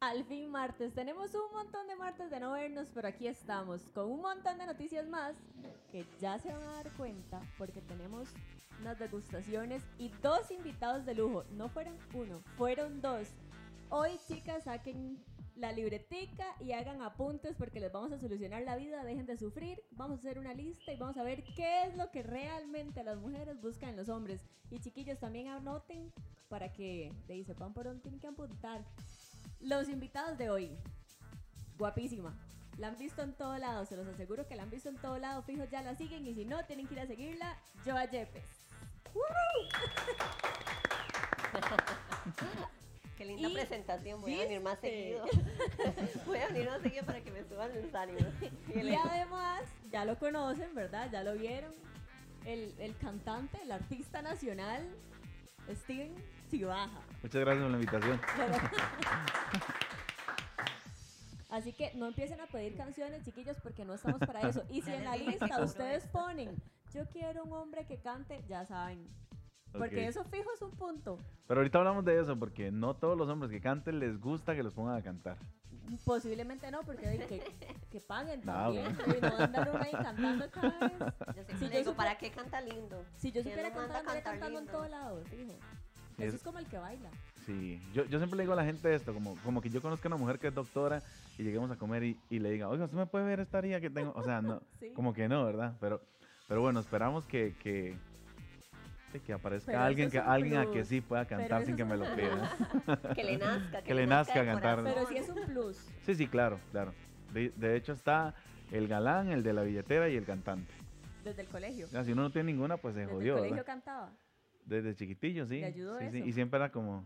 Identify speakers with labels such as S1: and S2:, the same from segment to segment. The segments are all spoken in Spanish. S1: Al fin martes, tenemos un montón de martes de no vernos, pero aquí estamos con un montón de noticias más que ya se van a dar cuenta porque tenemos unas degustaciones y dos invitados de lujo. No fueron uno, fueron dos. Hoy chicas, saquen la libretica y hagan apuntes porque les vamos a solucionar la vida, dejen de sufrir, vamos a hacer una lista y vamos a ver qué es lo que realmente las mujeres buscan en los hombres. Y chiquillos también anoten para que de ahí sepan por dónde tienen que apuntar. Los invitados de hoy, guapísima. La han visto en todo lado, se los aseguro que la han visto en todo lado, fijo ya la siguen y si no tienen que ir a seguirla, Joa Yepes.
S2: Qué linda
S1: Y
S2: presentación, voy a venir más
S1: viste.
S2: seguido. voy a venir más seguido para que me suban los ánimos. Y el-
S1: Y además, ya lo conocen, ¿verdad? Ya lo vieron. El, el cantante, el artista nacional, Steven Cibaja.
S3: Muchas gracias por la invitación.
S1: Así que no empiecen a pedir canciones, chiquillos, porque no estamos para eso. Y si
S2: Ya
S1: en
S2: les
S1: la
S2: dije que
S1: lista
S2: no
S1: ustedes
S2: es.
S1: ponen, yo quiero un hombre que cante, ya saben. Porque
S3: Ok.
S1: eso fijo es un punto.
S3: Pero ahorita hablamos de eso porque no todos los hombres que canten les gusta que los pongan a cantar.
S1: Posiblemente no, porque di, que, que paguen
S3: No,
S1: también.
S3: bueno.
S1: y no andar uno ahí cantando cada vez.
S2: Yo
S1: Si
S2: siempre
S1: yo
S2: le digo,
S1: supo-
S2: ¿para qué canta lindo?
S1: Si yo
S2: ¿Quién
S1: supiera
S2: lo manda
S1: cantar,
S2: a
S1: andaría cantando en
S2: lindo?
S1: todos lados, fijo.
S3: Es- Pues
S1: Eso es como el que baila.
S3: Sí, yo, yo siempre le digo a la gente esto, como, como que yo conozca a una mujer que es doctora y lleguemos a comer y, y le diga, oiga, ¿usted me puede ver esta haría que tengo? O sea, no,
S1: Sí.
S3: como que no, ¿verdad? Pero, pero bueno, esperamos que, que, sí, que aparezca
S1: Pero eso
S3: alguien,
S1: es
S3: que,
S1: un
S3: alguien a
S1: plus.
S3: que sí pueda
S1: Pero
S3: cantar
S1: eso
S3: sin
S1: es
S3: que me
S1: un
S3: lo
S1: plus.
S3: pida.
S2: Que le nazca.
S3: Que le nazca
S2: el
S3: cantar.
S2: corazón.
S1: Pero sí es un plus.
S3: Sí, sí, claro, claro. De, de hecho está el galán, el de la billetera y el cantante.
S1: Desde el colegio.
S3: O sea, si uno no tiene ninguna, pues se
S1: Desde
S3: jodió.
S1: el
S3: ¿verdad?
S1: colegio cantaba.
S3: Desde chiquitillo, sí.
S1: ¿Le ayudó
S3: sí, sí,
S1: eso?
S3: Y siempre era como.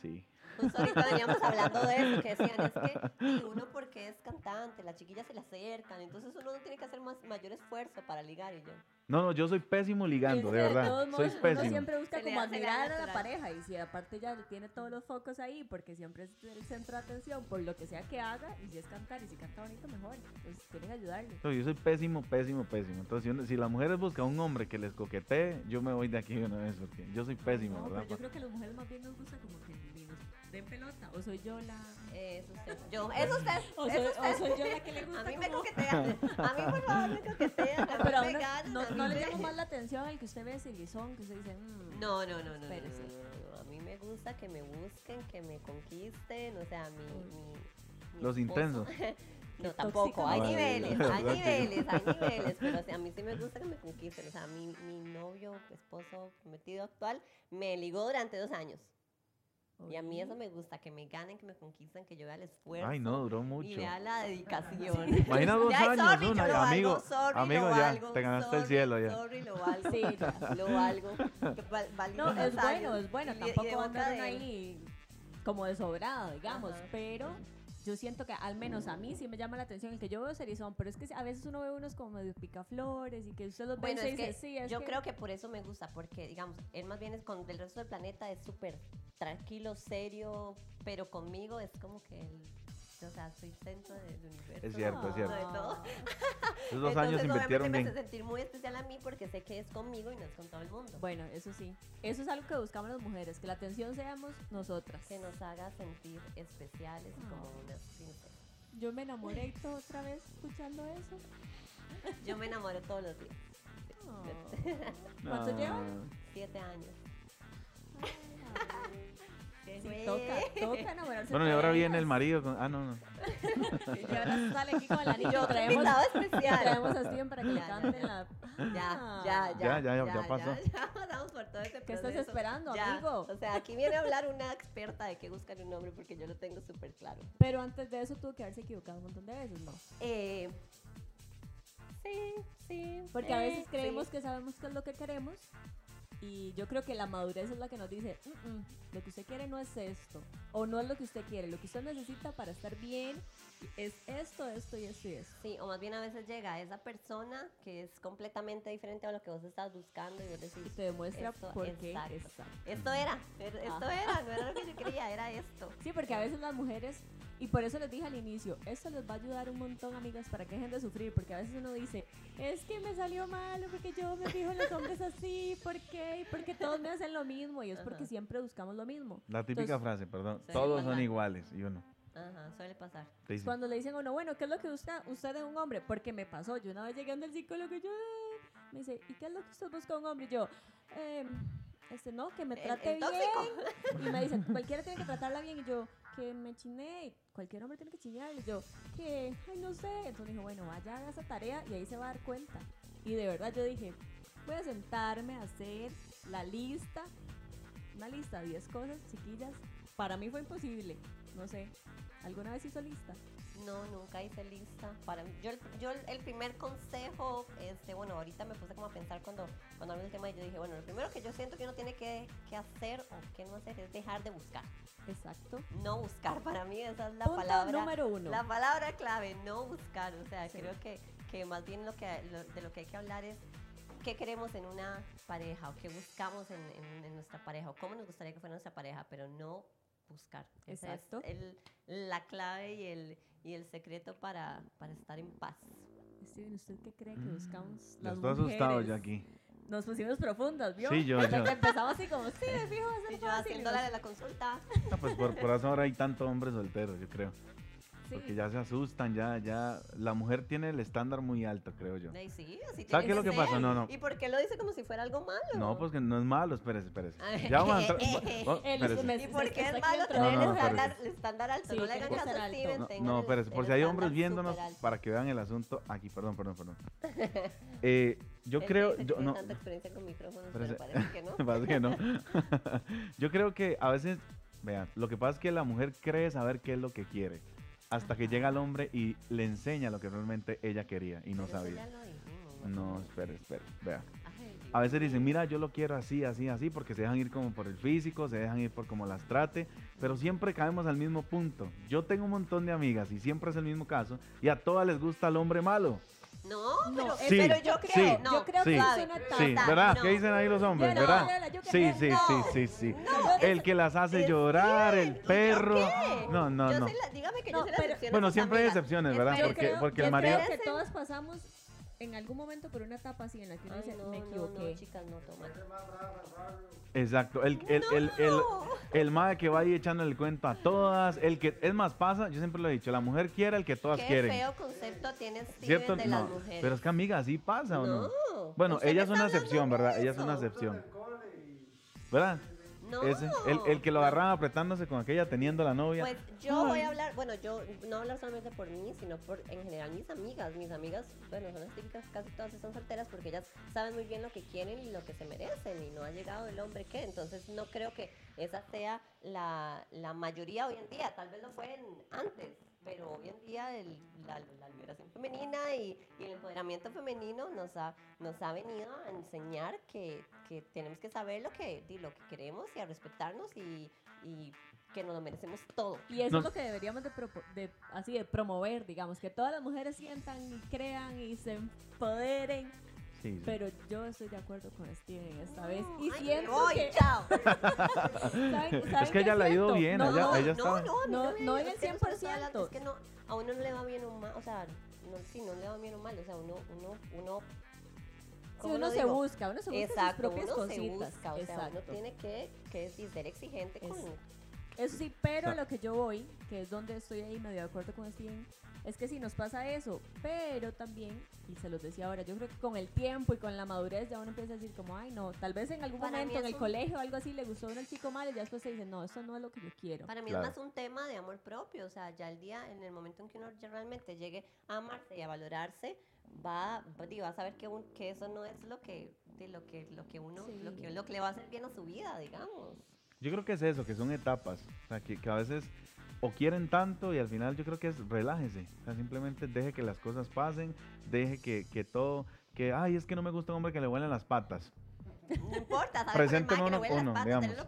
S3: Sí.
S2: Justo ahorita veníamos hablando de eso, que decían, es que y uno porque es cantante, las chiquillas se le acercan, entonces uno no tiene que hacer más, mayor esfuerzo para ligar y yo.
S3: No, no, yo soy pésimo ligando,
S1: Es
S3: de
S1: que
S3: verdad.
S1: todos modos,
S3: Soy
S1: Uno
S3: pésimo.
S1: siempre busca
S2: Se le
S1: como
S2: hace la
S1: admirar a la
S2: natural.
S1: pareja y si aparte ya tiene todos los focos ahí porque siempre es el centro de atención por lo que sea que haga y si es cantar y si canta bonito mejor. Entonces tienen que ayudarle.
S3: No, Yo soy pésimo, pésimo, pésimo. Entonces, si, uno- si las mujeres buscan un hombre que les coquetee, yo me voy de aquí de una vez porque yo soy pésimo,
S1: no,
S3: ¿verdad?
S1: pero yo creo que a las mujeres más bien nos gusta como que ni nos den pelota. O soy yo la...
S2: Eh, Es usted. Yo, es usted.
S1: O
S2: es
S1: soy,
S2: usted.
S1: o soy yo la que le gusta
S2: A mí me
S1: como...
S2: coquetean. A mí, por favor, me coquetean. A mí
S1: Pero a
S2: me
S1: uno
S2: ganan, a
S1: no,
S2: mí
S1: no le
S2: me-
S1: llama más la atención al que usted ve guisón que usted dice... "Mm,
S2: No, no, no, no, no, no,
S1: Espérese.
S2: no, no, A mí me gusta que me busquen, que me conquisten, o sea, mi... mi- mi
S3: Los
S2: esposo-
S3: intensos. Ah,
S2: No, tampoco,
S1: tóxico.
S2: hay
S3: Madre,
S2: niveles,
S3: la
S2: hay
S3: verdad que no.
S2: niveles, hay niveles, pero o sea, a mí sí me gusta que me conquisten, o sea, mi, mi novio, esposo, prometido actual, me ligó durante dos años. Y a mí eso me gusta, que me ganen, que me conquisten, que yo vea el esfuerzo.
S3: Ay, no, duró
S2: Y
S3: mucho.
S2: vea la dedicación.
S3: Imagina dos
S2: Ya, ay,
S3: años,
S2: sorry,
S3: una,
S2: yo lo
S3: amigo,
S2: valgo, sorry,
S3: amigo,
S2: lo
S3: ya,
S2: valgo,
S3: te ganaste el
S2: sorry,
S3: cielo, ya.
S2: Sorry, lo valgo.
S1: Sí, ya.
S2: Lo valgo. que val- valí
S1: No,
S2: unos
S1: es bueno,
S2: años.
S1: es bueno.
S2: Y- y de
S1: Tampoco va a
S2: boca
S1: andar
S2: de
S1: uno
S2: él.
S1: ahí como desobrado, digamos.
S2: Ajá.
S1: Pero yo siento que al menos a mí sí me llama la atención el que yo veo Cerizón. Pero es que a veces uno ve unos como medio picaflores y que usted los ve
S2: Bueno,
S1: y se
S2: es
S1: dice,
S2: que
S1: pues sí, es
S2: yo
S1: que...
S2: creo que por eso me gusta, porque digamos, él más bien es con el resto del planeta es súper tranquilo, serio, pero conmigo es como que él, o sea, soy centro del universo.
S3: Es cierto, es cierto.
S2: de todo.
S3: Esos dos
S2: Entonces,
S3: años invirtieron
S2: obviamente, me
S3: bien.
S2: hace sentir muy especial a mí porque sé que es conmigo y no es con todo el mundo.
S1: Bueno, eso sí. Eso es algo que buscamos las mujeres, que la atención seamos nosotras.
S2: Que nos haga sentir especiales
S1: Ah.
S2: como unas princesas.
S1: Yo me enamoré y todo otra vez escuchando eso.
S2: Yo me enamoro todos los días.
S1: ¿Cuánto
S3: Ah,
S1: llevan?
S2: Siete años. ¿Qué
S1: Sí, toca, toca enamorarse.
S3: Bueno, y ahora
S1: todavía.
S3: viene el marido. Con... Ah, no, no.
S1: Y ahora sale aquí con el anillo.
S2: Yo traemos
S1: traemos,
S2: invitado especial.
S1: traemos a Steven para que le
S2: Ya, ya,
S1: canten la...
S2: Ya, ya, ya.
S3: Ya, ya, ya, ya pasó.
S2: Ya, pasamos por todo ese
S1: Ah. ¿Qué estás
S2: proceso.
S1: esperando,
S2: Ya,
S1: amigo?
S2: O sea, aquí viene a hablar una experta de qué buscar un hombre porque yo lo tengo súper claro.
S1: Pero antes de eso tuvo que haberse equivocado un montón de veces, ¿no?
S2: Eh, sí, sí.
S1: Porque a
S2: eh,
S1: veces creemos
S2: sí.
S1: que sabemos qué es lo que queremos y yo creo que la madurez es la que nos dice, "Mm, mm, lo que usted quiere no es esto, o no es lo que usted quiere, lo que usted necesita para estar bien es esto, esto y esto y esto.
S2: Sí, o más bien a veces llega esa persona que es completamente diferente a lo que vos estás buscando y vos
S1: Y
S2: decís,
S1: te demuestra
S2: Esto,
S1: por qué
S2: exacto.
S1: está.
S2: esto era, er- esto
S1: Ajá.
S2: era, no era lo que yo quería, era esto.
S1: Sí, porque a veces las mujeres, y por eso les dije al inicio, esto les va a ayudar un montón, amigas, para que dejen de sufrir, porque a veces uno dice, es que me salió malo, porque yo me fijo en los hombres así, ¿por qué? Y Porque todos me hacen lo mismo, y es porque
S2: Ajá.
S1: siempre buscamos lo mismo.
S3: La típica
S1: Entonces-
S3: frase, perdón.
S2: Sí,
S3: Todos
S2: ¿verdad?
S3: son iguales. Y uno.
S2: Ajá, suele pasar.
S3: Te dice,
S1: Cuando le dicen a uno, bueno, ¿qué es lo que busca usted de un hombre? Porque me pasó, yo una vez llegando al psicólogo, yo, "Ah", me dice, ¿y qué es lo que usted busca de un hombre? Y yo, "Em, este, no, que me
S2: El-
S1: trate
S2: el
S1: bien.
S2: tóxico.
S1: Y me dicen, cualquiera tiene que tratarla bien. Y yo, que me chiné. y Cualquier hombre tiene que chinear. Y yo, que, ay, no sé. Entonces dijo, bueno, vaya, haga esa tarea y ahí se va a dar cuenta. Y de verdad yo dije, voy a sentarme a hacer la lista. Una lista, 10 cosas chiquillas. Para mí fue imposible. No sé. ¿Alguna vez hizo lista?
S2: No, nunca hice lista. Para mí. Yo, el- yo el- el primer consejo, este, bueno, ahorita me puse como a pensar cuando, cuando hablé del tema y yo dije, bueno, lo primero que yo siento que uno tiene que, que hacer o que no hacer es dejar de buscar.
S1: Exacto.
S2: No buscar, para mí esa es la
S1: Punto
S2: palabra.
S1: número uno.
S2: La palabra clave, no buscar. O sea,
S1: Sí.
S2: creo que, que más bien lo que, lo- de lo que hay que hablar es qué queremos en una pareja o qué buscamos en, en- en nuestra pareja o cómo nos gustaría que fuera nuestra pareja, pero no buscar. Esa es
S1: Exacto.
S2: el- la clave y el, y el secreto para, para estar en paz.
S1: Steven, ¿usted qué cree que
S3: Mm,
S1: buscamos
S3: ya
S1: las
S3: estoy asustado
S1: mujeres?
S3: yo aquí.
S1: Nos pusimos profundas, ¿vio?
S3: Sí, yo, yo.
S1: Empezamos así como, sí, me fijo, va a ser
S2: Y
S1: fácil", y
S2: yo haciendo
S1: nos-
S2: la, la consulta.
S3: No, pues por, por eso ahora hay tanto hombre soltero, yo creo.
S1: Sí.
S3: Porque ya se asustan, ya, ya. La mujer tiene el estándar muy alto, creo yo.
S2: Ay, sí, así tiene
S3: ¿Sabe qué es lo que
S2: ser.
S3: pasa? No, no.
S2: ¿Y por qué lo dice como si fuera algo malo?
S3: No, pues que no es malo, espérese, espérese.
S2: A ver.
S3: Ya vamos a entrar.
S2: eh,
S3: va- va-
S1: Él
S3: espérese.
S1: me-
S2: ¿Y por qué
S1: Está
S2: es
S1: aquí
S2: malo
S1: dentro.
S2: tener
S3: No, no,
S2: el,
S3: no, pero-
S2: estándar, el estándar alto?
S1: Sí,
S2: no le
S1: tiene
S2: hagan
S1: que
S2: caso
S1: ser
S2: a
S1: alto.
S2: Steven.
S3: No,
S2: tengan
S3: no,
S2: el-
S3: espérese, por
S2: el
S3: si hay hombres
S2: estándar
S3: viéndonos,
S2: superalto.
S3: para que vean el asunto aquí, perdón, perdón, perdón. Eh, yo
S2: Él
S3: creo,
S2: dice que
S3: yo,
S2: tiene
S3: no,
S2: tanta experiencia con micrófonos,
S3: Pero
S2: pero,
S3: se-
S2: parece que no.
S3: Parece que no. Yo creo que a veces, vean, lo que pasa es que la mujer cree saber qué es lo que quiere. Hasta que
S1: Ajá.
S3: llega el hombre y le enseña lo que realmente ella quería y
S2: Pero
S3: no
S2: eso
S3: sabía.
S2: ya lo dijimos, más o
S3: No,
S2: menos.
S3: espere, espere, vea.
S2: Ay,
S3: A
S2: Dios.
S3: veces dicen, mira, yo lo quiero así, así, así, porque se dejan ir como por el físico, se dejan ir por cómo las trate, pero siempre caemos al mismo punto. Yo tengo un montón de amigas y siempre es el mismo caso, y a todas les gusta el hombre malo.
S2: No,
S1: No,
S2: pero, eh,
S1: es-
S3: Sí,
S2: pero yo
S1: sí,
S2: creo, no,
S1: yo creo
S3: sí,
S1: que
S2: sabe,
S1: es una
S2: sí,
S1: etapa.
S3: Sí, ¿verdad?
S2: no.
S3: ¿Qué dicen ahí los hombres,
S1: Viola,
S3: verdad?
S1: viola, yo que-
S3: Sí,
S1: eh,
S3: sí, sí,
S2: no.
S3: sí, sí.
S2: No,
S3: El que las hace
S2: es
S3: llorar, el
S2: ¿yo
S3: perro.
S2: qué?
S3: No, no,
S2: yo
S3: no.
S2: soy la- dígame que
S1: No,
S2: yo soy la
S1: pero-
S2: excepción a
S3: Bueno,
S2: sus
S3: siempre hay
S2: amigas.
S3: excepciones, ¿verdad?
S2: Espero
S1: Yo
S3: Porque,
S1: creo-
S3: porque
S1: yo
S3: el marido...
S1: creo que todos pasamos en algún momento por una etapa así en la que uno
S2: Ay,
S1: dice,
S2: no,
S1: me
S2: no,
S1: equivoqué.
S2: no, chicas, no toman.
S3: Exacto, el, el, el, el,
S2: No.
S3: el mae que va ahí echando el cuento a todas, el que... Es más, pasa, yo siempre lo he dicho, la mujer quiere el que todas
S2: Qué
S3: quieren.
S2: feo concepto tienes
S3: ¿Cierto?
S2: Steven de las
S3: No.
S2: mujeres.
S3: Pero es que amiga, así pasa, ¿o no?
S2: No,
S3: Bueno,
S2: usted me
S3: ella es
S2: está
S3: una
S2: hablando
S3: excepción,
S2: de
S3: ¿verdad? Ella es una
S2: eso.
S3: excepción. ¿Verdad?
S2: No.
S3: Ese, el, el que lo agarraba apretándose con aquella teniendo la novia.
S2: Pues yo voy
S3: Ay.
S2: a hablar, bueno, yo no hablar solamente por mí, sino por en general mis amigas. Mis amigas, bueno, son las típicas, casi todas están solteras porque ellas saben muy bien lo que quieren y lo que se merecen y no ha llegado el hombre que. Entonces no creo que esa sea la, la mayoría hoy en día, tal vez lo fue en- antes. Pero hoy en día el- la, la liberación femenina y, y el empoderamiento femenino nos ha, nos ha venido a enseñar que, que tenemos que saber lo que, di, lo que queremos y a respetarnos y, y que nos lo merecemos todo.
S1: Y eso
S3: No.
S1: es lo que deberíamos de, propo- de- así de promover, digamos, que todas las mujeres sientan y crean y se empoderen.
S3: Sí, sí.
S1: Pero yo estoy de acuerdo con Steven esta vez.
S2: No,
S1: Y
S2: ay, me
S1: siento
S2: voy,
S1: que...
S2: chao.
S1: ¿saben-
S3: es
S1: saben
S3: que
S1: qué
S3: ella le ha ido
S1: siento?
S3: bien,
S1: No,
S3: allá-
S1: no,
S3: ella
S2: no,
S3: está-
S2: no, a mí
S1: No,
S2: me-
S1: no en
S2: es
S1: el
S2: que no solo estoy hablando,
S1: 100%.
S2: Es que no, a uno no le va bien o mal, o sea, no, sí, no le va bien o mal, o sea, uno, uno, uno.
S1: Si
S2: ¿cómo
S1: uno
S2: lo
S1: se
S2: digo?
S1: busca, uno se busca sus
S2: Exacto,
S1: propias
S2: uno se
S1: cositas.
S2: busca, o sea, uno
S1: Exacto.
S2: tiene que, que sí, ser exigente con.
S1: Es- Eso sí, pero a
S3: Sa-
S1: lo que yo voy, que es donde estoy ahí medio de acuerdo con Steven, es que si nos pasa eso, pero también, y se los decía ahora, yo creo que con el tiempo y con la madurez ya uno empieza a decir como, ay no, tal vez en algún
S2: Para mí
S1: momento en
S2: es
S1: el
S2: un-
S1: colegio o algo así le gustó a uno el chico mal y ya después se dice, no, eso no es lo que yo quiero.
S2: Para mí
S3: Claro.
S2: es más un tema de amor propio, o sea, ya el día, en el momento en que uno ya realmente llegue a amarse y a valorarse, va, va- di, va a saber que, un- que eso no es lo que, de lo que, lo que uno,
S1: Sí.
S2: lo que, lo que le va a hacer bien a su vida, digamos.
S3: Yo creo que es eso, que son etapas. O sea, que, que a veces o quieren tanto y al final yo creo que es relájese. O sea, simplemente deje que las cosas pasen, deje que, que todo, que, ay, es que no me gusta un hombre que le huelen las patas.
S2: No importa, ¿sabes?
S3: Presénteme
S2: Por el mal que le
S3: uno-
S2: huelen las
S3: uno,
S2: patas,
S3: digamos.
S2: tener la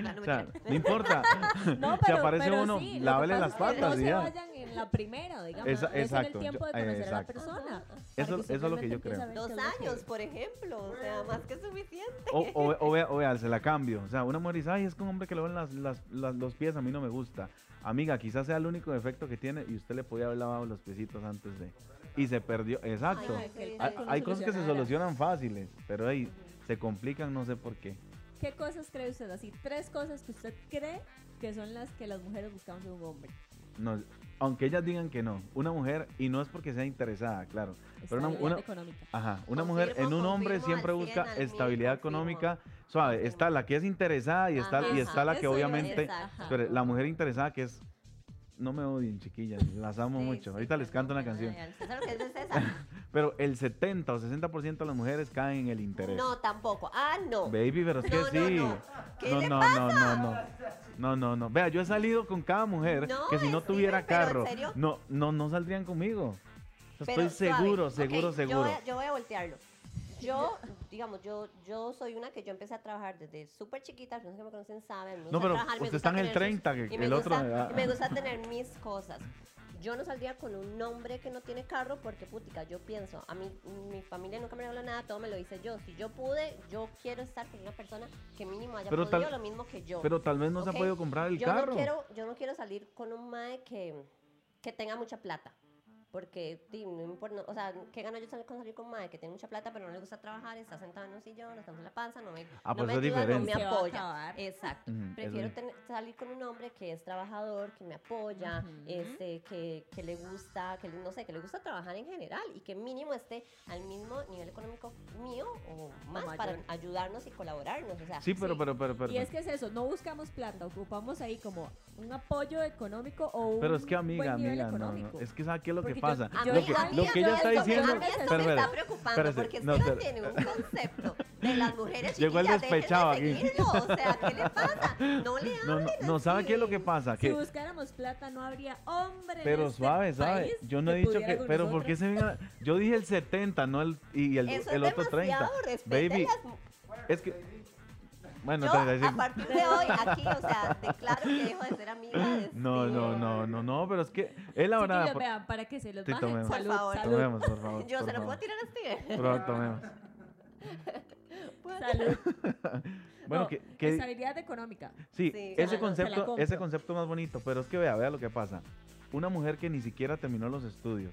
S2: oportunidad de arreglar, no
S3: O
S2: me
S3: sea,
S2: quieren.
S3: no importa.
S1: No,
S3: si aparece
S1: pero
S3: uno,
S1: sí, lo que
S3: lávele
S1: pasa
S3: las
S1: es que
S3: patas
S1: no
S3: y
S1: se
S3: ya.
S1: vayan en la primera, digamos.
S3: Esa-
S1: no es en
S3: exacto,
S1: el tiempo de
S3: yo- eh,
S1: conocer a la
S3: exacto.
S1: persona.
S2: Ajá,
S1: para que
S3: Eso- eso es lo que yo
S1: simplemente empiece
S3: creo.
S1: a ver
S2: Dos
S1: qué es lo que-
S2: años, por ejemplo, o sea, más que suficiente.
S3: O, o, o vea, o vea, se la cambio. O sea, una mujer dice, ay, es que un hombre que le ven las, las- las- los pies, a mí no me gusta. Amiga, quizás sea el único defecto que tiene y usted le podía haber lavado los piecitos antes de... Y se perdió, exacto.
S2: Ay,
S1: que el
S2: sí,
S3: Hay,
S1: talco no
S3: hay cosas que se
S1: solucionara.
S3: solucionan fáciles, pero ahí se complican no sé por qué.
S1: ¿Qué cosas cree usted? Así, tres cosas que usted cree que son las que las mujeres buscamos en un hombre.
S3: No, aunque ellas digan que no, una mujer, y no es porque sea interesada, claro. Pero una-
S1: Estabilidad
S3: una-
S1: económica.
S3: Ajá, una
S2: Confirmo,
S3: mujer en un hombre
S2: confirmo
S3: siempre
S2: al
S3: busca
S2: 100, al mil,
S3: estabilidad
S2: confirmo.
S3: económica suave. Está la que es interesada y está, y
S2: Ajá,
S3: está la
S1: eso
S3: que
S1: iba a
S3: obviamente...
S1: decir, ajá.
S3: Espere, la mujer interesada que es... No me odien, chiquillas, las amo
S2: Sí,
S3: mucho.
S2: sí,
S3: Ahorita les
S2: perdón,
S3: canto una
S2: perdón,
S3: canción.
S2: Adrián. ¿Sabes lo que es esa?
S3: Pero el 70 o 60% de las mujeres caen en el interés.
S2: No, tampoco. Ah, no.
S3: Baby, pero es que
S2: No, no,
S3: sí.
S2: no. ¿Qué
S3: no,
S2: le
S3: no, no, no, no. No, no, no. Vea, yo he salido con cada mujer
S2: No,
S3: que si no
S2: Steven,
S3: tuviera
S2: pero ¿en
S3: carro,
S2: serio?
S3: no, no, no saldrían conmigo. Estoy
S2: Pero suave.
S3: seguro,
S2: Ok,
S3: seguro,
S2: yo
S3: seguro.
S2: voy a- Yo voy, a, voltearlo. Yo, digamos, yo, yo soy una que yo empecé a trabajar desde súper chiquita, los que me conocen saben. me gusta
S3: No, pero
S2: trabajar, me
S3: usted
S2: gusta
S3: está en
S2: tener
S3: el
S2: sus-
S3: 30, que
S2: y me
S3: el otro me
S2: gusta,
S3: da-
S2: y me gusta tener mis cosas. Yo no saldría con un hombre que no tiene carro porque, putica, yo pienso, a mí, mi familia nunca me regaló nada, todo me lo hice yo. Si yo pude, yo quiero estar con una persona que mínimo haya
S3: Pero tal-
S2: podido lo mismo que yo
S3: Pero tal vez no se
S2: Ok,
S3: ha podido comprar el
S2: yo
S3: carro.
S2: No quiero, yo no quiero salir con un mae que, que tenga mucha plata. Porque, di, no importa, no- o sea, ¿qué gano yo salir con salir con un mae que tiene mucha plata, pero no le gusta trabajar, está sentado en un sillón, está en la panza, no me,
S3: Ah,
S2: no
S3: pues
S2: me
S3: eso es
S2: ayuda, no me
S3: diferente.
S1: Se va a
S2: apoya?
S1: acabar.
S2: Exacto.
S3: Ujú, eso
S2: Prefiero
S3: es-
S2: tener- salir con un hombre que es trabajador, que me apoya,
S1: Ujú.
S2: este, que, que le gusta, que le- no sé, que le gusta trabajar en general y que mínimo esté al mismo nivel económico mío o más para
S1: mayor.
S2: ayudarnos y colaborarnos. O sea,
S3: Sí, pero, pero, pero, pero.
S1: Y es que es eso, no buscamos plata, ocupamos ahí como un apoyo económico o un
S3: Pero es que amiga,
S1: buen nivel
S3: amiga, no, no,
S1: económico.
S3: Es que ¿sabes qué es lo
S1: Porque
S3: que
S1: yo-
S3: pasa?
S1: yo-
S3: lo, que,
S1: amiga,
S3: lo que ella está
S1: yo-
S3: diciendo.
S2: A mí esto
S3: Espera,
S2: me
S3: espera.
S2: está preocupando
S3: espérese,
S2: porque
S3: no,
S2: Esteban
S3: espera.
S2: tiene un concepto de las mujeres
S3: Llegó el
S2: chiquillas, déjenlo
S3: despechado aquí.
S2: seguirlo, O sea, ¿qué le pasa? No le
S3: No, no, no, ¿sabe qué es lo que pasa?
S1: Si
S3: Que,
S1: buscáramos plata no habría hombre. en
S3: pero
S1: este
S3: suave, ¿sabe?
S1: país
S3: Yo no he dicho
S1: pudiera
S3: que.
S1: con
S3: Pero ¿por qué
S1: nosotros.
S3: se venga? Yo dije el 70, no el. Y el,
S2: Eso
S3: el
S2: es
S3: otro 30.
S2: demasiado, respete
S3: Baby,
S2: las mu-
S3: es que. Bueno,
S2: Yo,
S3: 35.
S2: a partir de hoy, aquí, o sea, declaro que dejo de ser amiga de
S3: No, no,
S2: Esteban.
S3: no, no, no, pero es que. Es la verdad.
S1: Chiquillos,
S3: por-
S1: vean, para que se los
S3: Sí,
S1: bajen.
S3: tomemos.
S1: Salud,
S2: Por favor.
S1: salud.
S3: Tomemos, por favor.
S2: Yo
S3: por
S2: se lo puedo
S3: favor.
S2: tirar a Steven.
S3: Por favor, tomemos.
S2: Puedo-
S1: Salud.
S3: Bueno,
S1: No,
S3: que, que-
S1: Estabilidad económica.
S2: Sí,
S3: sí,
S2: claro, se
S3: ese
S2: la
S3: concepto,
S1: compro.
S3: ese concepto más bonito, pero es que vea, vea lo que pasa. Una mujer que ni siquiera terminó los estudios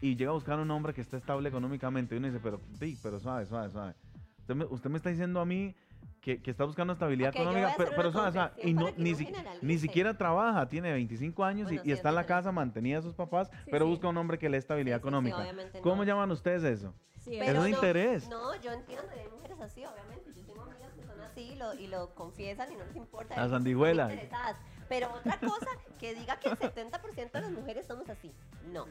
S3: y llega a buscar un hombre que está estable económicamente y uno dice, pero, sí, pero suave, suave, suave. Usted me, usted me está diciendo a mí que, que está buscando estabilidad
S2: Ok, yo voy a
S3: económica,
S2: hacer
S3: pero,
S2: una
S3: pero suave, suave. Y
S2: confesión
S3: no,
S2: para que
S3: ni,
S2: no
S3: si- ni
S2: generalicen.
S3: siquiera trabaja, tiene 25 años y-
S2: Bueno,
S3: y,
S2: sí, es
S3: está en la
S2: diferente.
S3: casa mantenida a sus papás,
S1: Sí,
S3: pero
S1: sí.
S3: busca un hombre que le dé estabilidad
S2: Sí, sí, sí,
S3: económica.
S2: obviamente
S3: ¿Cómo
S2: no.
S3: llaman ustedes eso?
S1: Sí,
S3: Es
S2: Pero
S3: un
S2: no,
S3: interés.
S2: No, yo entiendo, hay mujeres así, obviamente. Yo tengo amigas que son así y lo, y lo confiesan y no les importa.
S3: Las
S2: ellas son
S3: sandijuelas.
S2: interesadas. Pero otra cosa, que diga que el 70% de las mujeres somos así. No.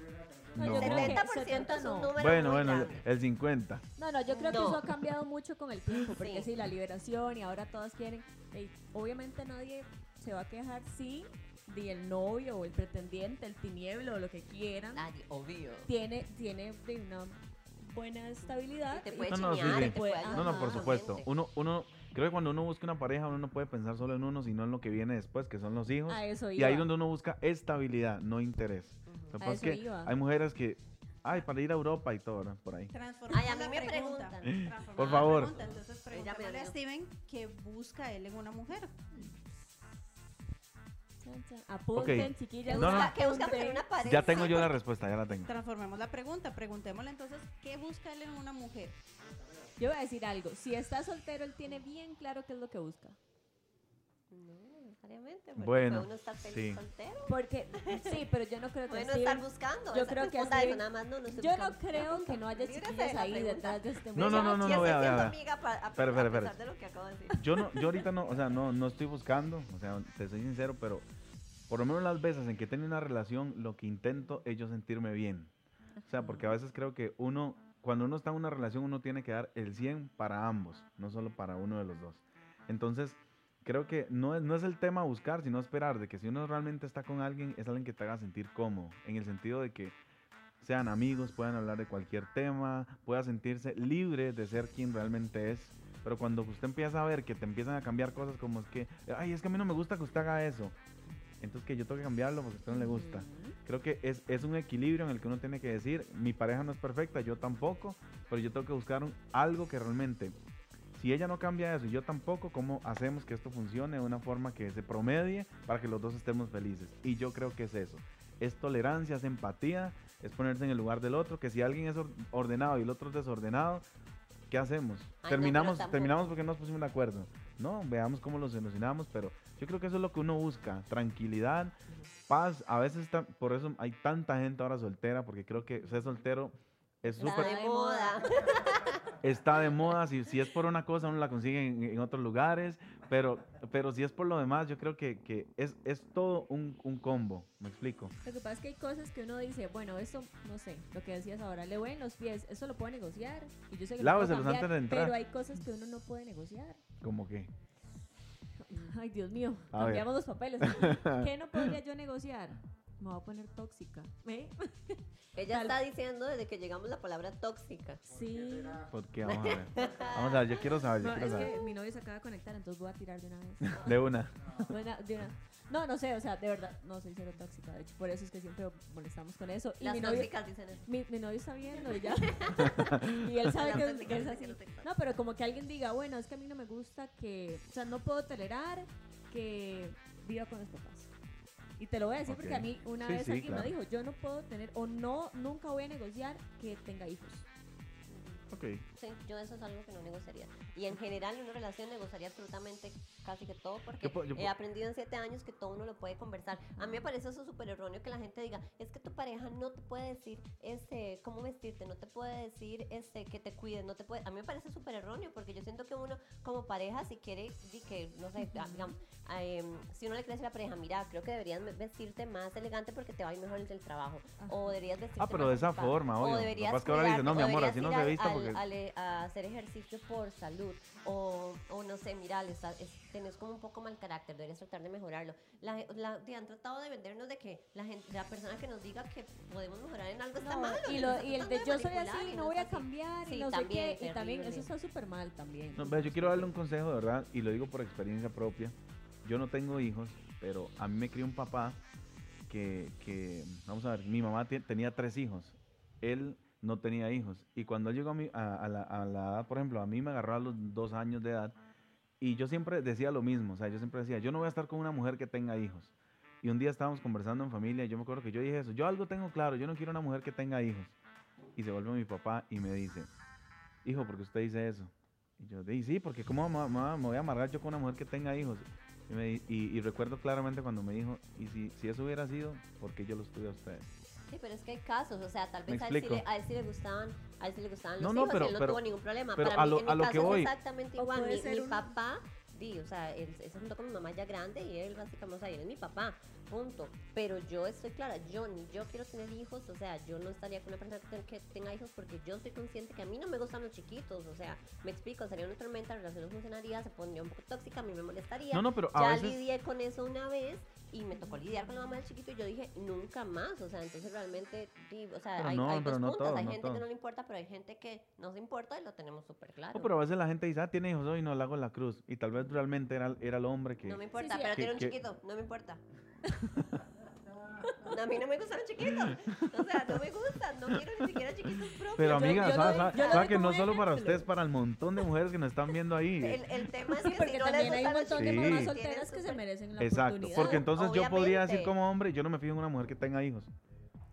S1: No,
S2: El
S1: yo creo que
S2: 70% es un
S1: 70 no.
S2: número
S3: Bueno,
S2: muy
S3: bueno,
S2: grande.
S3: el 50.
S1: No, no, yo creo que
S2: No.
S1: eso ha cambiado mucho con el tiempo, porque
S2: Sí.
S1: sí, la liberación y ahora todas quieren. eh, obviamente nadie se va a quejar si de el novio o el pretendiente, el tinieblo o lo que quieran,
S2: Nadie, obvio.
S1: tiene, tiene de una buena estabilidad.
S2: Te
S1: y-
S2: puede
S3: No, no, sí,
S2: chinear,
S3: sí.
S2: te puede
S1: Ajá.
S3: No, no, por
S2: ayudar,
S3: supuesto.
S2: obviamente.
S3: Uno, uno, creo que cuando uno busca una pareja, uno no puede pensar solo en uno, sino en lo que viene después, que son los hijos.
S1: a eso iba.
S3: Y ahí es donde uno busca estabilidad, no interés. Lo
S2: Ujú.
S3: que pasa es
S1: eso
S3: que
S1: iba.
S3: hay mujeres que, ay, para ir a Europa y todo, ¿no? por ahí.
S4: Transformar
S2: Ay, a mí
S4: la
S2: me
S4: pregunta,
S2: preguntan.
S4: transformar
S3: Por
S4: la
S3: favor.
S4: pregunta. Entonces preguntémosle a
S2: dio.
S4: Steven qué busca él en una mujer.
S1: Chan, chan. Apunten, chiquillas.
S2: ¿Qué
S3: No, no.
S2: busca, que busca
S1: apunten.
S2: tener una pareja?
S3: Ya tengo yo la respuesta, ya la tengo.
S4: Transformemos la pregunta, preguntémosle entonces qué busca él en una mujer.
S1: Yo voy a decir algo. Si está soltero, él tiene bien claro qué es lo que busca.
S2: No, necesariamente. porque
S3: Bueno,
S2: puede uno estar feliz
S3: sí.
S2: soltero.
S1: Porque, sí, pero yo no creo que
S2: Puede uno
S1: Steven-
S2: estar buscando.
S1: yo
S2: esa
S1: creo que
S2: confunda
S1: así-
S2: eso, nada más no, no estoy
S1: Yo no
S2: buscando. Ya
S1: creo
S2: busca.
S1: que no haya
S2: Líbrese de
S1: chiquillas
S2: la
S1: ahí
S2: pregunta.
S1: detrás de este
S3: No, no, no, no,
S2: Yo
S3: no,
S2: estoy
S3: vea, vea,
S2: siendo
S3: vea.
S2: amiga pa- a,
S3: Espera, espera,
S2: a pesar
S3: espera.
S2: de lo que acabo de decir.
S3: Yo no, yo ahorita no, o sea, no, no estoy buscando, o sea, te soy sincero, pero por lo menos las veces en que tengo una relación, lo que intento es yo sentirme bien. O sea, porque a veces creo que uno, cuando uno está en una relación, uno tiene que dar el 100 para ambos, no solo para uno de los dos. Entonces, creo que no es, no es el tema buscar, sino esperar de que si uno realmente está con alguien, es alguien que te haga sentir cómodo, en el sentido de que sean amigos, puedan hablar de cualquier tema, pueda sentirse libre de ser quien realmente es. Pero cuando usted empieza a ver que te empiezan a cambiar cosas como es que, ay, es que a mí no me gusta que usted haga eso. entonces que yo tengo que cambiarlo porque a usted no le gusta.
S1: Ujú.
S3: Creo que es, es un equilibrio en el que uno tiene que decir, mi pareja no es perfecta, yo tampoco, pero yo tengo que buscar un- algo que realmente, si ella no cambia eso y yo tampoco, ¿cómo hacemos que esto funcione de una forma que se promedie para que los dos estemos felices? Y yo creo que es eso. Es tolerancia, es empatía, es ponerse en el lugar del otro, que si alguien es or- ordenado y el otro es desordenado, ¿qué hacemos?
S2: pero
S3: terminamos,
S2: tampoco.
S3: terminamos porque no nos pusimos de acuerdo. No, veamos cómo lo solucionamos, pero yo creo que eso es lo que uno busca, tranquilidad, paz. A veces ta- por eso hay tanta gente ahora soltera, porque creo que ser soltero es
S2: Está
S3: súper,
S1: Ay.
S2: de moda.
S3: está de moda. Si, si es por una cosa, uno la consigue en, en otros lugares, pero, pero si es por lo demás, yo creo que, que es, es todo un, un combo, me explico.
S1: Lo que pasa es que hay cosas que uno dice, bueno, esto, no sé, lo que decías ahora, le en los pies, eso lo puedo negociar. Y yo sé que lo puedo
S3: Láveselos
S1: cambiar,
S3: antes de entrar.
S1: Pero hay cosas que uno no puede negociar.
S3: Como que,
S1: Ay, Dios mío,
S3: A ver.
S1: cambiamos los papeles. ¿Qué no podría yo negociar? Me voy a poner tóxica. ¿Eh?
S2: Ella
S1: Tal-
S2: está diciendo desde que llegamos la palabra tóxica.
S1: Sí.
S3: porque vamos a ver. Vamos a ver, yo quiero saber, yo
S1: No,
S3: quiero
S1: es
S3: saber.
S1: que mi novio se acaba de conectar, entonces voy a tirar de una vez.
S3: De una.
S1: De una- de una- No, no sé, o sea, de verdad, no soy cero tóxica. De hecho, por eso es que siempre molestamos con eso. Y
S2: Las
S1: mi novio,
S2: tóxicas dicen eso.
S1: mi, mi novio está viendo y ya. y él sabe
S2: Las
S1: que,
S2: tóxicas
S1: que es
S2: dicen
S1: así.
S2: los tóxicos.
S1: No, pero como que alguien diga, bueno, es que a mí no me gusta que, o sea, no puedo tolerar que viva con los papás. Y te lo voy a decir porque
S3: Ok.
S1: a mí una
S3: Sí,
S1: vez
S3: sí,
S1: alguien me
S3: claro.
S1: dijo, yo no puedo tener o no, nunca voy a negociar que tenga hijos.
S3: Ok.
S2: Sí, yo eso es algo que no negociaría. Y en general en una relación negociaría absolutamente casi que todo porque
S3: Yo po- yo po-
S2: he aprendido en siete años que todo uno lo puede conversar. A mí me parece eso súper erróneo que la gente diga, es que tu pareja no te puede decir este, cómo vestirte, no te puede decir este, que te cuides, no te puede... A mí me parece súper erróneo porque yo siento que uno como pareja si quiere, di que, no sé, ah, digamos, ah, em, si uno le crece a la pareja, mira, creo que deberías me- vestirte más elegante porque te va a ir mejor en el trabajo. O deberías vestirte
S3: Ah, pero
S2: más
S3: de esa
S2: ocupada.
S3: forma,
S2: O
S3: obvio. Lo que
S2: deberías
S3: pasa es que ahora le dicen, no, mi
S2: cuidarte, o
S3: amor, así no
S2: deberías
S3: se
S2: ir
S3: vista
S2: al-
S3: porque...
S2: al- eh, a hacer ejercicio por salud. O, o no sé, mira, le está- es- tenés como un poco mal carácter, deberías tratar de mejorarlo. La, ge- la- te han tratado de vendernos de que la, gente, la persona que nos diga que podemos mejorar en algo está
S1: No,
S2: mal.
S1: y, lo- y el de yo soy así, no voy a cambiar, y
S2: Sí,
S1: no sé
S2: también,
S1: qué, y también
S2: terrible.
S1: eso está súper mal también.
S3: No, vea, yo quiero darle un consejo de verdad y lo digo por experiencia propia. Yo no tengo hijos, pero a mí me crió un papá que, que, vamos a ver, mi mamá tie- tenía tres hijos. Él no tenía hijos. Y cuando él llegó a, mi- a- a la, a la edad, por ejemplo, a mí me agarró a los dos años de edad y yo siempre decía lo mismo. O sea, yo siempre decía, yo no voy a estar con una mujer que tenga hijos. Y un día estábamos conversando en familia y yo me acuerdo que yo dije eso. Yo algo tengo claro, yo no quiero una mujer que tenga hijos. Y se vuelve mi papá y me dice, hijo, ¿por qué usted dice eso? Y yo, di, sí, porque ¿cómo me, me- me voy a amargar yo con una mujer que tenga hijos? Y, me di- y- y recuerdo claramente cuando me dijo, y si, si eso hubiera sido, ¿por qué yo los tuve a ustedes?
S2: Sí, pero es que hay casos, o sea, tal
S3: Me
S2: vez a él, sí le,
S3: explico.
S2: a él sí le gustaban, a él sí le gustaban
S3: No,
S2: los
S3: no,
S2: hijos,
S3: pero-
S2: él no
S3: pero-
S2: tuvo ningún problema.
S3: pero
S2: Para
S3: a
S2: mí,
S3: lo-
S2: en
S3: a
S2: mi
S3: lo
S2: caso
S3: que
S2: es
S3: voy.
S2: exactamente
S1: O
S2: igual.
S1: puede
S2: Mi,
S1: ser
S2: mi
S1: un-
S2: papá, di, o sea, él se juntó con mi mamá ya grande y él básicamente, o sea, él es mi papá, punto. Pero yo estoy clara, yo ni yo quiero tener hijos, o sea, yo no estaría con una persona que, ten- que tenga hijos porque yo soy consciente que a mí no me gustan los chiquitos, o sea, me explico, sería una tormenta, la relación no funcionaría, se pondría un poco tóxica, a mí me molestaría.
S3: No, no, pero a
S2: Ya
S3: veces...
S2: lidié con eso una vez y me tocó lidiar con la mamá del chiquito y yo dije, nunca más. O sea, entonces realmente, di- o sea,
S3: Pero
S2: hay,
S3: no,
S2: hay
S3: pero
S2: dos
S3: no
S2: puntos.
S3: todo,
S2: hay
S3: no
S2: gente
S3: todo.
S2: que no le importa, pero hay gente que no se importa y lo tenemos súper claro.
S3: No, pero a veces la gente dice, ah, tiene hijos hoy, no, le hago la cruz. Y tal vez realmente era, era el hombre que...
S2: No me importa,
S1: sí,
S2: pero
S3: que-
S2: tiene un
S3: que-
S2: chiquito, no me importa. No, a mí no me gustan los chiquitos. O sea, no me gustan, no quiero ni siquiera chiquitos propios.
S3: Pero
S1: yo- yo
S3: amiga,
S1: lo
S3: ¿sabes
S1: doy- yo lo doy
S3: que
S1: como
S3: no
S1: un
S3: solo para
S1: ejemplo.
S3: ustedes, para el montón de mujeres que nos están viendo ahí?
S2: El, el tema es que
S1: Sí, porque
S2: si no les
S1: también hay
S2: gustan
S1: un
S2: los
S1: montón de
S3: Sí.
S2: chiquitos,
S1: mamás
S3: tienen
S1: solteras que se
S2: súper-
S1: merecen la
S3: Exacto,
S1: oportunidad.
S3: porque entonces yo podría decir
S2: obviamente.
S3: como hombre, yo no me fijo en una mujer que tenga hijos.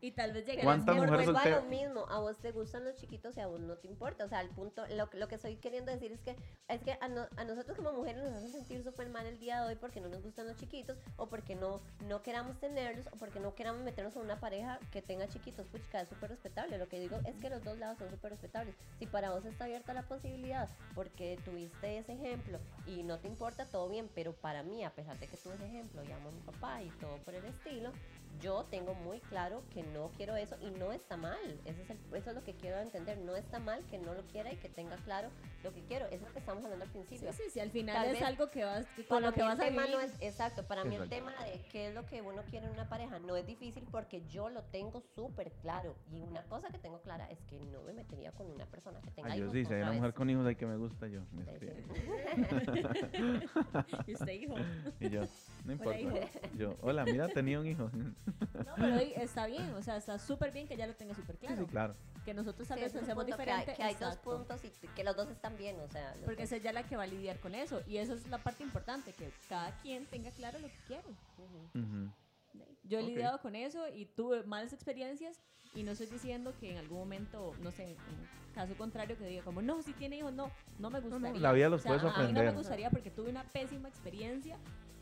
S1: Y tal vez llegue
S2: Pero
S3: ¿Cuántas
S2: es que
S3: mujeres
S2: vuelvo Pues a
S3: solteras?
S2: lo mismo, a vos te gustan los chiquitos y a vos no te importa. O sea, el punto, lo, lo que estoy queriendo decir es que es que a, no- a nosotros como mujeres nos hacen sentir súper mal el día de hoy porque no nos gustan los chiquitos o porque no, no queramos tenerlos o porque no queramos meternos en una pareja que tenga chiquitos. Puchica, es súper respetable. Lo que digo es que los dos lados son súper respetables. Si para vos está abierta la posibilidad porque tuviste ese ejemplo y no te importa, todo bien. Pero para mí, a pesar de que tuve ese ejemplo y amo a mi papá y todo por el estilo, yo tengo muy claro que no quiero eso y no está mal. Ese es el- eso es lo que quiero entender. No está mal que no lo quiera y que tenga claro lo que quiero. Es lo que estamos hablando al
S1: Sí,
S2: principio.
S1: sí, sí, al final
S2: Tal
S1: es
S2: vez-
S1: algo que vas, que con
S2: Para
S1: lo que
S2: mí
S1: vas
S2: el
S1: a
S2: tema
S1: vivir.
S2: no es, exacto, para mí el
S3: Exacto.
S2: tema de qué es lo que uno quiere en una pareja no es difícil porque yo lo tengo súper claro. Y una cosa que tengo clara es que no me metería con una persona que tenga
S3: Ay, yo
S2: hijos
S3: sí, si hay
S2: otra
S3: una mujer
S2: vez.
S3: con hijos ahí que me gusta yo. me
S2: Sí,
S3: escribe.
S2: sí.
S1: Y usted dijo,
S3: Y yo, no importa.
S1: hijo.
S3: yo, hola, mira, tenía un hijo.
S1: no, pero di- está bien, o sea, está súper bien que ya lo tenga súper
S3: Sí,
S1: claro.
S3: sí, claro.
S1: Que nosotros tal
S2: Sí,
S1: vez
S2: es un
S1: pensemos
S2: punto, que hay-
S1: diferente.
S2: Que hay, dos
S1: exacto.
S2: puntos y que los dos están bien, o sea. los
S1: Porque
S2: dos.
S1: esa es ya la que va a lidiar con eso. Y eso es la parte importante, que cada quien tenga claro lo que quiere.
S2: Ujú.
S3: Ujú.
S1: Yo he
S3: Ok.
S1: lidiado con eso y tuve malas experiencias y no estoy diciendo que en algún momento, no sé, en caso contrario que diga como, no, si tiene hijos, no, no me gustaría.
S3: la vida los
S1: O sea, A mí
S3: puede
S1: no me
S3: sorprender.
S1: gustaría porque tuve una pésima experiencia,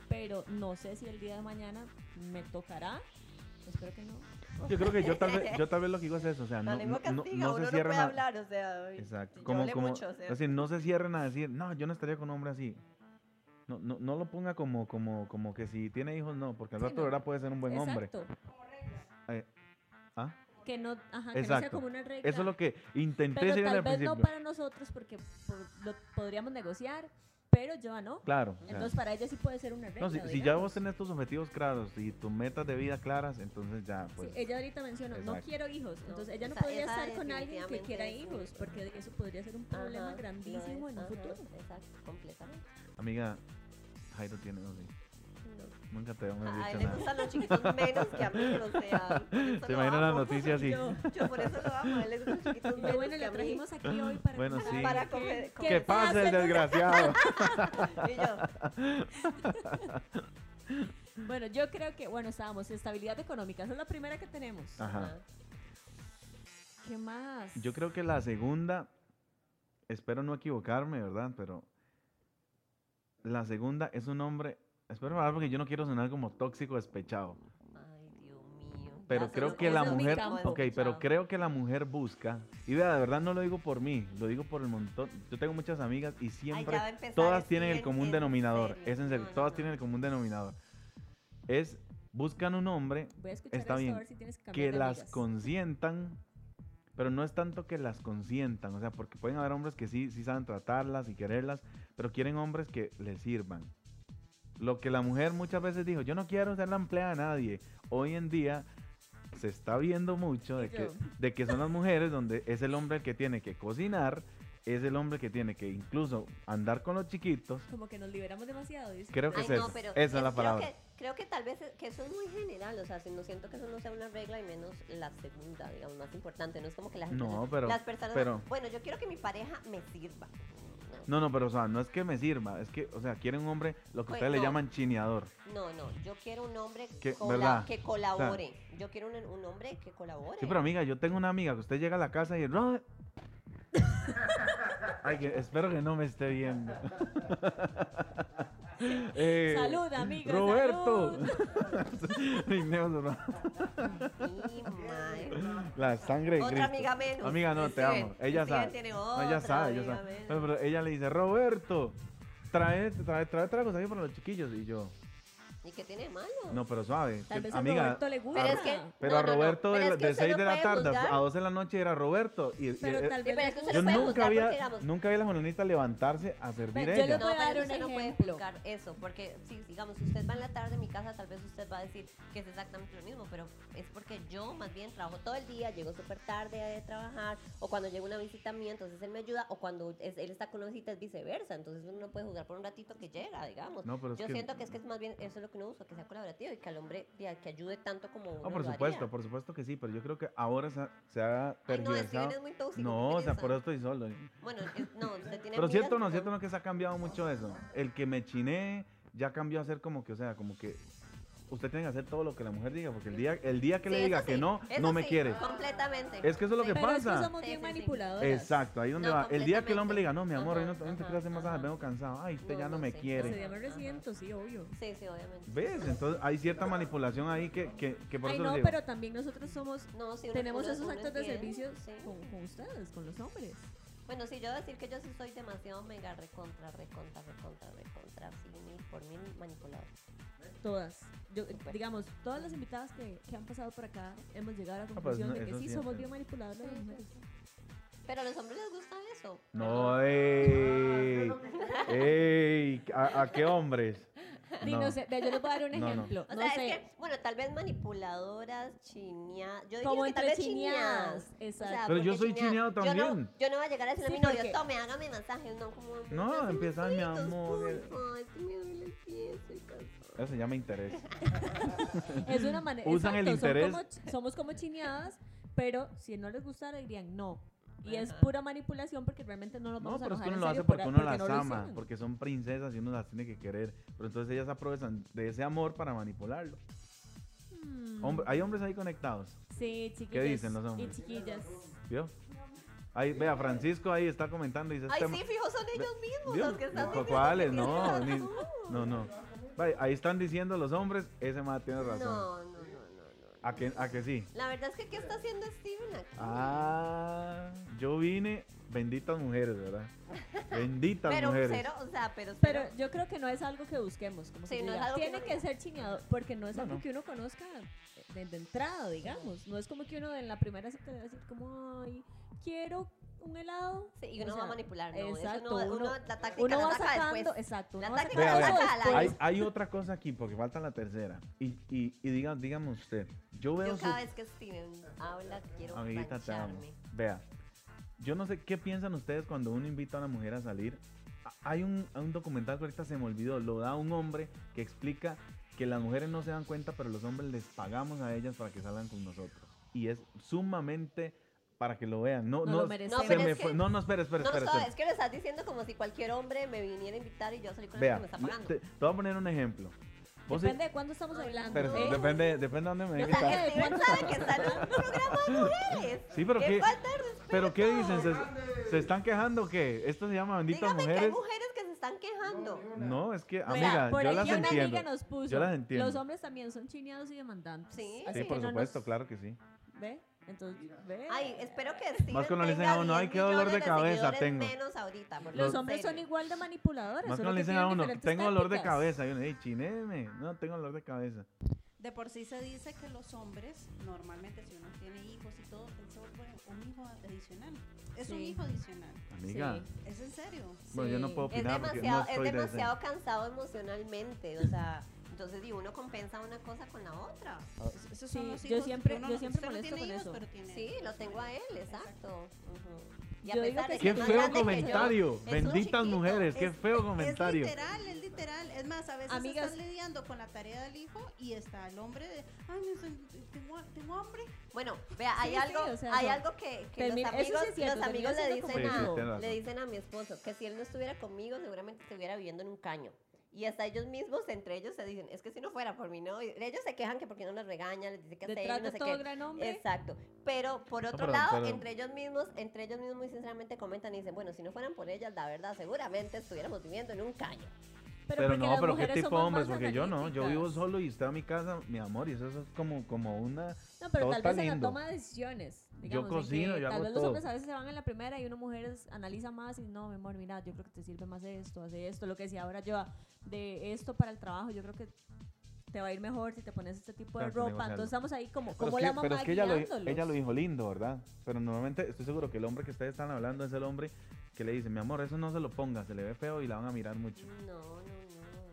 S1: pero no sé si el día de mañana me tocará. Espero que no.
S3: Yo creo que yo tal vez, yo tal vez lo que digo es eso, o sea, no,
S2: La lengua
S3: no- no-
S2: castiga,
S3: no
S2: uno
S3: se
S2: no
S3: cierren
S2: puede
S3: a-
S2: hablar, o sea. y-
S3: Exacto.
S2: yo
S3: Como,
S2: hablé
S3: como,
S2: mucho, o sea.
S3: es decir, no se cierren a decir, no, yo no estaría con un hombre así. No, no, no lo ponga como, como, como que si tiene hijos, no, porque al
S1: Sí,
S3: rato
S1: no.
S3: ¿verdad? puede ser un buen hombre.
S1: Exacto.
S3: ¿Ah?
S1: Que no, ajá, que no sea
S3: Exacto.
S1: como una regla.
S3: Eso es lo que intenté
S1: pero
S3: decir
S1: tal
S3: al
S1: vez
S3: principio.
S1: no para nosotros porque por- lo podríamos negociar, pero yo no.
S3: Claro. o sea,
S1: Entonces para ella sí puede ser una regla.
S3: Ah. no, si, si ya
S1: digamos.
S3: vos tenés tus objetivos claros y tus metas de vida claras, entonces ya,
S1: Sí, eh.
S3: pues.
S1: ella ahorita mencionó, no
S3: exacto.
S1: quiero hijos,
S2: No,
S1: entonces ella no
S2: esa-
S1: podría
S2: esa
S1: estar con alguien que
S2: definitivamente
S1: quiera
S2: es un-
S1: hijos, porque eso podría ser un
S2: Ajá,
S1: problema
S2: lo
S1: grandísimo
S2: es,
S1: en un
S2: ajá,
S1: futuro.
S2: Exacto, completamente.
S3: Amiga, Jairo tiene dos hijos. Nunca te hemos
S2: A a
S3: dicho
S2: él le
S3: nada.
S2: gustan los chiquitos menos que a mí, o sea. por eso
S3: Se
S2: lo
S3: imagina la
S2: amo.
S3: noticia así.
S1: Yo-
S2: Yo por eso lo amo, a él le gustan los chiquitos
S1: Pero bueno,
S2: menos. Pues que
S1: le
S2: a mí.
S1: trajimos aquí hoy para
S3: Bueno,
S1: que-
S3: sí.
S2: Para comer-
S1: que-
S2: ¿Qué
S3: ¿Qué
S1: que
S3: pasa, el
S1: pasen-
S3: desgraciado?
S2: Y yo,
S1: Bueno, yo creo que, bueno, estábamos, estabilidad económica, esa es la primera que tenemos.
S3: Ajá.
S2: ajá.
S1: ¿Qué más?
S3: Yo creo que la segunda, espero no equivocarme, ¿verdad? Pero la segunda es un hombre, espero hablar porque yo no quiero sonar como tóxico despechado,
S2: Ay, Dios mío.
S3: pero
S2: Ya
S3: creo
S2: son-
S3: que
S1: ese
S3: la
S1: es mi
S3: mujer,
S1: campo.
S3: ok, pero creo que la mujer busca, y vea, de verdad no lo digo por mí, lo digo por el montón, yo tengo muchas amigas y
S2: Ay,
S3: siempre
S2: ya va a empezar,
S3: todas
S2: es
S3: tienen el
S2: bien,
S3: común
S2: en
S3: denominador,
S2: serio.
S3: es en serio,
S2: No, no,
S3: todas
S2: no.
S3: tienen el común denominador, es buscan un hombre
S1: Voy a escuchar
S3: Está
S1: esto
S3: bien,
S1: a ver si tienes que cambiar
S3: que
S1: de
S3: las
S1: amigas.
S3: consientan, pero no es tanto que las consientan, o sea, porque pueden haber hombres que sí, sí saben tratarlas y quererlas, pero quieren hombres que les sirvan. Lo que la mujer muchas veces dijo, yo no quiero ser la empleada de nadie. Hoy en día se está viendo mucho de que,
S1: yo.
S3: de que son las mujeres donde es el hombre el que tiene que cocinar, es el hombre que tiene que incluso andar con los chiquitos.
S1: Como que nos liberamos demasiado, dice.
S3: Creo que
S2: Ay,
S3: es
S2: no,
S3: eso.
S2: pero
S3: Esa es la
S2: creo
S3: palabra.
S2: que- creo que tal vez es- que eso es muy general, o sea, si no siento que eso no sea una regla y menos la segunda, digamos, más importante. No es como que las,
S3: No, pero-
S2: las personas.
S3: pero-
S2: Bueno, yo quiero que mi pareja me sirva. No,
S3: No, no, pero o sea, no es que me sirva, es que, o sea, quieren un hombre, lo que
S2: Pues,
S3: ustedes le
S2: no.
S3: llaman chineador.
S2: no, no, yo quiero un hombre
S3: Que-
S2: cola-
S3: ¿verdad?
S2: que colabore. yo quiero un, un hombre que colabore.
S3: Sí, pero amiga, yo tengo una amiga que usted llega a la casa y... "Robert". Ay, que- espero que no me esté viendo. Eh,
S1: Salud, amigos.
S3: Roberto.
S1: salud.
S3: Igneos, ¿no?
S2: Sí, mae.
S3: la sangre de
S2: Otra
S3: Cristo.
S2: amiga menos.
S3: Amiga, no, te
S2: Steven-
S3: amo. Ella
S2: Steven
S3: sabe.
S2: tiene
S3: No, ella
S2: otra
S3: sabe, ella
S2: amiga
S3: sabe.
S2: menos.
S3: No, pero ella le dice, Roberto, trae, trae, trae tragos ahí para los chiquillos. Y yo,
S2: ¿Y qué tiene de malo?
S3: no, pero suave.
S1: Tal
S3: que-
S1: vez a
S3: amiga,
S1: Roberto le gusta.
S2: Pero es que.
S3: pero
S2: no,
S3: a
S2: no, no,
S3: Roberto
S2: pero
S3: de,
S2: es que
S3: de
S2: usted
S3: 6
S2: no
S3: de la
S2: puede
S3: tarde
S2: juzgar.
S3: a 12 de la noche era Roberto. Y, e, y-
S1: Pero tal
S2: Sí,
S1: vez
S2: pero
S1: le
S2: es
S1: gusta.
S2: que usted
S3: Yo
S2: no puede
S3: nunca
S2: juzgar
S3: había,
S2: porque, digamos,
S3: nunca vi a la Julanita levantarse a
S1: Ve,
S3: servir
S1: yo
S3: ella.
S1: le- voy a
S2: pero
S1: dar un
S2: usted No
S1: ejemplo.
S2: puede juzgar eso, porque si, digamos, si usted va en la tarde a mi casa, tal vez usted va a decir que es exactamente lo mismo, pero es porque yo más bien trabajo todo el día, llego súper tarde de trabajar, o cuando llega una visita mía, entonces él me ayuda, o cuando es- él está con una visita es viceversa, entonces uno no puede juzgar por un ratito que llega, digamos.
S3: No, pero es
S2: yo
S3: que-
S2: siento que es que es más bien eso es lo que uno busca, que sea colaborativo y que al hombre ya, que ayude tanto como uno.
S3: No, por
S2: lo haría.
S3: supuesto, por supuesto que sí, pero yo creo que ahora se ha, se ha
S2: Ay, no, Steven
S3: tergiversado.
S2: es muy tóxico.
S3: No,
S2: ¿qué
S3: o sea,
S2: piensa?
S3: por eso estoy solo.
S2: Bueno, es- no, usted tiene
S3: Pero
S2: amigas
S3: cierto o
S2: que
S3: no,
S2: son-
S3: cierto o no que se ha cambiado mucho eso. El que me chiné ya cambió a ser como que, o sea, como que usted tiene que hacer todo lo que la mujer diga, porque el día, el día que
S2: Sí,
S3: le
S2: eso
S3: diga que
S2: sí,
S3: no,
S2: eso
S3: no me
S2: sí,
S3: quiere.
S2: Completamente.
S3: Es que eso es lo que
S1: Ah, Pero es que
S3: pasa.
S1: somos
S2: Sí,
S1: bien
S2: sí, sí.
S1: manipuladoras.
S3: Exacto, ahí donde
S2: No,
S3: va. El día que el
S2: completamente.
S3: hombre le diga, no, mi amor, hoy no,
S2: Ajá,
S3: hoy no te quiero hacer
S2: ajá,
S3: masajes,
S2: ajá.
S3: vengo cansado. Ay, usted
S2: No,
S3: ya no
S2: no
S3: me
S2: sé,
S1: O
S3: quiere.
S1: sea, ya me
S2: Ajá.
S1: resiento, sí, obvio.
S2: Sí, sí, obviamente.
S3: ¿Ves? Entonces hay cierta manipulación ahí que, que, que por
S1: Ay,
S3: eso
S1: no,
S3: les digo.
S1: pero también nosotros somos
S2: No, sí, uno-
S1: tenemos
S2: uno-
S1: esos
S2: uno
S1: actos de
S2: entiende,
S1: servicio
S2: sí.
S1: con, con ustedes, con los hombres.
S2: Bueno, sí, yo decir que yo sí soy demasiado mega recontra, recontra, recontra, recontra, así mil por mil manipulador.
S1: Todas. Yo, eh, digamos, todas las invitadas que, que han pasado por acá hemos llegado a la
S3: pues
S1: conclusión
S3: no,
S1: de que
S3: eso
S1: sí,
S3: sí,
S1: somos
S3: eh.
S1: bien manipuladas las mujeres.
S2: Pero a los hombres les gusta eso.
S3: No, eh. ey. Ey, ¿a, a qué hombres?
S1: Di, no sé, vea, yo les voy a dar un
S3: No, no.
S1: ejemplo.
S2: O
S1: No
S2: sea,
S1: sé,
S2: es que, bueno, tal vez manipuladoras, chineadas. Yo diría
S1: como
S2: que tal
S1: entre
S2: vez
S1: chineadas.
S2: chineadas. O
S1: Exacto.
S2: sea,
S3: Pero yo
S2: porque
S3: soy
S2: chineada-
S3: chineado
S2: Yo no,
S3: también.
S2: yo no voy a llegar a decirle a mi
S1: Sí,
S2: novio,
S1: porque-
S2: tome, hágame masaje. No, como.
S3: No,
S2: hazme
S3: empieza, mi
S2: masajitos,
S3: amor, eh.
S2: porfa, es que me duele el pie, estoy cansada.
S3: Eso ya me interesa.
S1: Es una manera.
S3: Usan el interés.
S1: somos como chineadas, pero si no les gustara dirían no. Y es
S2: Ajá.
S1: pura manipulación porque realmente no nos
S3: No,
S1: vamos a
S3: pero es que
S1: enojar
S3: uno
S1: en
S3: lo hace
S1: serio
S3: porque
S1: por-
S3: uno las
S1: no lo
S3: ama,
S1: hicieron.
S3: porque son princesas y uno las tiene que querer. Pero entonces ellas aprovechan de ese amor para manipularlo.
S1: Hmm.
S3: Hombre- hay hombres ahí conectados,
S1: Sí, chiquillas.
S3: dicen los hombres?
S1: Y chiquillas.
S3: ¿vio? Ahí, vea, Francisco ahí está comentando y dice...
S2: Ay,
S3: este
S2: sí, fijo, son ellos mismos
S3: ¿vio?
S2: los que están
S3: ¿Cu-
S2: diciendo
S3: ¿Cuáles?
S2: que
S3: No,
S2: estás
S3: ni-
S2: tú.
S3: no, no. Vaya, Ahí están diciendo los hombres, ese más tiene razón.
S2: No, no, no, no, no.
S3: ¿A, que, ¿A que sí?
S2: La verdad es que, ¿qué está haciendo Steven aquí?
S3: Ah, yo vine, benditas mujeres, ¿verdad? Benditas
S2: pero
S3: mujeres.
S2: cero, o sea, pero cero.
S1: Pero yo creo que no es algo que busquemos. Como
S2: Sí,
S1: que
S2: no es
S1: diga,
S2: algo que
S1: Tiene
S2: uno
S1: que,
S2: diga.
S1: ser chineado, porque no es
S3: No,
S1: algo
S3: no.
S1: que uno conozca de, de entrada, digamos. No es como que uno en la primera cita le va a decir como, ay, quiero un helado.
S2: Sí, y uno
S1: o
S2: va a
S1: sea,
S2: manipular, ¿no?
S1: exacto,
S2: Eso uno,
S1: uno-
S2: uno, la táctica
S1: Uno
S2: la
S1: va
S2: saca
S1: sacando,
S2: después.
S1: exacto.
S2: La
S1: uno va
S2: táctica
S1: sacando
S3: la
S1: eso
S2: saca al
S1: después.
S2: aire.
S3: Hay, hay otra cosa aquí, porque falta la tercera. Y, y, y diga, dígame usted, yo veo
S2: Yo
S3: su...
S2: cada vez que Steven habla, quiero
S3: Amiguita, te amo.
S2: plancharme.
S3: Vea, yo no sé qué piensan ustedes cuando uno invita a una mujer a salir. A- Hay un, un documental que ahorita se me olvidó, lo da un hombre que explica que las mujeres no se dan cuenta, pero los hombres les pagamos a ellas para que salgan con nosotros. Y es sumamente para que lo vean. No,
S1: No
S3: no,
S1: lo
S3: se
S1: merecemos.
S2: No,
S3: me
S2: pero es
S3: fue-
S2: que-
S3: no, no, espera, espera,
S2: No,
S3: espera.
S2: no,
S3: espera.
S2: es que lo estás diciendo como si cualquier hombre me viniera a invitar y yo salí con el que
S3: Vea,
S2: me está
S3: le-
S2: pagando.
S3: te, te voy a poner un ejemplo. Vos sí-
S1: Depende de cuándo estamos hablando.
S3: pero
S1: ¿eh?
S3: depende, depende de dónde me
S2: O
S3: invitas.
S2: sea, Steven sabe que está en un programa de mujeres.
S3: Sí, pero
S2: ¿Qué
S3: qué-
S2: falta de respeto?
S3: ¿Pero qué dicen? ¿Se, se están quejando que esto se llama benditas
S2: Dígame que hay
S3: mujeres?
S2: mujeres que se están quejando.
S3: No, es que,
S1: Vea,
S3: amiga,
S1: por
S3: yo
S1: aquí
S3: las
S1: una
S3: entiendo.
S1: amiga nos puso,
S3: Yo las entiendo.
S1: Los hombres también son chineados y demandantes.
S2: Sí.
S1: Así
S3: Sí,
S1: que
S3: por
S1: no pues, nos-
S3: supuesto, claro que sí.
S1: ¿Ve? Entonces, ¿ve?
S2: Ay, espero que Steven
S3: Más que uno le dicen
S2: tenga
S3: a uno, ay,
S2: 10
S3: qué dolor de
S2: millones
S3: cabeza
S2: seguidores
S3: tengo.
S2: menos ahorita. porque
S1: Los
S2: en
S1: hombres son
S2: serio.
S1: igual de manipuladores.
S3: Más que
S1: solo
S3: no le dicen a
S1: tienen
S3: uno,
S1: diferentes
S3: tengo dolor de
S1: tácticas".
S3: cabeza. Y uno, hey, chineme. No, tengo dolor de cabeza.
S4: De por sí se dice que los hombres, normalmente si uno tiene hijos y todo, él se vuelve un hijo adicional. Es un
S1: Sí.
S4: hijo adicional.
S3: Amiga.
S1: Sí.
S4: Es en serio.
S3: Bueno, yo no
S1: Sí.
S3: puedo
S2: Es
S3: opinar porque no
S2: demasiado, es
S3: estoy de ese.
S2: demasiado cansado emocionalmente. O sea, entonces y uno compensa una cosa con la otra.
S4: Es- Esos son
S1: Sí,
S4: los
S1: yo
S4: hijos que
S1: siempre-
S4: uno
S1: yo
S4: no-
S1: siempre
S4: usted no
S1: molesto
S4: tiene
S1: con
S4: hijos,
S1: eso.
S4: pero tiene
S2: Sí, lo tengo a él, exacto. Ujú. Y a
S1: Yo digo
S2: pesar
S1: que sí.
S2: de que
S3: Qué
S2: es más
S3: feo
S2: grande que yo,
S3: comentario.
S2: es un
S3: Benditas
S2: chiquito,
S3: mujeres, qué
S4: es-
S3: feo comentario.
S4: Es literal, es literal. Es más, a veces
S1: Amigas-
S4: estás lidiando con la tarea del hijo y está el hombre de, ay, me sen- tengo, tengo hambre.
S2: Bueno, vea, hay
S1: Sí, sí,
S2: algo,
S1: o sea,
S2: hay
S1: no.
S2: algo que, que
S1: Termi-
S2: los
S1: eso sí es
S2: amigos,
S1: cierto,
S2: los
S1: termina
S2: amigos le
S1: siendo como
S2: dicen
S3: Sí, sí,
S2: a,
S3: tiene
S2: le
S3: razón.
S2: dicen a mi esposo que si él no estuviera conmigo seguramente estuviera viviendo en un caño. Y hasta ellos mismos, entre ellos, se dicen, es que si no fuera por mí, no. Y ellos se quejan que porque no les regañan, les dice que hacer
S1: Detrás
S2: y no
S1: de
S2: sé
S1: todo
S2: qué.
S1: gran hombre.
S2: Exacto. Pero por otro
S3: pero-
S2: lado,
S3: pero-
S2: entre ellos mismos, entre ellos mismos muy sinceramente comentan y dicen, bueno, si no fueran por ellas, la verdad, seguramente estuviéramos viviendo en un caño.
S3: Pero
S1: porque
S3: no,
S1: las
S3: pero qué
S1: mujeres
S3: tipo
S1: somos
S3: de hombres,
S1: más
S3: porque yo no, yo vivo
S1: analíticas.
S3: solo y estoy a mi casa, mi amor, y eso es como, como una...
S1: No, pero
S3: Todo
S1: tal
S3: está
S1: vez en la
S3: lindo.
S1: toma de decisiones. digamos, en
S3: cocino,
S1: que
S3: yo
S1: Tal
S3: hago
S1: vez los
S3: todo.
S1: hombres a veces se van en la primera y unas mujeres analiza más y no, mi amor, mira, yo creo que te sirve más esto, hace esto, lo que decía ahora yo, de esto para el trabajo, yo creo que te va a ir mejor si te pones este tipo de
S3: Claro,
S1: ropa.
S3: negociarlo.
S1: Entonces estamos ahí como,
S3: Pero
S1: como
S3: es
S1: la
S3: que,
S1: mamá
S3: pero es que ella, lo,
S1: guiándolos.
S3: ella lo dijo lindo, ¿verdad? Pero normalmente estoy seguro que el hombre que ustedes están hablando es el hombre que le dice, mi amor, eso no se lo ponga, se le ve feo y la van a mirar mucho.
S2: No, no, no.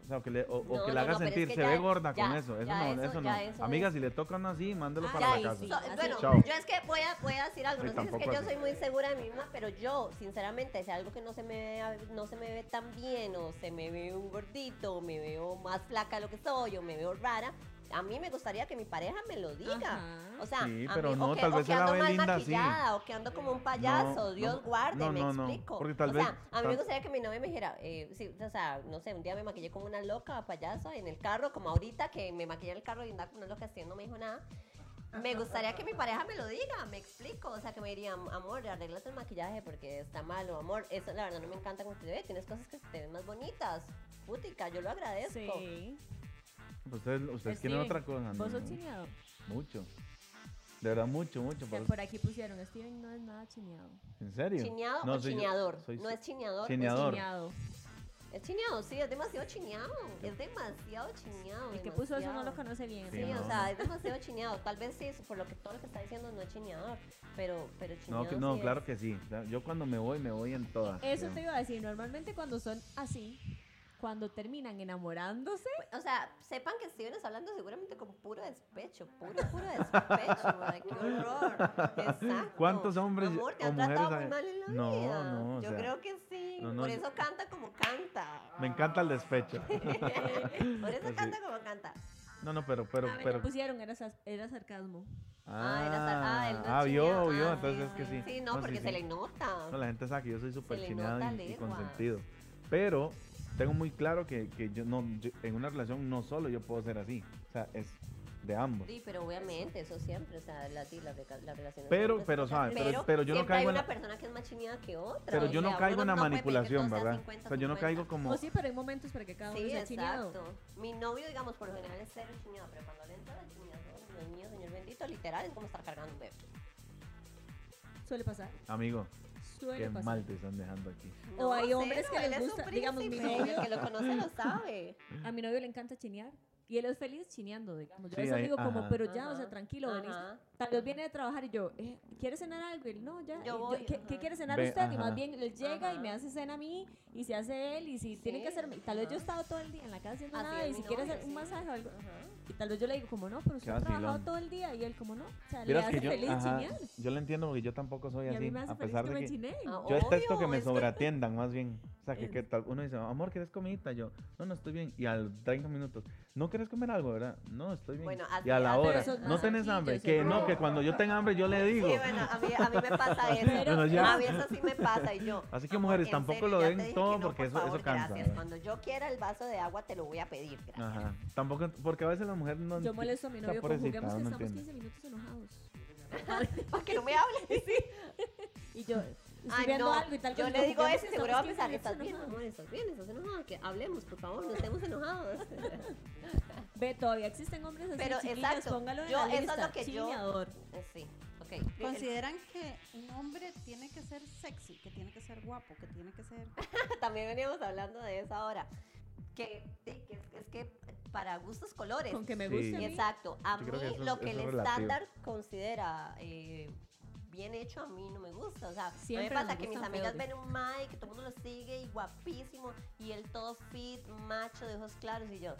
S3: O sea, o que le, o, o
S2: No,
S3: que
S2: no,
S3: la haga
S2: no, pero es
S3: sentir,
S2: que
S3: se
S2: ya-
S3: ve gorda
S2: ya-
S3: con eso. Eso
S2: ya
S3: no,
S2: eso-
S3: eso, no.
S2: ya eso
S3: Amiga,
S2: es-
S3: si le tocan así, mándelo
S1: Ah,
S3: para
S1: ya,
S3: la casa.
S1: sí.
S2: So-
S1: así.
S2: bueno,
S3: Chao.
S2: yo es que voy a, voy a decir algo,
S3: Sí,
S2: no sé si es que
S3: tampoco
S2: yo
S3: así.
S2: soy muy segura de mí misma, pero yo, sinceramente, si algo que no se me ve, a- no se me ve tan bien, o se me ve un gordito, o me veo más flaca de lo que soy, o me veo rara, a mí me gustaría que mi pareja me lo diga.
S1: Ajá.
S2: O sea,
S3: Sí,
S2: a
S3: pero
S2: mí-
S3: no,
S2: o que,
S3: tal
S2: o
S3: vez
S2: que
S3: se la
S2: ando
S3: ve
S2: mal
S3: linda, sí.
S2: maquillada, o que ando como un payaso,
S3: No,
S2: Dios
S3: no,
S2: guarde,
S3: no,
S2: me
S3: no, no,
S2: explico.
S3: porque tal
S2: o
S3: vez-
S2: sea, a mí me
S3: tal-
S2: gustaría que mi novia me dijera, eh, sí, o sea, no sé, un día me maquillé como una loca payasa en el carro, como ahorita que me maquillé en el carro y andaba como una loca así, no me dijo nada. Me gustaría que mi pareja me lo diga, me explico, o sea, que me diría, amor, arréglate el maquillaje porque está malo, amor, eso la verdad no me encanta como te ve, tienes cosas que te ven más bonitas, putica, yo lo agradezco.
S1: Sí.
S3: Ustedes, ustedes
S1: Steven,
S3: quieren otra cosa, ¿no?
S1: ¿Vos sos chineado?
S3: Mucho. De verdad, mucho, mucho.
S1: Que
S3: por-
S1: por aquí pusieron, Steven no es nada chineado.
S3: ¿En serio?
S2: ¿Chineado o
S3: soy yo-
S2: chineador?
S3: soy-
S2: no es chineador.
S3: Chineador. Peor.
S1: Chineado.
S2: Es chineado, sí, es demasiado chineado. Es demasiado chineado.
S1: El que puso eso no lo
S2: demasiado.
S1: conoce bien.
S3: Sí,
S2: Sí,
S3: no.
S2: o sea, es demasiado chineado. Tal vez sí, por lo que todo lo que está diciendo no es chineador, pero, pero chineado.
S3: No, que- no
S2: sí
S3: claro
S2: es.
S3: que sí. Claro, Yo cuando me voy, me voy en todas.
S1: Eso
S3: digamos.
S1: te iba a decir, normalmente cuando son así, cuando terminan enamorándose,
S2: O sea, sepan que Steven está hablando seguramente con puro despecho, puro, puro despecho. like, ¡Qué horror! Exacto.
S3: ¿Cuántos hombres
S2: Amor, te
S3: o
S2: han
S3: mujeres
S2: tratado muy
S3: hay?
S2: mal en la
S3: No,
S2: vida.
S3: no, o
S2: Yo
S3: sea,
S2: creo que sí.
S3: no, no,
S2: Por
S3: yo-
S2: eso canta como canta.
S3: Me encanta el despecho.
S2: Ah, pues. Por eso
S3: Pues Sí.
S2: canta como canta.
S3: No, no, pero, pero,
S1: ah, me
S3: pero.
S1: lo pusieron, era, sar- era sarcasmo.
S2: Ah, era sar- ah, él no
S3: ah, vio,
S2: chineaba.
S3: vio,
S2: Ah,
S3: entonces es
S4: sí,
S3: que sí.
S2: Sí, no,
S3: sí,
S2: porque se
S3: sí.
S2: le nota.
S3: No, la gente sabe que yo soy súper
S2: le
S3: chineado
S2: nota
S3: y- y,
S2: legua.
S3: consentido. Pero tengo muy claro que, que yo no, yo- en una relación no solo yo puedo ser así. O sea, es de ambos.
S2: Sí, pero obviamente, eso siempre, o sea, las sí, las reca- las relaciones.
S3: Pero-
S2: son
S3: pero,
S2: recíprocas,
S3: ¿sabe? Pero- pero yo no
S2: siempre hay
S3: caigo en
S2: una
S3: la-
S2: persona que es más chineada que otra.
S3: Pero
S2: o
S3: yo no
S2: sea,
S3: caigo
S2: uno
S3: en la
S2: no puede pedir que todo
S3: manipulación,
S2: sea
S3: ¿verdad?
S2: 50,
S3: O sea, yo no
S2: 50.
S3: caigo como.
S1: O sí, pero hay momentos para que cada uno
S2: Sí,
S1: sea chineado.
S2: exacto. Mi novio, digamos, por lo general es cero chineado, pero cuando le entra la chineada, Dios mío, señor bendito, literal, es como estar cargando un bebé.
S1: Suele pasar.
S3: Amigo,
S1: Suele
S3: qué
S1: pasar.
S3: mal te están dejando aquí.
S1: O hay hombres que les
S2: él es un
S1: gusta- digamos, mi
S2: príncipe,
S1: novio.
S2: El que lo conoce lo sabe.
S1: A mi novio le encanta chinear. Y él es feliz chineando, digamos. Yo
S3: Sí,
S1: a veces
S3: ahí-
S1: digo como,
S3: ajá.
S1: pero ya, o
S2: Ajá,
S1: sea, tranquilo, venís.
S2: Ajá.
S1: Tal vez viene de trabajar y yo, eh, ¿quieres cenar algo? Y él, no, ya.
S2: Yo
S1: y yo,
S2: voy,
S1: ¿qué,
S2: ajá.
S1: qué quiere cenar
S3: Ve,
S1: usted? Y más
S3: ajá.
S1: bien, él llega y me
S2: Ajá.
S1: hace cena a mí y se hace él. Y si tiene que
S2: Sí,
S1: hacerme, tal vez yo he
S2: ajá.
S1: estado todo el día en la casa haciendo
S2: Así
S1: nada.
S2: es
S1: Y
S2: mi
S1: si quiere
S2: novio,
S1: hacer un
S2: sí.
S1: masaje o algo.
S2: Ajá.
S1: Y tal vez yo le digo, como no, pero usted ha
S3: vacilón.
S1: trabajado todo el día. Y él, como no. O sea, le
S3: Vieras
S1: hace
S3: que yo,
S1: feliz
S3: ajá,
S1: chinear.
S3: yo lo entiendo porque yo tampoco soy
S1: Y a
S3: así.
S1: mí me hace
S3: a
S1: feliz
S3: pesar
S1: que
S3: de
S1: me
S3: que.
S1: chineen.
S2: Ah,
S3: Yo detesto que
S2: obvio,
S3: me
S2: es que-
S3: sobreatiendan, más bien. O sea, que,
S1: Es-
S3: que tal- uno dice, amor, ¿quieres comidita? Yo, no, no, estoy bien. Y al 30 minutos, ¿no quieres comer algo, verdad? No, estoy bien.
S2: Bueno,
S3: y a
S2: así-
S3: la
S2: pero
S3: hora,
S1: eso es
S3: ¿no
S1: más
S3: tenés
S1: sencillo,
S3: hambre?
S1: eso
S3: Que
S1: es
S3: no,
S1: más-
S3: que cuando yo tenga hambre yo le digo.
S2: Sí, bueno, a mí, a mí me pasa eso.
S1: Pero-
S3: ya.
S2: A mí eso sí me pasa y yo.
S3: Así que,
S2: amor,
S3: mujeres,
S2: en
S3: tampoco
S2: serio,
S3: lo
S2: ya te
S3: den
S2: dije que
S3: todo
S2: no,
S3: porque
S2: por
S3: eso-
S2: favor,
S3: eso cansa, Ah.
S2: Gracias.
S3: ¿eh?
S2: Cuando yo quiera el vaso de agua te lo voy a pedir. Gracias.
S3: Ajá. Tampoco, porque a veces las mujeres no.
S1: Yo
S3: enti-
S1: molesto a mi
S3: o sea,
S1: novio con
S3: pobrecita,
S1: juguemos que
S3: no
S1: estamos
S3: entiende.
S1: 15 minutos enojados.
S2: Para que no me hable.
S1: Y yo, estoy
S2: Ay,
S1: viendo
S2: no.
S1: algo y tal
S2: yo
S1: como,
S2: le digo
S1: juguemos
S2: eso
S1: que
S2: y seguro va a
S1: estamos
S2: pensar,
S1: 15
S2: estás
S1: minutos
S2: bien,
S1: enojados".
S2: amor, estás bien, estás enojado, que hablemos, por favor, no estemos enojados.
S1: Ve, todavía existen hombres así,
S2: Pero,
S1: chiquillas,
S2: exacto,
S1: póngalo en
S2: yo-
S1: la
S2: eso es
S1: lista,
S2: lo que yo-
S1: chineador.
S2: Eh, sí, ok.
S4: Consideran que un hombre tiene que ser sexy, que tiene que ser guapo, que tiene que ser.
S2: También veníamos hablando de eso ahora. Que, sí, que es- es que para gustos colores.
S1: Con que me
S3: Sí.
S1: guste a mí.
S2: Exacto. A
S3: Yo
S2: mí
S3: creo que eso es-
S2: lo que el
S3: eso es relativo.
S2: estándar considera eh, bien hecho a mí no me gusta. O sea,
S1: Siempre
S2: a mí me
S1: nos
S2: pasa que mis
S1: gustan
S2: amigas
S1: peores.
S2: ven un Mike, que todo el mundo lo sigue y guapísimo y él todo fit, macho, de ojos claros y yo.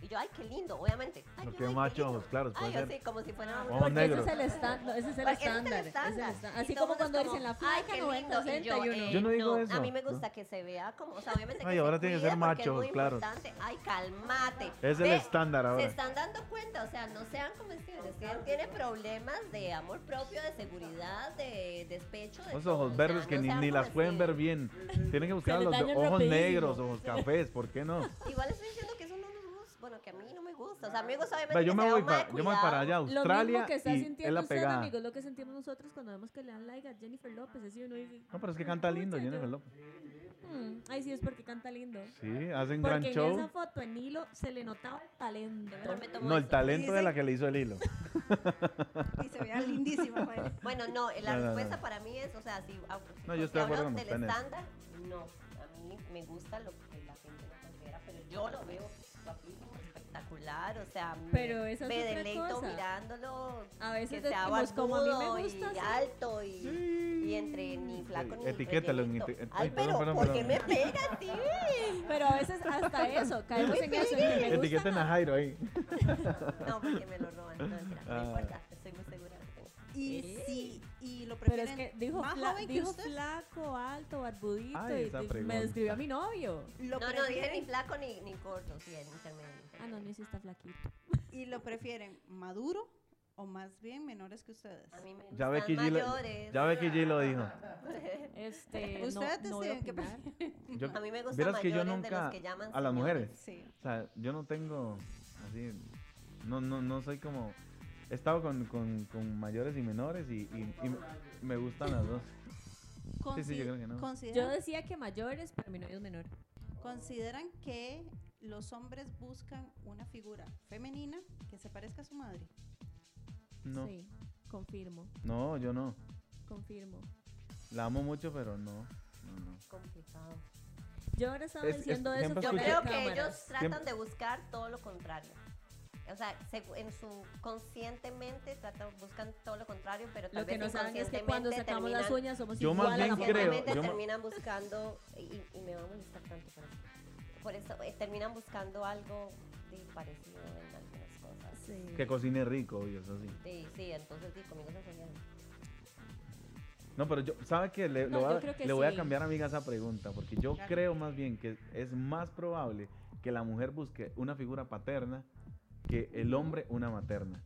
S2: Y yo, ay, qué lindo, obviamente. Ay,
S3: No,
S2: yo,
S3: qué
S2: ay,
S3: macho,
S2: lindo.
S3: ojos claros,
S2: Ay,
S3: puede
S2: así,
S3: ser.
S2: como si fuera
S3: O
S1: Ah, Porque
S3: negro.
S1: ese es el estándar, ese es el
S2: Porque ese es el
S1: estándar. ese es el
S2: estándar.
S1: estándar.
S2: Y
S1: Así como
S2: todo el mundo
S1: cuando
S2: es
S1: dicen la
S2: como, "Ay,
S1: flaca
S2: qué
S1: no
S2: lindo". Y yo,
S1: uno.
S2: eh,
S3: Yo no digo eso,
S2: A mí me
S3: ¿no?
S2: gusta que se vea como, o sea, obviamente que
S3: Ay,
S2: se
S3: ahora tiene que
S2: cuide
S3: ser
S2: porque es
S3: macho,
S2: muy
S3: claro.
S2: importante. Ay, calmate.
S3: Es el
S2: Ve,
S3: estándar
S2: Se
S3: ahora.
S2: están dando cuenta, o sea, no sean como Steven. Steven tiene problemas de amor propio, de seguridad, de despecho. De
S3: Los
S2: todo,
S3: ojos
S2: o sea,
S3: verdes que
S2: no
S3: ni,
S2: sean
S3: ni
S2: como
S3: las pueden ver
S2: Steven.
S3: bien. Tienen que buscar
S1: les
S3: los de
S1: dañan
S3: ojos
S1: rapidísimo.
S3: negros, ojos cafés, ¿por qué no?
S2: Igual estoy diciendo que eso no nos gusta, bueno, que a mí no me gusta. O sea, a mí me gusta
S3: Ve,
S2: obviamente
S3: yo,
S2: que
S3: me
S2: sea
S3: voy
S2: un mal
S3: para, yo me voy para allá,
S1: Lo mismo
S3: Australia,
S1: que está
S3: y es
S1: sintiendo
S3: la
S1: usted,
S3: pegada.
S1: amigos, lo que sentimos nosotros cuando vemos que le dan like a Jennifer López. Así uno dice, "Ah,
S3: No, pero es que canta lindo
S1: "Pucha,
S3: Jennifer
S1: yo-
S3: López.
S1: Mm, Ay, sí, es porque canta lindo.
S3: Sí, hace un gran
S1: Porque en
S3: show.
S1: esa foto en hilo se le notaba el talento.
S2: cuidado. Me tomo
S3: No, el
S2: eso.
S3: talento de
S4: Dicen-
S3: la que le hizo el hilo.
S4: Y se vea pues. lindísima, güey.
S2: Bueno, no, eh, la
S3: No, no, no.
S2: respuesta para mí es, o sea, si, ah, si
S3: No, yo estoy de
S2: hablo
S3: acuerdo con
S2: del
S3: usted en eso.
S2: estándar, no. A mí me gusta lo que la gente no considera, pero yo lo veo guapísimo, espectacular, o sea, me-
S1: Pero esa es
S2: me
S1: otra
S2: deleito
S1: cosa.
S2: mirándolo,
S1: A
S2: que
S1: veces
S2: sea
S1: decimos, como a mí me
S2: barbudo
S1: gusta,
S2: y
S1: sí. Mm.
S2: alto y, y entre ni flaco ni
S3: Etiquétalo en
S2: rellenito.
S3: eti-
S2: Ay,
S3: ay,
S2: pero,
S3: perdón, perdón,
S2: ¿por qué
S3: perdón.
S2: me pegas, tío?
S1: Pero a veces hasta eso, caemos en eso. en que me
S3: Etiqueten
S1: gustan
S3: a Jairo ahí.
S2: No, porque me lo roban, no, mentira, no
S3: Ah.
S2: importa, estoy muy segura. de que tengo.
S4: Y
S1: Sí.
S4: sí, y lo
S1: Pero
S4: prefieren
S1: es que dijo,
S4: más
S1: fla-
S4: joven que
S1: dijo
S4: usted.
S1: flaco, alto, barbudito.
S3: Ay,
S1: y
S3: esa
S1: di- me
S3: pregunta.
S1: describió a mi novio.
S4: Lo
S2: No, no, dije ni
S4: prefieren,
S2: flaco ni, ni corto, sí, en intermedio.
S1: Ah, no, no, sí está flaquito.
S4: y lo prefieren maduro o más bien menores que ustedes.
S2: A mí me
S3: Ya ve
S2: gustan
S3: que G lo,
S2: mayores.
S3: ya ve que G lo dijo.
S1: Este,
S4: Ustedes
S1: no, no voy a
S4: deciden qué
S1: opinar.
S3: Yo,
S2: A mí me gustan
S3: vieras
S2: mayores
S3: que yo
S2: de los
S3: nunca
S2: que llaman
S3: a las mujeres.
S2: señores.
S4: Sí.
S3: O sea, yo no tengo así, no, no, no soy como, he estado con, con, con mayores y menores y, y- y me- me gustan las dos. Sí, sí, yo creo que no.
S1: Yo
S4: consideran,
S1: decía que mayores, pero mi novio es menor.
S4: consideran que los hombres buscan una figura femenina que se parezca a su madre.
S3: No,
S1: Sí. Confirmo,
S3: No, yo no.
S1: confirmo.
S3: La amo mucho, pero no. no, no.
S2: Complicado.
S1: Yo ahora estaba
S3: Es- es-
S1: diciendo eso
S3: siempre
S2: Yo
S1: fuera de
S2: creo que
S1: cámaras.
S2: ellos tratan
S3: Siempre-
S2: de buscar todo lo contrario. O sea, segu- en su conscientemente tratan, buscan todo lo contrario, pero tal
S1: Lo que
S2: vez
S1: no saben es que
S2: inconscientemente
S1: cuando sacamos las
S2: terminan-
S1: uñas somos
S3: Yo más
S1: igual a la
S3: bien creo-
S1: mamá.
S2: Simplemente
S3: yo ma-
S2: terminan buscando, y, y me va a molestar tanto por eso, por eso eh, terminan buscando algo de parecido en algunas cosas.
S1: Sí.
S3: Que cocine rico, obvio, eso sí.
S2: Sí, sí, entonces sí, conmigo se enseñan.
S3: No, pero yo, ¿sabe qué? Le,
S1: No,
S3: lo voy a-
S1: yo creo que
S3: le voy a
S1: sí.
S3: cambiar, amiga, esa pregunta, porque yo
S4: Claro.
S3: creo más bien que es más probable que la mujer busque una figura paterna que el hombre una materna.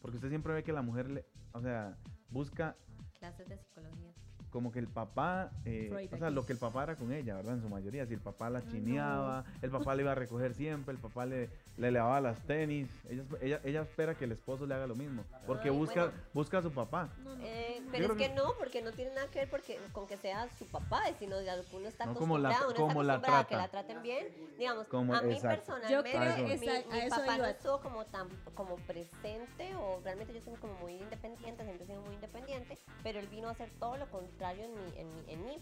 S3: Porque usted siempre ve que la mujer, le, o sea, busca
S2: Clases de psicología.
S3: como que el papá, eh,
S1: Freud
S3: o sea,
S1: aquí. Ah,
S3: lo que el papá era con ella, ¿verdad? En su mayoría, si el papá la chineaba, el papá le iba a recoger siempre, el papá le, le lavaba las tenis, ella, ella, ella espera que el esposo le haga lo mismo, porque
S2: Ay,
S3: busca,
S2: bueno.
S3: busca a su papá.
S1: No, no.
S2: Eh,
S3: Yo
S2: pero es
S3: creo
S2: que no, porque no tiene nada que ver porque, con que sea su papá, sino de que uno está
S3: No, como la-
S2: acostumbrado, uno
S3: como la
S2: está acostumbrado a que
S3: trata.
S2: la traten bien. Digamos,
S3: Como-
S2: a mí
S3: exacto.
S1: Yo
S2: personalmente,
S1: creo-
S2: mi,
S1: exacto,
S2: mi
S1: a eso
S2: papá no
S1: iba.
S2: estuvo como tan como presente o realmente yo soy como muy independiente, siempre he sido muy independiente, pero él vino a hacer todo lo contrario en mí. En mí, en mí.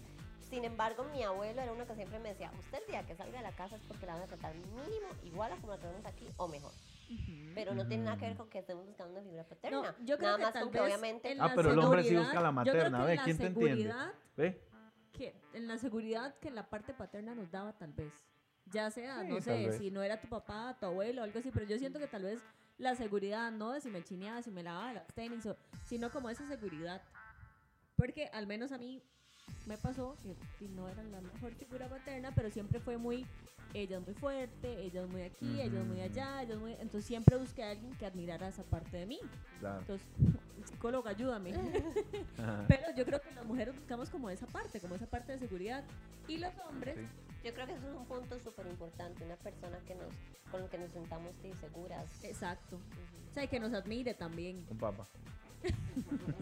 S2: Sin embargo, mi abuelo era uno que siempre me decía, usted el día que salga de la casa es porque la van a tratar mínimo igual a como la tenemos aquí o mejor.
S1: Ujú.
S2: Pero no tiene nada que ver
S3: Ujú.
S2: con que estemos buscando una figura
S1: No,
S2: paterna.
S1: yo creo
S2: nada
S1: que
S2: más
S1: tal
S2: con que
S1: vez
S2: obviamente...
S1: en
S3: Ah,
S1: la
S3: pero el hombre sí
S1: seguridad-
S3: busca la
S1: yo creo que
S3: materna,
S1: en
S3: ve,
S1: la
S3: ¿quién te entiende?
S1: seguridad
S3: ¿Ve?
S1: que en la seguridad que la parte paterna nos daba tal vez. Ya sea,
S3: Sí,
S1: no
S3: tal
S1: sé,
S3: vez.
S1: si no era tu papá, tu abuelo, algo así, pero yo siento que tal vez la seguridad, no de si me chineaba, si me lavaba las tenis, o- sino como esa seguridad. Porque al menos a mí me pasó que y no era la mejor figura paterna, pero siempre fue muy, ella es muy fuerte, ella es muy aquí, ella es muy
S3: Ujú.
S1: allá, ella es muy... Entonces siempre busqué a alguien que admirara esa parte de mí.
S3: Claro.
S1: Entonces, psicólogo, ayúdame.
S3: Ajá.
S1: Pero yo creo que las mujeres buscamos como esa parte, como esa parte de seguridad. Y los hombres,
S3: Sí.
S2: Yo creo que eso es un punto súper importante, una persona que nos, con la que nos sentamos sí, seguras.
S1: exacto. O
S2: Ujú.
S1: sea, que nos admire también.
S3: Un papá.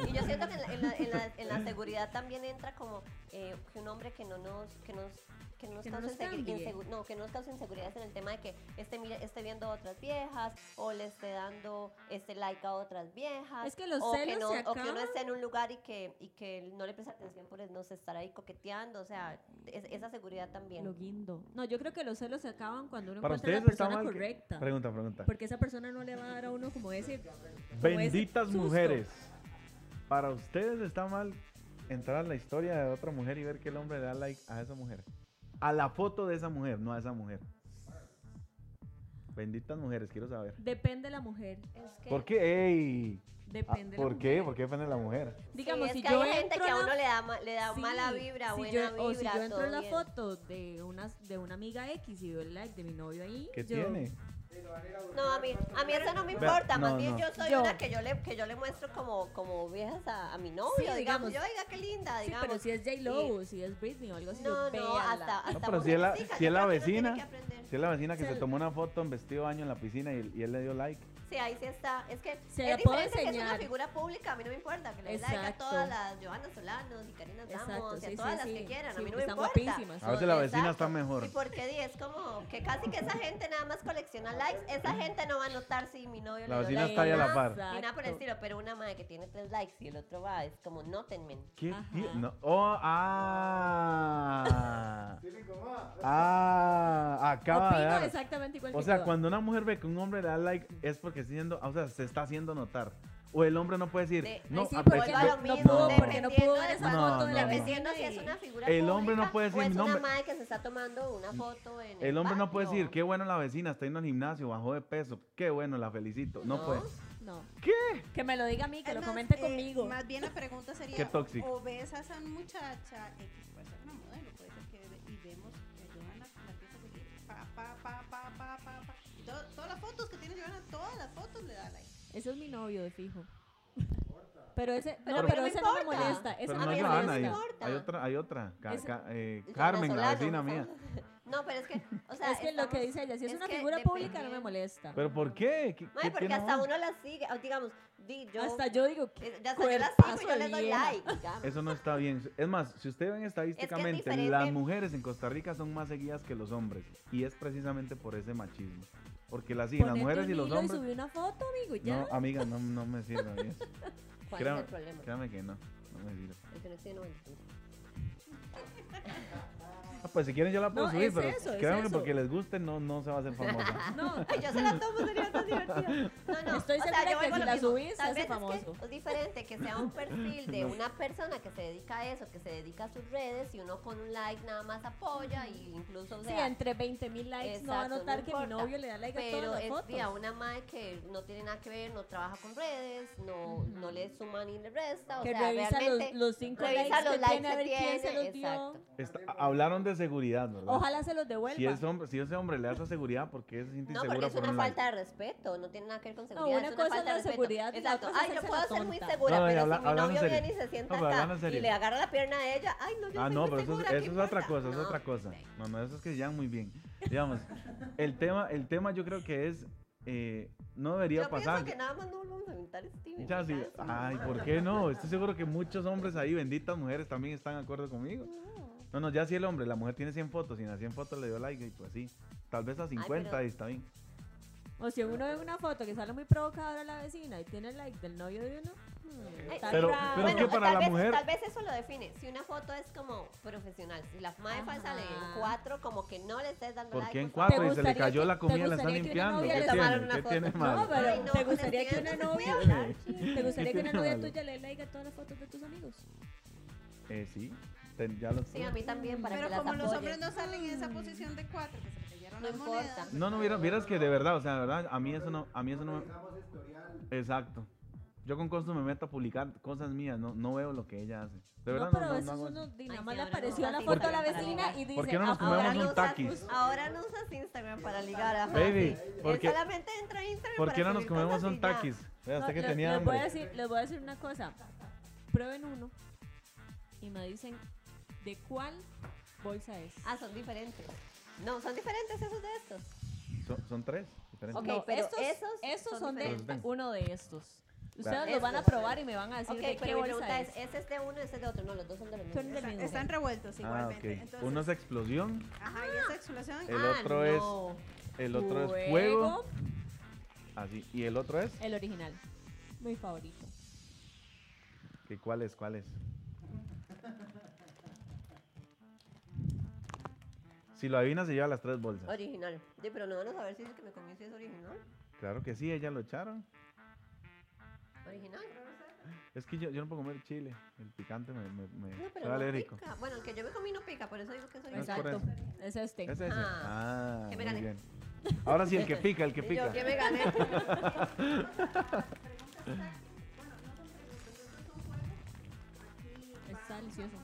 S2: Y yo siento que en la, en la- en la- en la seguridad también entra como eh, que un hombre que no nos, que nos, que no nos
S1: Que no
S2: cause
S1: nos
S2: insegu-
S1: cambie.
S2: insegu- no, que no nos cause inseguridades en el tema de que esté, mira- esté viendo a otras viejas o le esté dando este like a otras viejas.
S1: Es que los
S2: o que,
S1: celos
S2: no,
S1: se
S2: o que uno
S1: acaban.
S2: esté en un lugar y que, y que no le preste atención por no sé, estar ahí coqueteando. O sea, es- esa seguridad también.
S1: Lo guindo. No, yo creo que los celos se acaban cuando uno
S3: Para
S1: encuentra la
S3: ustedes está
S1: persona
S3: mal que-
S1: correcta.
S3: Pregunta, pregunta.
S1: Porque esa persona no le va a dar a uno como ese. ese
S3: Benditas
S1: susto.
S3: mujeres. Para ustedes está mal entrar a la historia de otra mujer y ver que el hombre le da like a esa mujer. A la foto de esa mujer, no a esa mujer. Benditas mujeres, quiero saber.
S1: Depende la mujer.
S2: Es que-
S3: ¿Por qué? Ey. Ah,
S1: Depende. la
S3: ¿Por qué?
S1: mujer.
S3: ¿Por qué depende de la mujer?
S1: Digamos,
S2: Sí,
S1: si
S2: es que
S1: yo
S2: hay gente
S1: entro
S2: que a
S1: la-
S2: uno le da, ma- le da
S1: Sí,
S2: mala vibra,
S1: si
S2: buena
S1: yo-
S2: vibra.
S1: O si yo entro
S2: todo
S1: en la
S2: bien.
S1: foto de una, de una amiga X y veo el like de mi novio ahí.
S3: ¿Qué
S1: yo-
S3: tiene?
S2: No, a mí, a mí eso no me
S3: Vea,
S2: importa.
S3: no,
S2: Más bien
S3: no.
S2: yo soy
S1: Yo.
S2: una que yo le, que yo le muestro como, como viejas a, a mi novio. digamos,
S1: digamos.
S2: yo, oiga, qué linda,
S1: Sí,
S2: digamos.
S1: pero si es J. Lo, si es Britney o algo así.
S2: no,
S1: yo,
S2: no,
S1: véala.
S2: hasta, hasta
S3: No, pero si es la-
S2: mujercica,
S3: si
S2: yo
S3: es la
S2: creo que uno tiene
S3: vecina.
S2: que aprender.
S3: Si es la vecina que
S1: O sea,
S3: se tomó una foto en vestido de baño en la piscina y, y él le dio like.
S2: Sí, ahí sí está. Es que
S1: Se
S2: es
S1: la puedo
S2: diferente que es una
S1: enseñar.
S2: figura pública, a mí no me importa. Que le dé like a
S1: Exacto.
S2: todas las Joana Solano y Karina Ramos y a
S1: sí,
S2: todas
S1: sí,
S2: las que
S1: sí.
S2: quieran. a
S1: Sí,
S2: mí no me
S1: están
S2: importa.
S1: guapísimas.
S3: A veces la vecina está mejor.
S2: Y porque di, es como que casi que esa gente nada más colecciona likes. Esa gente no va a notar si mi novio le dio
S3: La vecina
S2: like.
S3: está ahí a la par.
S2: Ni nada por el
S1: Exacto.
S2: estilo, pero una madre que tiene tres likes y el otro va, es como notenme.
S3: ¿Qué
S1: Ajá.
S3: ti- no. Oh, ah. ah, acaba de
S1: Opino
S3: dar.
S1: exactamente igual
S3: O
S1: que
S3: sea,
S1: todas.
S3: cuando una mujer ve que un hombre le da like es porque está siendo, o sea, se está haciendo notar. O el hombre no puede decir,
S2: De-
S3: no,
S1: Ay, sí,
S3: a
S1: porque
S3: pesar-
S2: vuelvo a
S1: no,
S2: lo mismo,
S1: no pudo,
S3: de-
S1: porque no pudo ver
S2: dependiendo
S1: esa
S3: de
S1: foto
S3: cuál-
S1: de la
S3: No, no.
S1: vecina.
S2: Dependiendo si es una figura
S3: El hombre no
S2: pública
S3: puede
S2: o
S3: decir
S2: es una
S3: nombre. Mm.
S2: madre que se está tomando una foto en
S3: el hombre no puede
S2: patio.
S3: decir, qué bueno la vecina, está yendo al gimnasio, bajó de peso, qué bueno, la felicito. No, pues.
S2: No.
S3: puede.
S1: No.
S3: ¿Qué?
S1: Que me lo diga a mí, que
S4: Es
S1: lo
S4: más,
S1: comente
S4: eh,
S1: conmigo.
S4: Más bien la pregunta sería,
S3: Qué tóxico.
S4: o ves a esa muchacha, X puede ser una modelo, puede ser que, ve- y vemos que Joana la empieza a seguir, pa, pa, pa, pa, pa, pa, pa, y todo- todas las fotos que tiene Joana, todas las fotos le da like.
S1: Ese es mi novio de fijo. Pero ese,
S2: Pero
S1: no,
S2: a mí
S1: pero
S2: no
S1: ese
S2: me
S1: no me
S2: importa.
S1: molesta. Ese
S3: Pero
S1: no
S3: no
S1: me
S3: es
S2: la
S3: Johanna,
S1: molesta.
S3: hay,
S2: importa.
S3: hay otra, hay otra. Ca-
S2: Ese-
S3: ca- eh,
S2: Joana
S3: Carmen, la
S2: Solano,
S3: vecina
S2: por
S3: mía.
S2: favor. No, pero es que, o sea,
S1: es que lo que
S2: estamos-
S1: dice ella, si es,
S2: es
S1: una
S2: que
S1: figura pública no me
S2: dependiendo.
S1: molesta.
S3: ¿Pero por qué? ¿Qué-
S2: Madre,
S3: qué
S2: porque
S3: tiene
S2: hasta
S3: mal?
S2: uno la sigue, o digamos, di, yo,
S1: Hasta yo digo que
S2: eh, hasta yo la sigo
S1: cuerpazo
S2: y yo
S1: de
S2: le doy
S1: vieja.
S2: like. digamos.
S3: Eso no está bien. Es más, si ustedes ven estadísticamente, las
S2: diferente.
S3: mujeres en Costa Rica son más seguidas que los hombres. Y es precisamente por ese machismo. Porque las siguen las
S1: ponerte
S3: mujeres
S1: un
S3: y los
S1: hilo
S3: hombres.
S1: subí una foto, amigo, y ya.
S3: No, amiga, no, no me sirve a mí eso.
S2: ¿Cuál
S3: Créame,
S2: es el problema?
S3: créame que no, no me sirve.
S2: El que no tiene magnitud.
S3: Ah, pues si quieren yo la puedo
S1: No,
S3: subir,
S1: es
S3: pero
S1: eso, es
S3: créanme que
S1: eso.
S3: porque les guste no, no se va a hacer famosa.
S1: No,
S2: Ay, yo se la tomo, sería tan divertido. No, no.
S1: Estoy
S2: o sea,
S1: segura
S2: yo
S1: que si
S2: vuelvo a lo
S1: la
S2: mismo.
S1: subís, se
S2: Tal
S1: hace
S2: vez Es,
S1: famoso.
S2: que es diferente que sea un perfil de una persona que se dedica a eso, que se dedica a sus redes y uno con un like nada más apoya y incluso, o
S1: sí,
S2: sea,
S1: entre 20 mil likes no va a
S2: exacto, no
S1: notar que mi
S2: importa.
S1: novio le da like a todas
S2: pero
S1: las
S2: es
S1: fotos.
S2: día una madre que no tiene nada que ver, no trabaja con redes, no,
S1: Ujú.
S2: no le suma ni le resta, o
S1: que
S2: sea,
S1: revisa los,
S2: realmente
S1: los cinco
S2: revisa
S1: likes
S2: los
S1: que
S2: likes
S1: tiene, a
S2: que
S1: ver quién se los
S2: tiene,
S1: dio.
S2: exacto.
S3: Está- hablaron de seguridad, ¿verdad?
S1: Ojalá se los
S3: Si,
S1: devuelva.
S3: es hombre, si ese hombre le hace seguridad, ¿por qué se siente
S2: No,
S3: insegura
S2: porque es
S3: por
S2: una
S3: un like?
S2: falta de respeto, no tiene nada que ver con seguridad.
S1: Ah, una
S2: es
S1: cosa
S2: una falta
S1: es la
S2: de respeto.
S1: seguridad y la
S2: Exacto.
S1: otra es
S2: Ay, yo
S1: hacerse
S2: puedo
S1: la
S2: ser muy
S1: tonta.
S2: segura,
S3: No, y
S2: pero
S3: habla-
S2: si mi
S3: hablando en
S2: novio
S3: serio.
S2: viene y se sienta
S3: No, pero hablando en
S2: acá
S3: serio.
S2: y le agarra la pierna a ella, ay, no, yo
S3: Ah,
S2: soy
S3: no,
S2: muy
S3: pero eso,
S2: segura,
S3: es-
S2: ¿qué
S3: eso es otra
S2: importa?
S3: cosa, eso es
S2: No.
S3: otra cosa. No, no, eso es que llegan muy bien. Digamos, el tema, el tema yo creo que es, eh, no debería
S2: Yo
S3: pasar.
S2: pienso que nada más no vamos a inventar Steven.
S3: Ya, sí, Ay, ¿por qué no? Estoy seguro que muchos hombres ahí, benditas mujeres, también están de acuerdo conmigo. No, no, ya si el hombre, la mujer tiene 100 fotos y en las 100 fotos le dio like y pues sí. Tal vez a 50
S2: pero-
S3: y está bien.
S1: O si uno ve una foto que sale muy provocadora a la vecina y tiene el like del novio de uno, hmm,
S2: Ay,
S1: está
S3: Pero-
S1: raro.
S3: pero es que
S2: o
S3: para
S2: Eh, tal
S3: la
S2: vez,
S3: mujer-
S2: Tal vez eso lo define. Si una foto es como profesional, si la madre
S1: Ajá.
S2: falsa le en cuatro, como que no le estés dando
S3: ¿Por
S2: like, pues,
S3: qué en
S2: por favor.
S3: cuatro? Y se le
S1: gustaría
S3: cayó
S1: que-
S3: la
S1: te
S3: comida, la
S1: gustaría
S3: están
S1: que una
S3: limpiando.
S1: novia
S3: ¿Qué
S1: le tomara
S3: tiene?
S2: una
S3: ¿Qué
S2: foto?
S3: tiene
S2: No,
S1: No,
S3: malo?
S1: pero
S2: Ay, no,
S1: ¿te
S2: pero
S1: gustaría
S2: es
S1: que
S2: que
S1: una
S2: no se
S1: novia,
S2: puede
S1: te gustaría que una
S3: tiene
S1: novia
S3: malo?
S1: tuya le dé like a todas las fotos de tus amigos?
S3: Eh, sí. ten- ya lo
S2: Sí, a mí también, para
S4: Pero
S2: que las
S4: como los
S2: apoyes.
S4: hombres no salen en esa posición de cuatro, que se le cayeron
S2: No
S4: las
S2: importa.
S4: monedas.
S3: No, no, vieras, vieras que de verdad, o sea, de verdad, a mí eso no, a mí eso no me...
S5: Revisamos historial.
S3: Exacto. Yo con Costo me meto a publicar cosas mías, no, no veo lo que ella hace. De
S1: no,
S3: verdad, no,
S1: pero
S3: no,
S1: a
S3: no
S1: veces
S3: hago
S1: uno
S3: eso.
S1: di-
S2: Ay,
S1: nada
S2: sí,
S1: más le
S2: ahora no
S1: apareció a la
S2: usas
S1: foto a la
S2: Instagram para
S1: vecina
S2: ligar.
S1: y dice,
S3: ¿Por qué no nos
S1: "Ah,
S3: comemos
S1: ahora
S3: un
S2: no
S1: no
S2: usas-
S3: taquis?
S2: Ahora no usas Instagram para ligar, ajá.
S3: Baby,
S2: Él
S3: ¿por qué,
S2: solamente entra a Instagram
S3: por
S2: para
S3: qué no nos
S2: subir
S3: comemos
S2: cosas y
S3: un
S2: ya.
S3: taquis? Vea,
S1: No,
S3: usted que
S1: le-
S3: tenía
S1: les voy, a
S3: hambre.
S1: decir, les voy a decir una cosa. Prueben uno y me dicen de cuál bolsa es.
S2: Ah, son diferentes. No, son diferentes esos de estos.
S3: Son, son tres diferentes.
S2: Ok, pero esos
S1: estos
S2: son
S1: son, de
S3: diferentes.
S1: uno de estos. Ustedes
S3: Claro.
S1: los van a
S2: Estos.
S1: probar y me van a decir
S2: Ok,
S1: de qué
S2: pero mi
S1: bolsa
S2: pregunta
S1: es.
S2: es, ¿ese es de uno ese es de otro? No, los dos son de los
S1: Son
S2: mismos.
S1: de-
S4: Están,
S1: mismo.
S4: están revueltos
S3: Ah,
S4: igualmente.
S3: ok. Eh.
S4: Entonces,
S3: Uno es explosión,
S4: Ajá, y esa explosión.
S3: el otro es-
S2: no.
S3: Pues, el otro es fuego, así, y el otro es...
S1: El original. Mi favorito.
S3: ¿Qué, ¿Cuál es? ¿Cuál es? Si lo adivinas, se lleva las tres bolsas.
S2: Original. Sí, pero no van a saber si es que me comí si es original.
S3: Claro que sí, ella lo echaron.
S2: Original.
S3: Es que yo, yo no puedo comer chile. El picante me, me, me
S2: No,
S3: soy
S2: pero no
S3: alérgico.
S2: pica. Bueno, el que yo me comí no pica, por eso digo que es
S3: No es
S2: original.
S3: por
S1: Exacto.
S3: eso.
S1: Es este.
S3: ¿Es ese?
S2: Ah,
S3: Ah,
S2: que me
S3: muy
S2: gané.
S3: bien. Ahora sí, el que pica, el que
S2: Y
S3: pica.
S2: Yo que me gané.
S1: Está delicioso.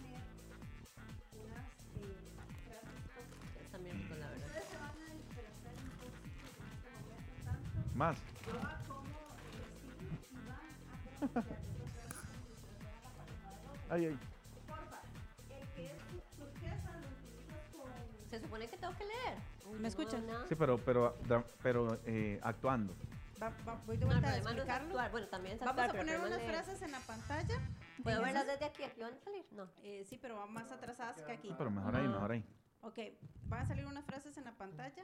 S2: También, la verdad.
S3: Más. Ay, ay.
S2: Se supone que tengo que leer. Uy,
S4: ¿Me escuchan?
S2: No, no.
S3: Sí, pero, pero, da- pero eh, actuando.
S4: Va- va- voy de
S2: No, el
S4: vuelta
S2: problema
S4: a
S2: no es
S4: explicarlo.
S2: actuar. Bueno, también es
S4: Vamos
S2: actuar,
S4: a
S2: pero el
S4: poner
S2: problema
S4: unas
S2: es leer.
S4: frases en la pantalla.
S2: ¿Puedo
S4: Esas-
S2: verlas desde aquí? ¿Aquí van a salir? No.
S4: Eh, sí, pero van más atrasadas que aquí.
S3: Sí, pero mejor ahí,
S2: Ah.
S3: mejor ahí.
S4: Ok, van a salir unas frases en la pantalla.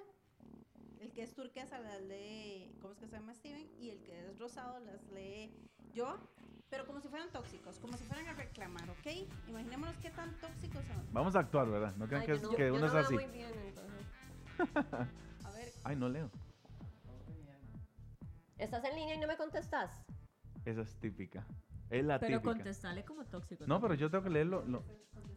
S4: El que es turquesa las lee, ¿cómo es que se llama Steven? Y el que es rosado las lee yo, pero como si fueran tóxicos, como si fueran a reclamar, ¿ok? Imaginémonos qué tan tóxicos son.
S3: Vamos a actuar, ¿verdad? No crean
S2: Ay,
S3: que,
S2: yo
S3: es-
S2: no-
S3: que
S2: yo
S3: uno
S2: no
S3: es
S2: veo
S3: así.
S2: muy bien, entonces.
S4: A ver,
S3: Ay, no leo.
S2: ¿Estás en línea y no me contestas?
S3: Esa es típica. Es la
S1: Pero
S3: típica.
S1: contestale como tóxico.
S3: No, pero yo tengo que leerlo. lo-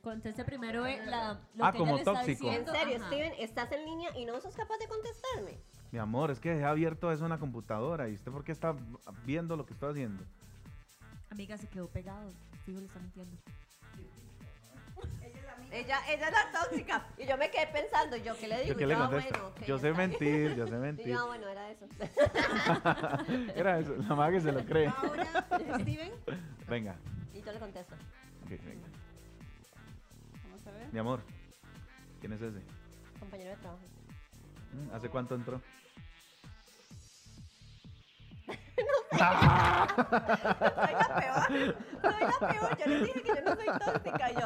S1: Conteste primero eh, la, lo
S3: Ah,
S1: que ella
S3: como
S1: le está
S3: tóxico.
S2: En
S1: diciendo.
S2: serio,
S1: Ajá.
S2: Steven, ¿estás en línea y no sos capaz de contestarme?
S3: Mi amor, es que dejé abierto eso en la computadora. ¿Y usted por qué está viendo lo que estoy haciendo?
S1: Amiga, se quedó pegado. Fijo, le está mintiendo.
S2: Ella, ella era tóxica. Y yo me quedé pensando, ¿y yo qué le digo?
S3: Yo qué
S2: Y
S3: le
S2: ah,
S3: contesto.
S2: bueno, ok,
S3: yo sé
S2: está bien.
S3: mentir, yo sé
S2: Y
S3: mentir.
S2: yo, ah, bueno, era eso.
S3: Era eso, la madre que se lo cree.
S4: ahora, Steven,
S3: Venga.
S2: Y yo le contesto.
S3: ok, venga.
S4: vamos a ver.
S3: Mi amor, ¿quién es ese?
S2: Compañero de trabajo.
S3: Mm, ¿Hace cuánto entró?
S2: Soy la peor. Soy la peor. Yo les dije que yo no soy tóxica. y Yo,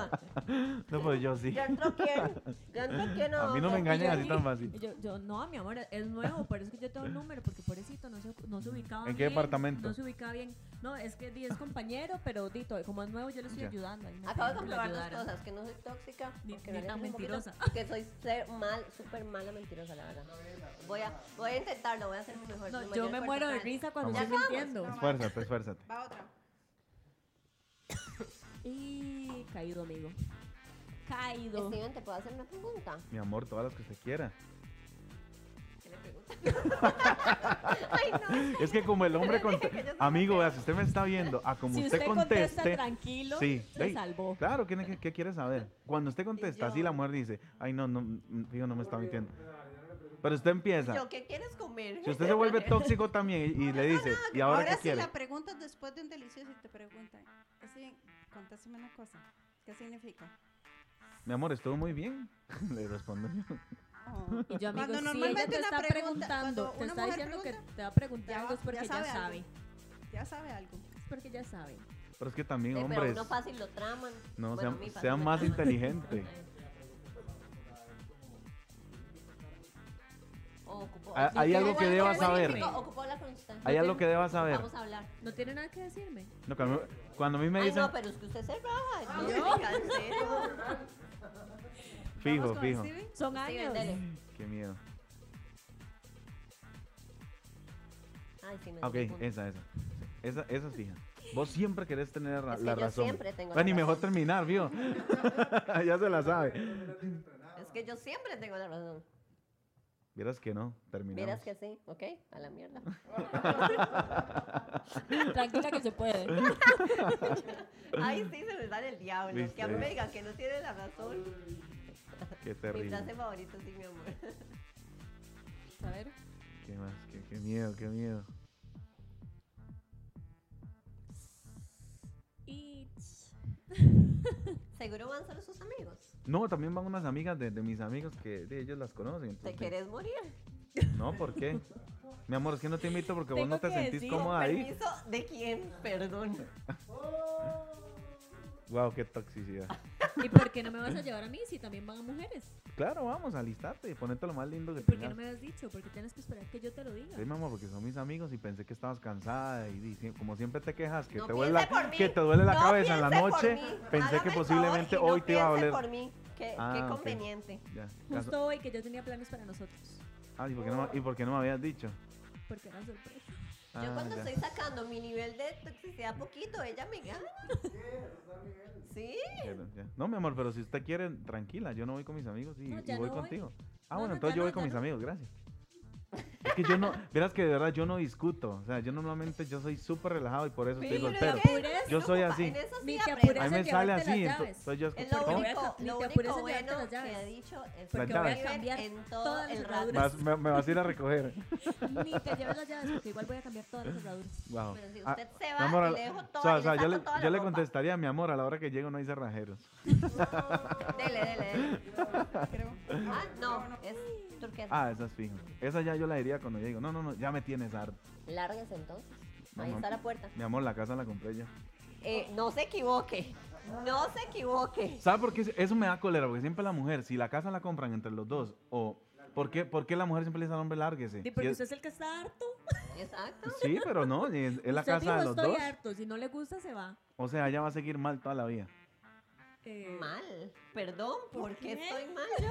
S3: No, pues yo sí.
S2: yo entro quién. Yo entro quién.
S3: A mí no me
S2: engañas.
S3: engañen
S1: yo
S3: así
S1: vi-
S3: tan
S1: Y
S3: fácil.
S1: Yo, yo, no, mi amor, es nuevo, por eso es que yo tengo un número, porque pobrecito no se, no se ubicaba
S3: ¿En qué
S1: bien,
S3: departamento?
S1: No se ubicaba bien. No, es que di es compañero, pero Dito, como es nuevo, yo le estoy
S3: Ya.
S1: ayudando. ahí no
S2: Acabo de
S1: tengo que
S2: comprobar
S1: ayudar.
S2: dos cosas, que no soy tóxica,
S1: Ni-
S2: porque
S1: ni
S2: no
S1: tan
S2: soy un poquito-
S1: mentirosa.
S2: que soy ser mal, súper mala mentirosa, la verdad. Voy a, voy a intentarlo, voy a hacer mi mejor. mi
S1: No,
S2: mayor
S1: yo me muero de
S2: esfuerzo.
S1: risa cuando
S3: Ya
S1: estoy
S2: acabamos.
S1: mintiendo.
S4: No.
S3: Esfuérzate, esfuérzate.
S4: Va otra.
S1: Y caído, amigo. Caído.
S4: Este,
S2: Steven, ¿te puedo hacer una pregunta?
S3: Mi amor, todas las que usted quiera.
S2: ¿Qué le pregunto?
S3: Es que como el hombre
S2: Pero dije
S3: conte-
S2: que yo soy
S3: Amigo, vea, si usted me está viendo, a como
S1: si
S3: usted, conteste.
S1: tranquilo,
S3: sí,
S1: se
S3: ey,
S1: salvó.
S3: Claro, ¿qué, qué- qué quiere saber? Cuando usted contesta, así
S2: yo-
S3: la mujer dice, ay, no, no, mm, fijo, no me está mintiendo. Pero usted empieza.
S2: Yo, ¿qué quieres comer?
S3: Si usted se vuelve tóxico también y, y le dice, ¿y ahora qué
S4: si
S3: quiere?
S4: la preguntas después de un delicioso y te preguntan, así, contáseme una cosa. ¿Qué significa?
S3: Mi amor, estuvo muy bien. Le respondo yo.
S4: Oh.
S1: Y yo, amigo,
S4: Cuando
S1: si ella
S4: normalmente
S1: te
S4: una
S1: está
S4: pregunta-
S1: preguntando,
S4: cuando
S1: te
S4: una
S1: está
S4: mujer
S1: diciendo que
S4: pregunta,
S1: te va a preguntar
S4: ya
S1: algo es
S4: va-
S1: porque ya
S4: ya
S1: sabe.
S4: sabe algo. Ya sabe algo.
S1: Es porque ya sabe.
S3: Pero es que también,
S2: Sí, pero
S3: hombres,
S2: uno fácil lo traman.
S3: no,
S2: Bueno,
S3: sean,
S2: a mí fácil
S3: sean
S2: me
S3: más
S2: traman.
S3: inteligentes.
S2: O ocupo-
S3: Ah, hay
S2: Yo
S3: algo
S2: igual
S3: que debas
S2: soy
S3: saber.
S2: típico, ocupo hablar con usted.
S3: Hay
S2: No
S3: algo que debas saber.
S2: Vamos a hablar.
S1: ¿No tiene nada que decirme?
S3: No, cuando, cuando a mí me
S2: Ay,
S3: dicen,
S2: no, pero es que usted se
S1: Ah,
S2: raja. No,
S1: ¿yo?
S2: oiga, en serio.
S3: fijo,
S4: Vamos con
S3: fijo.
S4: Steven.
S1: Son
S2: Sí,
S1: años.
S2: dele.
S3: Qué miedo.
S2: Ay, sí, me
S3: Ah, Ok,
S2: dio punto.
S3: esa, esa. Esa, esa es fija. Vos siempre querés tener ra-
S2: Es que
S3: la
S2: yo
S3: razón.
S2: siempre tengo la
S3: Bueno, y
S2: razón.
S3: mejor terminar, vio. ya se la sabe.
S2: Es que yo siempre tengo la razón.
S3: Vieras que no, terminamos.
S2: Miras que sí, ok, a la mierda.
S1: Tranquila que se puede.
S2: Ay, sí, se me sale el diablo. Que a mí
S3: Viste.
S2: me digan que no tiene la razón.
S3: Qué
S2: Mi frase
S3: terrible.
S2: favorita, sí, mi amor.
S1: A ver.
S3: Qué más, qué, qué miedo, qué miedo.
S1: Y...
S2: Seguro van solo sus amigos.
S3: No, también van unas amigas de, de mis amigos que de ellos las conocen.
S2: ¿Te
S3: entonces-
S2: quieres morir?
S3: No, ¿por qué? Mi amor, es que no te invito porque vos
S1: Tengo
S3: no te
S1: que
S3: sentís
S1: decir-
S3: cómoda ahí.
S2: ¿Permiso de quién? Perdón.
S3: Wow, qué toxicidad.
S1: ¿Y por qué no me vas a llevar a mí si también van a mujeres?
S3: Claro, vamos, alistarte y ponete lo más lindo que
S1: ¿Por qué
S3: tengas.
S1: no me has dicho? Porque tienes que esperar que yo te lo diga.
S3: Sí, mi amor, porque son mis amigos y pensé que estabas cansada y, di- sie- como siempre te quejas que
S2: No
S3: te duele la,
S2: piense por mí.
S3: que te duele la
S2: No
S3: cabeza en la
S2: piense por
S3: noche,
S2: mí.
S3: pensé
S2: Hágame
S3: que
S2: el
S3: posiblemente
S2: favor y
S3: hoy
S2: no
S3: te iba a
S2: piense
S3: doler.
S2: por mí. Qué,
S3: Ah,
S2: qué
S3: ok.
S2: conveniente.
S3: Ya, caso-
S1: Justo hoy que yo tenía planes para nosotros.
S3: Ah, ¿y por, qué no, me- ¿y por qué no me habías dicho?
S1: Porque era sorpresa.
S3: Ah,
S2: Yo cuando
S3: ya.
S2: estoy sacando mi nivel de toxicidad poquito, ella me gana. Sí.
S3: Pero, ya. No, mi amor, pero si usted quiere, tranquila, yo no voy con mis amigos y,
S1: No,
S3: y
S1: ya
S3: voy
S1: no voy.
S3: contigo.
S1: No,
S3: Ah, bueno,
S1: no,
S3: entonces
S1: ya
S3: yo
S1: no,
S3: voy con
S1: ya
S3: mis
S1: no.
S3: amigos, gracias. Es que yo no, verás que de verdad yo no discuto, o sea, yo normalmente yo soy súper relajado y por eso estoy
S2: Pero
S3: soltero.
S2: ¿qué?
S1: Pureza.
S3: Yo soy así.
S2: En eso sí
S1: Ni te
S2: aprendo.
S1: apures
S3: A mí me
S1: Esa
S3: sale
S1: llevarte
S3: así,
S1: las
S3: ento-
S1: llaves.
S3: entonces yo
S2: Es lo
S3: escucho,
S1: Porque voy
S3: ¿cómo?
S1: a
S2: único,
S1: ca- ni
S2: lo
S1: te
S2: único
S1: apures en llevarte
S2: bueno
S1: las
S2: que
S1: llaves.
S2: ha dicho es
S1: Porque
S3: voy a
S2: viven
S1: cambiar
S2: en todo
S1: todas las
S2: el rato.
S1: herraduras.
S3: Vas- me, me vas a ir a recoger.
S1: Ni te lleves las llaves porque igual voy a cambiar todas las cerraduras.
S3: Wow.
S2: Pero si
S3: Ah,
S2: usted se
S3: mi
S2: va,
S3: amor,
S2: y
S3: a-
S2: le dejo
S3: o
S2: toda,
S3: sea,
S2: y
S3: o sea,
S2: le
S3: yo le,
S2: saco toda
S3: yo
S2: la
S3: le
S2: ropa.
S3: contestaría, mi amor, a la hora que llego no hay cerrajeros.
S2: Dele, dele, dele.
S4: Creo.
S2: Ah,
S4: No,
S2: no,
S4: no.
S2: es turquesa.
S3: Ah, esa es fija. Esa ya yo la diría cuando llego. No, no, no, ya me tienes harto.
S2: Lárguese entonces.
S3: No,
S2: Ahí
S3: no.
S2: está la puerta.
S3: Mi amor, la casa la compré yo.
S2: Eh, no se equivoque. No se equivoque.
S3: ¿Sabe por qué? Eso me da cólera, porque siempre la mujer, si la casa la compran entre los dos, o ¿por qué, por qué la mujer siempre le dice al hombre lárguese?
S1: Sí,
S3: Si
S1: porque
S3: es-
S1: usted es el que está harto.
S2: Exacto.
S3: sí, pero no, es, es la
S1: Usted
S3: casa
S1: dijo,
S3: de los
S1: estoy
S3: dos.
S1: harto. Si no le gusta, se va.
S3: O sea, ella va a seguir mal toda la vida.
S1: Eh,
S2: Mal. Perdón,
S1: ¿Por
S2: ¿por qué
S1: qué?
S2: estoy mal yo?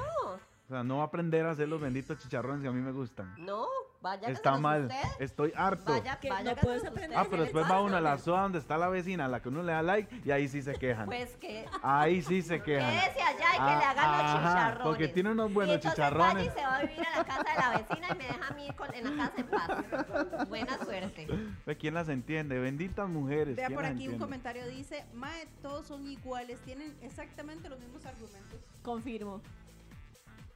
S3: O sea, no va a aprender a hacer los benditos chicharrones que a mí me gustan.
S2: No, vaya
S3: Está mal,
S2: usted.
S3: estoy harto.
S2: Vaya,
S1: Que
S2: vaya
S1: no puedes
S2: hágaselos
S1: aprender
S3: Ah,
S1: Ese
S3: pero
S1: es el
S3: después va uno a la
S2: Hágaselos.
S3: zona donde está la vecina, a la que uno le da like, y ahí sí se quejan.
S2: Pues que
S3: Ahí sí se quejan.
S2: quédese allá y que
S3: Ah,
S2: le hagan los
S3: ajá,
S2: chicharrones.
S3: porque tiene unos buenos
S2: Y entonces
S3: chicharrones.
S2: Vaya y se va a vivir a la casa de la vecina y me deja a mí con- en la casa en paz. Buena suerte.
S3: Ve, ¿Quién las entiende? Benditas mujeres.
S4: Vea
S3: ¿quién
S4: por
S3: las
S4: aquí un
S3: entiende?
S4: comentario dice, Mae, todos son iguales, tienen exactamente los mismos argumentos.
S1: Confirmo.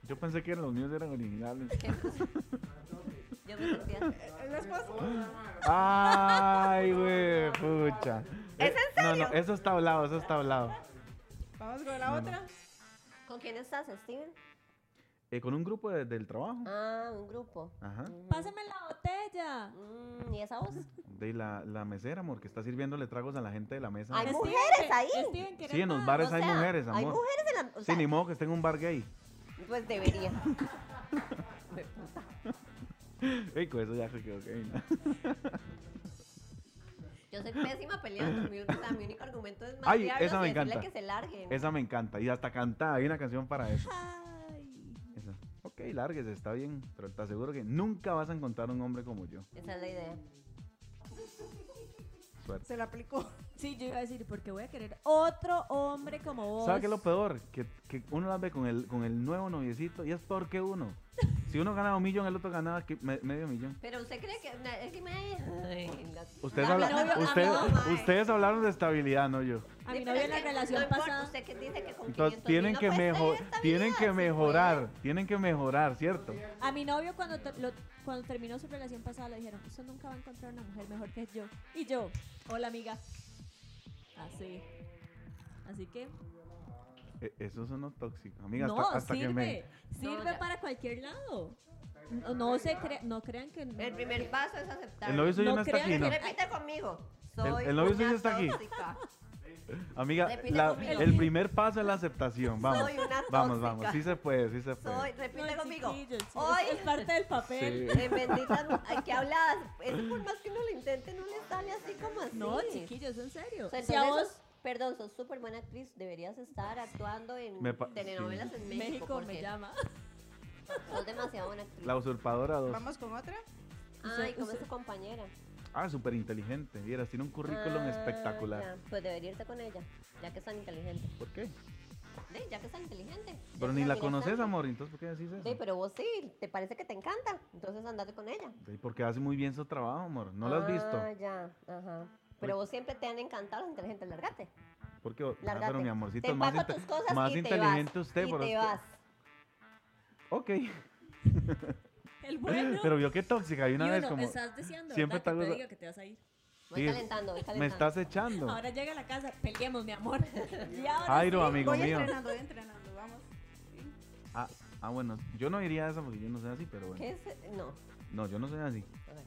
S3: Yo pensé que los míos eran originales.
S2: ¿Qué? Yo me sentía.
S4: Eh, La esposa.
S3: Ay, güey, pucha.
S2: ¿Es
S3: en serio? No, no, eso está hablado, eso está hablado.
S4: Vamos con la
S3: No, no.
S4: otra.
S2: ¿Con quién estás, Steven?
S3: Eh, con un grupo de- del trabajo.
S2: Ah, un grupo.
S3: Ajá.
S2: Ujú.
S1: Pásame la botella.
S2: Mm, ¿Y esa voz?
S3: De la, la mesera, amor, que está sirviéndole tragos a la gente de la mesa.
S2: Ay, Hay
S1: Steven,
S2: mujeres
S1: que-
S2: ahí.
S1: Steven, ¿querés
S3: Sí, en los
S1: más?
S3: bares
S2: O
S3: hay
S2: sea,
S3: mujeres,
S2: Hay
S3: amor.
S2: mujeres en la. o sea,
S3: Sí, ni modo que esté en un bar gay.
S2: Pues debería.
S3: Ey, con eso ya se quedó gay. ¿no?
S2: Yo Yo soy pésima peleando. mi, o sea, mi único argumento es más
S3: Ay,
S2: Ay,
S3: esa me
S2: y decirle
S3: encanta.
S2: que se largue.
S3: Esa me encanta. Y hasta cantada. Hay una canción para eso.
S1: Ay.
S3: Esa. Ok, lárguese, está bien. Pero te aseguro que nunca vas a encontrar un hombre como yo.
S2: Esa es la idea.
S3: Suerte.
S4: Se la aplicó.
S1: Sí, yo iba a decir, porque voy a querer otro hombre como vos.
S3: ¿Sabes qué es lo
S2: Pues,
S3: peor? Que, que uno las ve con el, con el nuevo noviecito y es peor que uno. Si uno ganaba un millón, el otro ganaba que- me- medio millón.
S2: Pero usted cree que. na- Es que me. Ay, la-
S3: Ustedes,
S2: A mi
S3: habla-
S2: novio- a mi
S3: usted-
S2: novio-
S3: ustedes hablaron de estabilidad, no yo.
S1: A mi
S2: Sí,
S1: novio
S2: pero
S1: en la
S2: es que
S1: relación
S2: no importa,
S1: pasada.
S2: Usted que dice que con
S3: Entonces
S2: 500
S3: tienen
S2: mil
S3: que,
S2: no pues, puede
S3: mejo-
S2: estar en esta
S3: tienen
S2: vida,
S3: que
S2: sí puede.
S3: mejorar, tienen que mejorar, ¿cierto?
S1: A mi novio cuando, te- lo- cuando terminó su relación pasada le dijeron, usted nunca va a encontrar una mujer mejor que yo. Y yo, hola amiga. Así. Así que
S3: E- Eso son los tóxicos. Amiga,
S1: no,
S3: hasta, hasta que me...
S1: sirve. Sirve
S2: ya.
S1: para cualquier lado. No, no se crea- no crean que
S2: El primer paso es aceptar.
S3: El novio suyo
S1: No
S3: no, está
S1: crean
S3: aquí, ¿no?
S1: que-
S2: Repite conmigo.
S3: El-
S2: Soy
S3: el novio suyo
S2: una
S3: está aquí.
S2: tóxica.
S3: Amiga,
S2: Repite
S3: la-
S2: conmigo.
S3: el primer paso es la aceptación. Vamos,
S2: Soy una
S3: vamos,
S2: tóxica.
S3: vamos. Sí se puede, sí se puede.
S2: Soy, repite
S1: No,
S2: conmigo.
S1: chiquillos, sí, es-
S2: Hoy,
S1: es parte del papel.
S3: Sí.
S2: en benditas, ay, ¿qué hablas? Eso por más que uno lo intente, no le sale así como así.
S1: No, chiquillos, en serio.
S2: O sea,
S1: si a
S2: entonces
S1: vos
S2: sos- perdón, sos súper buena actriz. Deberías estar actuando en
S3: Me pa-
S2: telenovelas en México.
S1: México
S2: por
S1: me
S2: cierto.
S1: llama.
S2: Sos demasiado buena actriz.
S3: La usurpadora 2.
S4: Vamos con otra.
S2: Ay,
S1: Usted-
S2: ¿cómo es
S1: usted-
S2: su compañera?
S3: Ah, súper inteligente. Vieras, tiene un currículum
S2: Ah,
S3: espectacular.
S2: ya, Pues debería irte con ella, ya que es tan inteligente.
S3: ¿Por qué?
S2: De, ya que es tan inteligente. ya
S3: Pero
S2: que
S3: ni la
S2: miras
S3: conoces,
S2: tanto.
S3: amor. Entonces, ¿por qué decís eso?
S2: Sí, pero vos sí, te parece que te encanta. Entonces andate con ella.
S3: Sí, Porque hace muy bien su trabajo, amor. No la has
S2: Ah,
S3: visto.
S2: ya, ajá. Pero vos siempre te han encantado los inteligentes, largate.
S3: Porque, ah, pero
S2: Lárgate.
S3: mi amorcito
S2: te
S3: es más,
S2: empaco
S3: inte-
S2: tus cosas
S3: más
S2: y
S3: inteligente
S2: te vas,
S3: usted.
S2: Y
S3: por
S2: te
S3: usted-
S2: vas.
S3: Ok,
S1: el bueno.
S3: pero vio que tóxica. Y una
S1: y
S3: vez
S1: uno,
S3: como,
S1: estás deseando,
S3: siempre
S1: ¿verdad? Que
S3: tal
S1: te
S3: cosa-
S1: diga que te vas a ir.
S2: Voy
S3: Sí,
S2: calentando, voy calentando.
S3: ah, me estás echando.
S1: Ahora llega a la casa, peleemos, mi amor. Y ahora
S3: Jairo,
S1: sí.
S3: amigo
S4: voy
S3: mío.
S4: entrenando, voy entrenando. Vamos. Sí.
S3: Ah, ah, bueno, yo no diría eso porque yo no soy así, pero bueno.
S2: ¿Qué es? No.
S3: No, yo no soy así.
S2: a ver.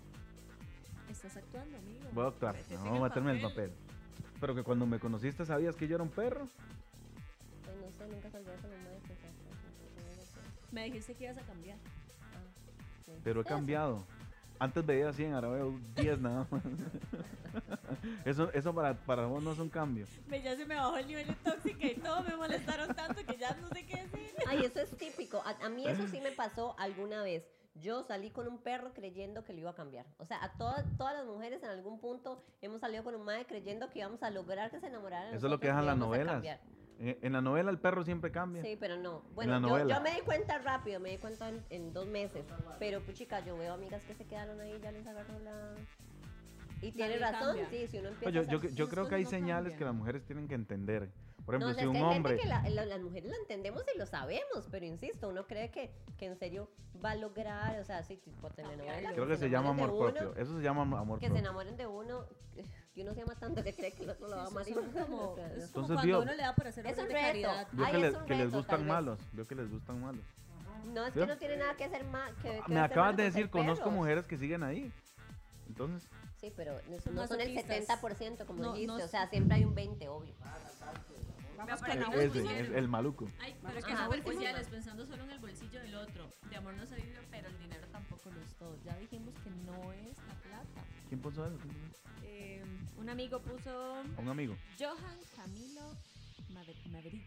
S1: Estás actuando, amigo.
S3: Voy a actuar,
S1: Metete
S3: no
S1: en
S3: voy a
S1: el
S3: meterme en el
S1: papel.
S3: papel. Pero que cuando me conociste sabías que yo era un perro.
S2: Ay, no sé, nunca saldría con el maestro. o sea, no sé qué voy a hacer.
S1: Me dijiste que ibas a cambiar.
S2: Ah, sí.
S3: Pero he
S2: Eso.
S3: cambiado. Antes veía 100, ahora veo 10 nada más. Eso, eso para, para vos no es un cambio.
S1: Me, ya se me bajó el nivel de tóxica y todo. Me molestaron tanto que ya no sé qué decir.
S2: Ay, eso es típico. A, a mí eso sí me pasó alguna vez. Yo salí con un perro creyendo que lo iba a cambiar. O sea, a todas, todas las mujeres en algún punto hemos salido con un madre creyendo que íbamos a lograr que se enamoraran. de
S3: Eso es lo que
S2: nosotros,
S3: dejan las
S2: íbamos a
S3: novelas.
S2: cambiar.
S3: En, Eh, en la novela el perro siempre cambia.
S2: Sí, pero no. Bueno,
S3: la
S2: yo- yo,
S3: novela.
S2: me di cuenta rápido, me di cuenta en, en dos meses. Pero, pues, chica, yo veo amigas que se quedaron ahí, ya les agarró la. Y tiene
S1: vida
S2: razón,
S1: cambia.
S2: sí, si uno
S3: Pues
S2: empieza
S3: yo,
S2: a
S3: yo,
S2: ser-
S3: yo creo que hay
S1: no
S3: señales
S1: cambian.
S3: que las mujeres tienen que entender. Por
S2: No,
S3: ejemplo,
S2: o sea, es
S3: si
S2: que
S3: un
S2: hay gente
S3: hombre...
S2: que la- la- las mujeres lo entendemos y lo sabemos, pero insisto, uno cree que, que en serio va a lograr, o sea, sí, tipo telenovela.
S3: Creo que se llama
S2: enamoren de
S3: amor
S2: uno,
S3: propio. Eso se llama amor
S2: Que se
S3: propio.
S2: enamoren de uno, que uno se ama tanto que cree que el otro lo va a
S1: Eso
S2: amar. y-
S1: son como,
S2: o sea,
S1: es
S2: es
S1: como
S3: Entonces,
S1: cuando
S3: vio-
S1: uno le da por hacer
S2: Es
S1: obras
S2: un
S1: de
S2: reto.
S1: caridad.
S3: Vio
S2: Ay,
S3: que,
S2: es
S3: les-
S2: un
S3: que les
S2: reto,
S3: gustan
S2: tal vez.
S3: malos. Vio que les gustan malos.
S2: No, es
S3: ¿Vio?
S2: que no tiene nada que hacer más. Que, que
S3: Me
S2: hacer
S3: acabas
S2: malo
S3: de
S2: con
S3: decir,
S2: ser
S3: conozco
S2: perros.
S3: mujeres que siguen ahí. Entonces,
S2: Sí, pero no
S1: Son
S2: no son el
S1: masoquistas.
S2: 70%, como
S1: No,
S2: dijiste,
S1: no
S2: o
S1: es-
S2: sea, siempre hay un 20, obvio.
S4: Vamos
S1: Pero
S4: con
S1: no,
S4: la
S1: vos
S3: e, ese,
S1: pusieron.
S4: última.
S3: es el maluco.
S1: Ay, pero
S4: Vamos
S1: que
S2: con la
S1: son
S2: última.
S1: superficiales, pensando solo en el bolsillo del otro. De amor no se vive, pero el dinero tampoco lo es todo. Ya dijimos que no es la plata.
S3: ¿Quién puso eso? ¿Quién puso eso?
S1: Eh, un amigo puso
S3: A un amigo.
S1: Johan Camilo Mave- Maverick.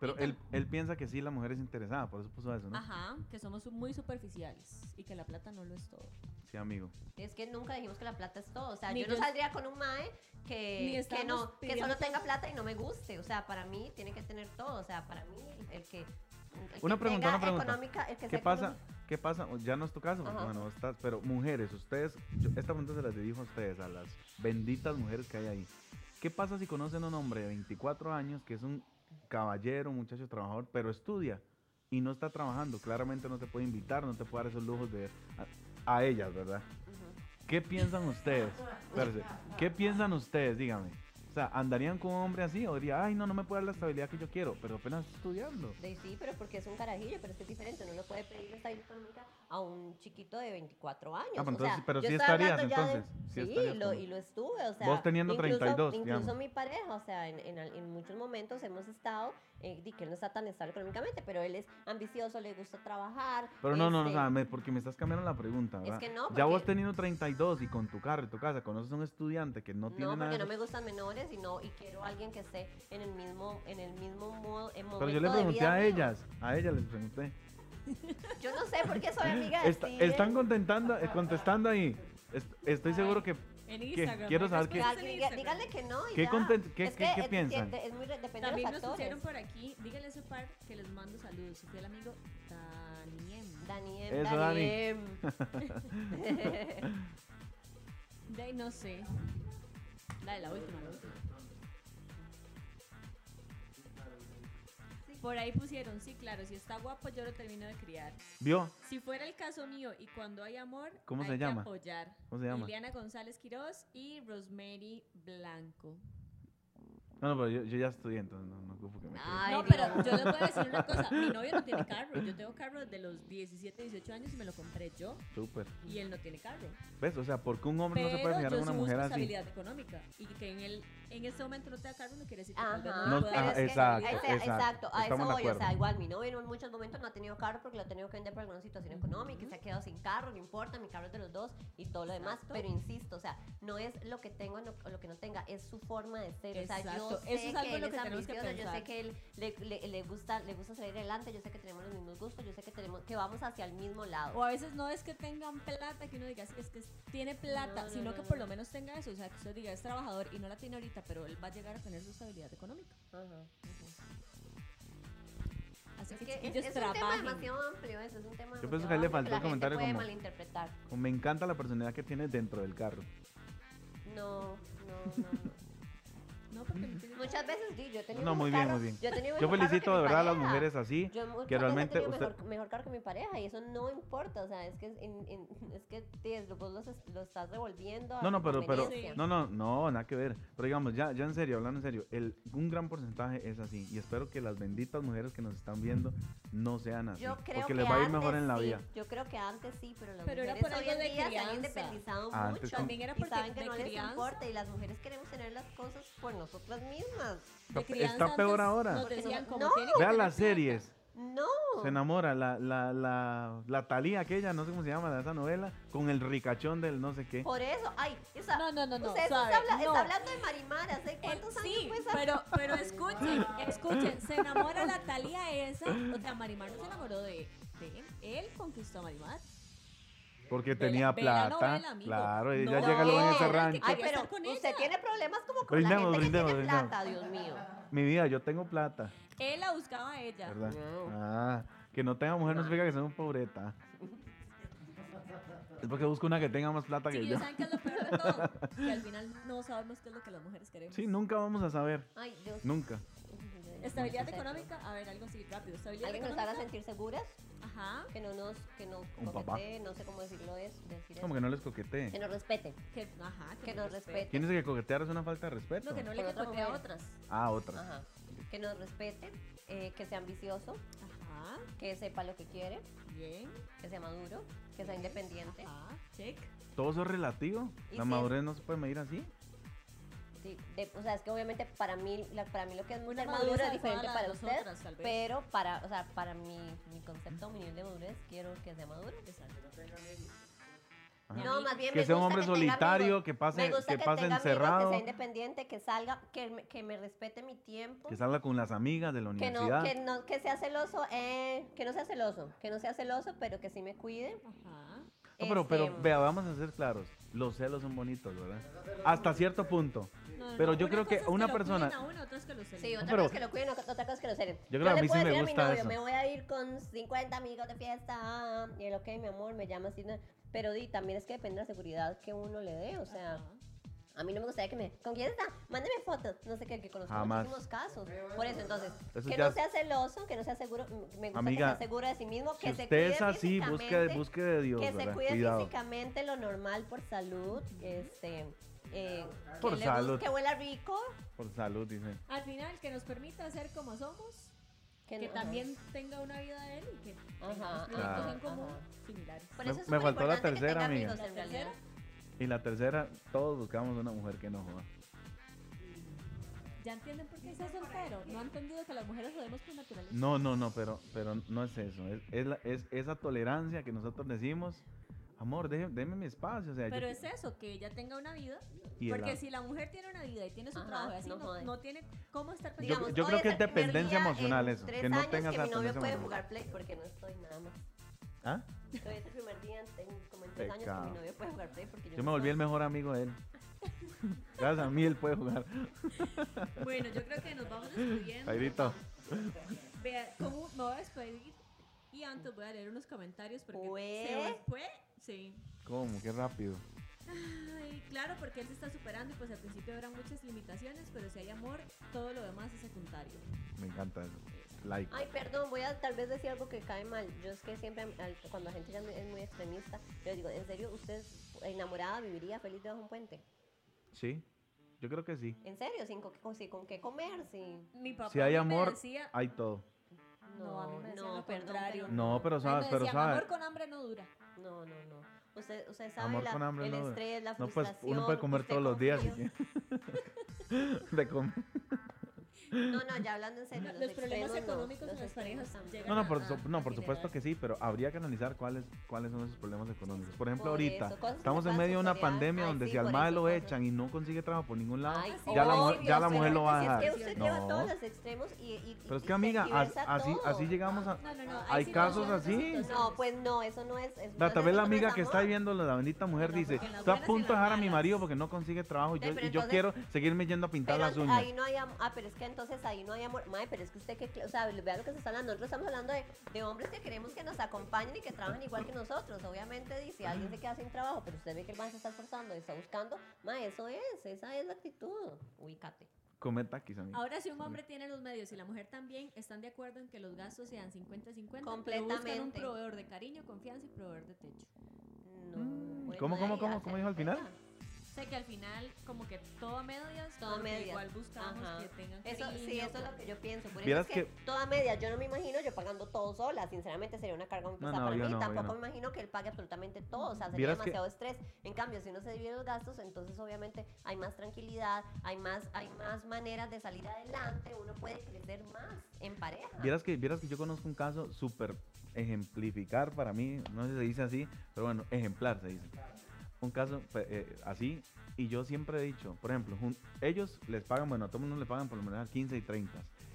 S3: Pero
S1: Entonces-
S3: él, él piensa que sí, la mujer es interesada, por eso puso eso, ¿no?
S1: Ajá, que somos muy superficiales y que la plata no lo es todo.
S3: Sí, amigo.
S2: Es que nunca dijimos que la plata es todo. O sea,
S1: Ni
S2: yo no
S1: yo-
S2: saldría con un mae
S1: Ni
S2: que, que
S1: estamos
S2: no, que
S1: pidiendo
S2: solo
S1: que-
S2: tenga plata y no me guste. O sea, para mí tiene que tener todo. O sea, para mí el que. el que
S3: Una pregunta,
S2: tenga
S3: una pregunta.
S2: económica- el que
S3: ¿Qué
S2: sea
S3: pasa?
S2: económico-
S3: ¿Qué pasa? O Ya no es tu caso, porque,
S2: Ajá.
S3: bueno, estás, pero mujeres, ustedes, yo- esta pregunta se las dirijo a ustedes, a las benditas mujeres que hay ahí. ¿Qué pasa si conocen a un hombre de 24 años que es un caballero, un muchacho trabajador, pero estudia y no está trabajando? Claramente no te puede invitar, no te puede dar esos lujos de a, a ellas, ¿verdad?
S2: Ujú.
S3: ¿Qué piensan ustedes? Espérese, ¿Qué piensan ustedes? Dígame. O sea, andarían con un hombre así o diría, ay, no, no me puede dar la estabilidad que yo quiero, pero apenas estudiando.
S2: De sí, pero porque es un carajillo, pero es que es diferente. Uno no puede pedirle estabilidad económica a un chiquito de 24 años.
S3: Ah, pero
S2: o sea,
S3: entonces- pero
S2: yo
S3: sí
S2: estoy
S3: estarías,
S2: hablando ya de-
S3: entonces, sí
S2: sí,
S3: estarías
S2: lo,
S3: con-
S2: y lo estuve, o sea.
S3: Vos teniendo 32,
S2: Incluso
S3: digamos.
S2: mi pareja, o sea, en, en, al- en muchos momentos hemos estado, eh, di que él no está tan estable económicamente, pero él es ambicioso, le gusta trabajar.
S3: Pero no, no, no,
S2: este,
S3: nada, me- porque me estás cambiando la pregunta,
S2: Es
S3: ¿verdad?
S2: que no,
S3: Ya vos
S2: porque-
S3: teniendo 32 y con tu carro y tu casa, conoces a un estudiante que no tiene
S2: No,
S3: nada. de
S2: porque no
S3: eso.
S2: me gustan menores y no, y quiero a alguien que esté en el mismo, en el mismo modo, en
S3: Pero yo
S2: momento
S3: le
S2: de
S3: pregunté
S2: vida
S3: a
S2: mío.
S3: ellas, a ellas les pregunté.
S2: Yo no sé por qué soy amiga de
S3: Está-
S2: Steven.
S3: están contentando, eh, contestando ahí. Es- estoy
S1: Ay,
S3: seguro que
S1: En
S3: ¿Qué?
S1: Instagram.
S3: Quiero
S1: hay
S3: saber
S2: Que
S3: qué-
S1: respuestas en
S2: alguien diga-
S1: Instagram.
S2: díganle que no y
S3: ¿Qué
S2: ya.
S3: content- qué-
S2: Es
S3: qué-
S2: que
S3: qué
S2: es-
S3: piensan?
S2: Es, muy re- depende
S1: También
S2: de los
S1: nos
S2: factores.
S1: pusieron por aquí, dígale a su par que les mando saludos. Su fiel amigo Daniel.
S2: Daniel,
S3: Eso, Dani.
S2: Daniel.
S1: De ahí no sé. Dale, la última, la última. Por ahí pusieron, sí, claro, si está guapo yo lo termino de criar.
S3: vio,
S1: Si fuera el caso mío y cuando hay amor,
S3: ¿Cómo
S1: hay
S3: se
S1: que
S3: llama?
S1: apoyar.
S3: ¿cómo se llama?
S1: Liliana González Quirós y Rosemary Blanco.
S3: No, no, pero yo, yo ya estudié, entonces no, no ocupo que me quede.
S2: Ay,
S1: no, pero yo les voy a decir una cosa. Mi novio no tiene carro. Yo tengo carro desde los 17, 18 años y me lo compré yo.
S3: Súper.
S1: Y él no tiene carro.
S3: ¿Ves? O sea, ¿por qué un hombre
S1: Pero
S3: no se puede fijar
S1: yo
S3: en una
S1: sí
S3: mujer
S1: busco
S3: así?
S1: estabilidad económica. Y que en, el, en este momento no tenga carro no quiere decir que
S2: Ajá.
S1: tal vez no
S3: No,
S1: me pueda
S3: ajá,
S1: dar
S2: pero es que-
S1: estabilidad.
S3: exacto,
S2: ahí está-
S3: exacto.
S2: exacto, A
S3: Estamos
S2: eso voy.
S3: de
S2: O sea,
S3: acuerdo.
S2: igual mi novio en muchos momentos no ha tenido carro porque lo ha tenido que vender por alguna situación económica y se ha quedado sin carro, no importa, mi carro es de los dos y todo lo demás.
S1: Exacto.
S2: Pero insisto, o sea, no es lo que tengo no- o lo que no tenga, es su forma de ser. O sea, yo
S1: Exacto,
S2: sé
S1: eso es algo
S2: que
S1: en lo
S2: él
S1: que
S2: es
S1: tenemos que
S2: ambicioso, yo
S1: pensar.
S2: sé que él le, le- le gusta, le gusta salir adelante, yo sé que tenemos los mismos gustos, yo sé que, tenemos, que vamos hacia el mismo lado.
S1: O a veces no es que tengan plata, que uno diga, "Sí, es que tiene plata,
S2: No, no,
S1: sino
S2: no,
S1: que
S2: no.
S1: por lo menos tenga eso. O sea, que usted diga, es trabajador y no la tiene ahorita, pero él va a llegar a tener su estabilidad económica.
S2: Ajá, ajá.
S1: Así
S2: Es
S1: que,
S2: que es,
S1: ellos
S2: es un tema
S1: trabajan.
S2: demasiado amplio, eso es un tema
S3: Yo
S2: demasiado
S3: pienso que ahí le
S2: amplio
S3: faltó
S2: la
S3: el comentario
S2: gente puede
S3: como-
S2: malinterpretar.
S3: Me encanta la personalidad que tienes dentro del carro.
S2: No, no, no.
S1: No, porque no tiene
S2: no. Muchas veces sí, yo he tenido
S3: No,
S2: un
S3: muy bien,
S2: carro-
S3: muy bien.
S2: Yo, he tenido
S3: Yo
S2: mejor carro
S3: felicito
S2: que
S3: de
S2: mi
S3: verdad a las
S2: pareja.
S3: mujeres así.
S2: Yo muchas
S3: que
S2: veces he
S3: realmente pues, eh,
S2: tenido
S3: usted-
S2: mejor, mejor carro que mi pareja y eso no importa, o sea, es que es, en- en- es que te- vos los es- lo, estás revolviendo. a
S3: No, no,
S2: tu
S3: pero, pero,
S2: conveniencia.
S3: no, no, no, nada que ver. Pero digamos, ya, ya en serio, hablando en serio, el, un gran porcentaje es así. Y espero que las benditas mujeres que nos están viendo no sean así.
S2: Yo creo que
S3: porque les va a ir
S2: antes
S3: mejor en la
S2: sí,
S3: vida.
S2: Yo creo que antes sí, pero las
S1: Pero era
S2: mujeres
S1: por
S2: hoy
S1: algo de
S2: en día se
S1: crianza.
S2: han independizado
S3: Ah, Antes
S2: mucho.
S3: como-
S1: También era
S2: Y
S1: porque
S2: saben que
S1: de
S2: no les
S1: crianza.
S2: importa y las mujeres queremos tener las cosas por nosotras mismas.
S1: de
S3: Está-
S1: crianza
S3: está peor
S1: antes
S3: ahora.
S1: Nos
S2: Porque
S1: decían
S2: no-
S1: como
S2: no.
S1: tiene que
S3: Vea
S1: tener
S3: las
S1: plata.
S3: series.
S2: No.
S3: Se enamora la, la, la, la Talía aquella, no sé cómo se llama, de esa novela, con el ricachón del no sé qué.
S2: Por eso, ay, esa,
S1: No, no, no, no.
S2: usted
S1: suave,
S2: está, habla-
S1: no.
S2: está hablando de Marimar, ¿hace
S1: Eh,
S2: cuántos años
S1: sí,
S2: fue esa?
S1: pero, pero escuchen, escuchen, se enamora la Talía esa, o sea, Marimar no se enamoró de, de él, él conquistó a Marimar. Ve
S3: Porque
S1: la-
S3: tenía
S1: ve la
S3: plata.
S1: novela, amigo.
S3: claro,
S1: No,
S3: ella llega luego en
S1: era
S3: ese
S1: que
S3: rancho.
S2: Ay,
S1: quería
S2: pero
S1: estar con
S2: usted
S1: ella.
S2: tiene problemas como con
S3: Brindemos,
S2: la gente
S3: brindemos,
S2: que tiene
S3: brindemos.
S2: plata, Dios mío.
S3: Mi vida, yo tengo plata,
S1: Él la buscaba a ella.
S3: ¿verdad?
S2: No.
S3: Ah, que no tenga mujer no significa que sea un pobreta. Es porque busco una que tenga más plata que
S1: Chiquillos,
S3: yo.
S1: ¿saben qué es lo peor de todo? Que al final no sabemos qué es lo que las mujeres queremos.
S3: Sí, nunca vamos a saber.
S2: Ay, Dios.
S3: Nunca.
S1: Estabilidad económica, a ver, algo así rápido. Estabilidad
S2: Alguien que nos haga
S1: económica.
S2: sentir seguras,
S1: Ajá.
S2: que no nos, que nos
S3: Un papá.
S2: coquetee, no sé cómo decirlo es, decir eso.
S3: Como que no les
S2: Que
S3: coquetee.
S2: nos respeten,
S1: Que, ajá,
S2: que nos respeten.
S3: ¿Quién dice que coquetear es una falta de respeto?
S1: No, que no le
S2: Con otra
S1: coquetea a
S2: mujer.
S1: otras.
S3: Ah, otra.
S2: Ajá. Que nos respeten, eh, que sea ambicioso,
S1: Ajá.
S2: que sepa lo que quiere,
S1: Bien.
S2: que sea maduro, que sea independiente.
S1: Ajá. Check.
S3: Todo eso es relativo.
S2: Y
S3: La
S2: si-
S3: madurez no se puede medir así.
S2: Sí, de- o sea, es que obviamente para mí, la- para mí lo que es muy
S1: Una
S2: maduro
S1: madurez
S2: es diferente
S1: adecuada a
S2: para
S1: las
S2: usted,
S1: otras, pues. tal vez.
S2: pero para, o sea, para mi, mi concepto, mi nivel de madurez, quiero que sea maduro.
S3: Ajá.
S2: No, más bien
S3: Que
S2: me
S3: sea un
S2: gusta
S3: hombre
S2: tenga
S3: solitario,
S2: amigos.
S3: que
S2: me
S3: pase,
S2: gusta
S3: que pase
S2: tenga amigos, que
S3: encerrado,
S2: sea independiente, que salga, que me, que me respete mi tiempo,
S3: que salga con las amigas de la
S2: que no,
S3: universidad.
S2: que no, que sea celoso, eh, que no sea celoso, que no sea celoso, pero que sí me cuide.
S1: Ajá.
S3: No, Ah, pero, pero
S2: este,
S3: vea, vamos a ser claros. Los celos son bonitos, ¿verdad? Hasta cierto punto.
S1: No, no,
S3: Pero
S1: no,
S3: yo
S1: una
S3: creo que
S1: cosa es
S3: una
S1: lo
S3: persona-
S1: cuiden a uno, otra es que lo celen.
S2: Sí, otra
S3: pero-
S2: cosa es que lo cuiden, otra otra cosa es que lo celen.
S3: Yo creo
S2: Yo
S3: que a
S2: le
S3: mí sí
S2: puedo
S3: me
S2: decir a mi
S3: gusta
S2: novio,
S3: eso.
S2: me voy a ir con 50 amigos de fiesta. ah, Y él, ok, mi amor, me llama así. na- Pero di, también es que depende de la seguridad que uno le dé. O sea,
S1: Ajá.
S2: a mí no me gustaría que me. ¿Con quién está? Mándeme fotos. No sé qué, que conozco
S3: Jamás.
S2: muchísimos casos. Por eso, entonces,
S3: Eso
S2: que
S3: ya
S2: no
S3: es-
S2: sea celoso, que no sea seguro. m- Me gusta
S3: Amiga,
S2: que sea seguro de sí mismo, que
S3: Si
S2: se
S3: usted
S2: cuide
S3: es así, busque,
S2: físicamente,
S3: busque de Dios,
S2: que se
S3: ¿verdad?
S2: cuide
S3: Cuidado.
S2: físicamente lo normal por salud. Este. eh,
S3: Por
S2: que, le
S3: salud.
S2: guste, que huela rico.
S3: Por salud, dice.
S1: Al final, que nos permita ser como somos, que,
S2: no-
S1: también tenga una vida de él y que tengamos
S2: Ajá,
S1: proyectos
S3: ajá,
S1: en común similares.
S2: Por
S3: Me-
S2: eso es
S3: me faltó la
S2: superimportante que
S3: tercera,
S2: tenga
S3: amiga.
S2: amigos, en
S1: ¿La tercera?
S2: realidad.
S3: Y la tercera, todos buscamos una mujer que no joda.
S1: ¿Ya entienden por qué está soltero? ¿No han entendido que las mujeres jodemos por naturaleza?
S3: No, no, no, pero, pero no es eso. Es, es, la- es esa tolerancia que nosotros decimos, amor, deje- deme mi espacio. O sea, yo
S1: Pero
S3: que-
S1: es eso, que ella tenga una vida.
S3: y el
S1: Porque
S3: am-
S1: si la mujer tiene una vida y tiene su
S2: Ajá,
S1: trabajo y así,
S2: no
S1: no,
S2: jode.
S1: no tiene cómo estar
S3: Yo-
S1: pensando.
S3: yo
S2: hoy
S3: creo
S2: es
S3: que
S2: el primer
S3: dependencia
S2: día
S3: emocional
S2: en
S3: eso,
S2: tres
S3: que no
S2: años
S3: tengas
S2: que mi
S3: dependencia
S2: novio puede
S3: emocional.
S2: jugar play porque no estoy nada más.
S3: ¿Ah?
S2: Hoy es el este primer día en como en tres años que
S3: Pecado.
S2: mi novio puede jugar play porque yo
S3: Yo me volví el mejor amigo de él. Gracias a mí él puede jugar.
S1: Bueno, yo creo que nos vamos descubriendo.
S3: Jairito.
S1: Vea, ¿cómo me voy a despedir? Y antes voy a leer unos comentarios porque
S2: Fue.
S1: se me fue. Sí.
S3: ¿Cómo? Qué rápido.
S1: Ay, claro, porque él se está superando y pues al principio habrá muchas limitaciones, pero si hay amor, todo lo demás es secundario.
S3: Me encanta eso. Like.
S2: Ay, perdón, voy a tal vez decir algo que cae mal. Yo es que siempre, al- cuando la gente ya es muy extremista, yo digo, ¿en serio usted enamorada viviría feliz debajo de un puente?
S3: Sí, yo creo que sí.
S2: ¿En serio? ¿Sin co- con, sin- con qué comer? Sin...
S1: Mi papá
S3: Si hay
S1: a mí me
S3: amor, ah,
S1: decía,
S3: hay todo.
S1: No, a mí me decían lo contrario.
S3: No, pero
S1: a mí
S3: sabes,
S1: me
S3: pero
S1: decían,
S3: sabes.
S1: amor con hambre no dura.
S2: No, no, no. Usted, usted sabe
S3: Amor
S2: la-
S3: con hambre
S2: el
S3: no-
S2: estrés, la
S3: No, pues
S2: frustración.
S3: uno puede comer
S2: usted
S3: todos los días.
S2: confía-
S3: si quiere. De comer.
S2: No, no, ya hablando en serio.
S1: Los problemas
S2: extremos no,
S1: económicos
S2: los
S1: en las
S2: extremos
S1: parejas
S2: también.
S1: llegan
S3: No, no, por,
S1: a-
S3: su-
S1: a
S3: no, por
S1: generar.
S3: supueles supuesto que sí, pero habría que analizar cuáles, cuáles son esos problemas económicos. Por ejemplo,
S2: Por
S3: ahorita
S2: eso, cosas que
S3: estamos
S2: se
S3: en
S2: puedan
S3: medio de una
S2: superar.
S3: pandemia
S2: Ay,
S3: donde
S2: sí,
S3: si
S2: por
S3: al
S2: eso,
S3: mal lo
S2: cosas.
S3: echan y no consigue trabajo por ningún lado,
S2: Ay,
S1: sí,
S3: ya, la,
S1: obvio,
S3: mu- ya la
S1: pero
S3: mujer lo va a
S2: Si
S3: dejar.
S2: es que usted lleva
S3: No.
S2: todos los extremos y. y-
S3: Pero es
S2: y-
S3: que
S2: y
S3: amiga, as-
S2: tergiversa
S3: así,
S2: todo.
S3: así llegamos a...
S1: No, no, no.
S3: Hay casos
S1: situaciones,
S3: así.
S1: situaciones.
S2: No, pues no, eso no es. es-
S3: La,
S2: no,
S3: tal vez
S2: eso
S3: la
S2: no
S3: amiga
S2: es
S3: que está
S2: amor.
S3: viendo la bendita mujer
S1: No,
S3: dice,
S1: porque en las
S3: está a
S1: buenas y en
S3: punto de
S1: las
S3: dejar a mi
S1: malas".
S3: marido porque no consigue trabajo y
S2: Sí,
S3: yo,
S2: pero
S3: y yo
S2: entonces-
S3: quiero seguirme yendo a pintar
S2: Pero
S3: las uñas.
S2: ahí no hay amor. Ah, pero es que entonces ahí no hay amor. Mae, pero es que usted que. O sea, vea lo que se está hablando. Nosotros estamos hablando de, de hombres que queremos que nos acompañen y que trabajen igual que nosotros. Obviamente, dice, si alguien se queda sin trabajo, pero usted ve que el man se está esforzando y está buscando. Mae, eso es. Esa es la actitud. Ubícate.
S3: Comer taquis, amiga.
S1: Ahora, si un hombre tiene los medios y la mujer también, están de acuerdo en que los gastos sean 50-50, pero buscan un
S2: Completamente.
S1: proveedor de cariño, confianza y proveedor de techo.
S2: No.
S3: Mm,
S2: bueno,
S3: ¿cómo, cómo,
S2: ahí
S3: cómo,
S2: hace-
S3: cómo dijo al final?
S2: Venga.
S1: Sé que al final, como que todo a medias,
S2: Todo a
S1: porque
S2: medias.
S1: igual buscamos
S2: Ajá.
S1: que tengan
S2: Eso,
S1: cariño.
S2: sí, eso es lo que yo pienso. Por eso
S3: Vieras
S2: es que,
S3: que-
S2: toda media, yo no me imagino yo pagando todo sola. Sinceramente sería una carga muy
S3: No,
S2: pesada
S3: no,
S2: para
S3: yo
S2: mí.
S3: no, yo
S2: Tampoco
S3: no.
S2: me imagino que él pague absolutamente todo. O sea, sería
S3: Vieras que-
S2: demasiado estrés. En cambio, si uno se divide los gastos, entonces obviamente hay más tranquilidad, hay más, hay más maneras de salir adelante, uno puede crecer más en pareja.
S3: Vieras que, vieras que yo conozco un caso súper ejemplificar para mí, no sé si se dice así, pero bueno, ejemplar se dice. Un caso pe- eh, así, y yo siempre he dicho, por ejemplo, jun- ellos les pagan, bueno, a todo mundo le pagan por lo menos 15 y 30.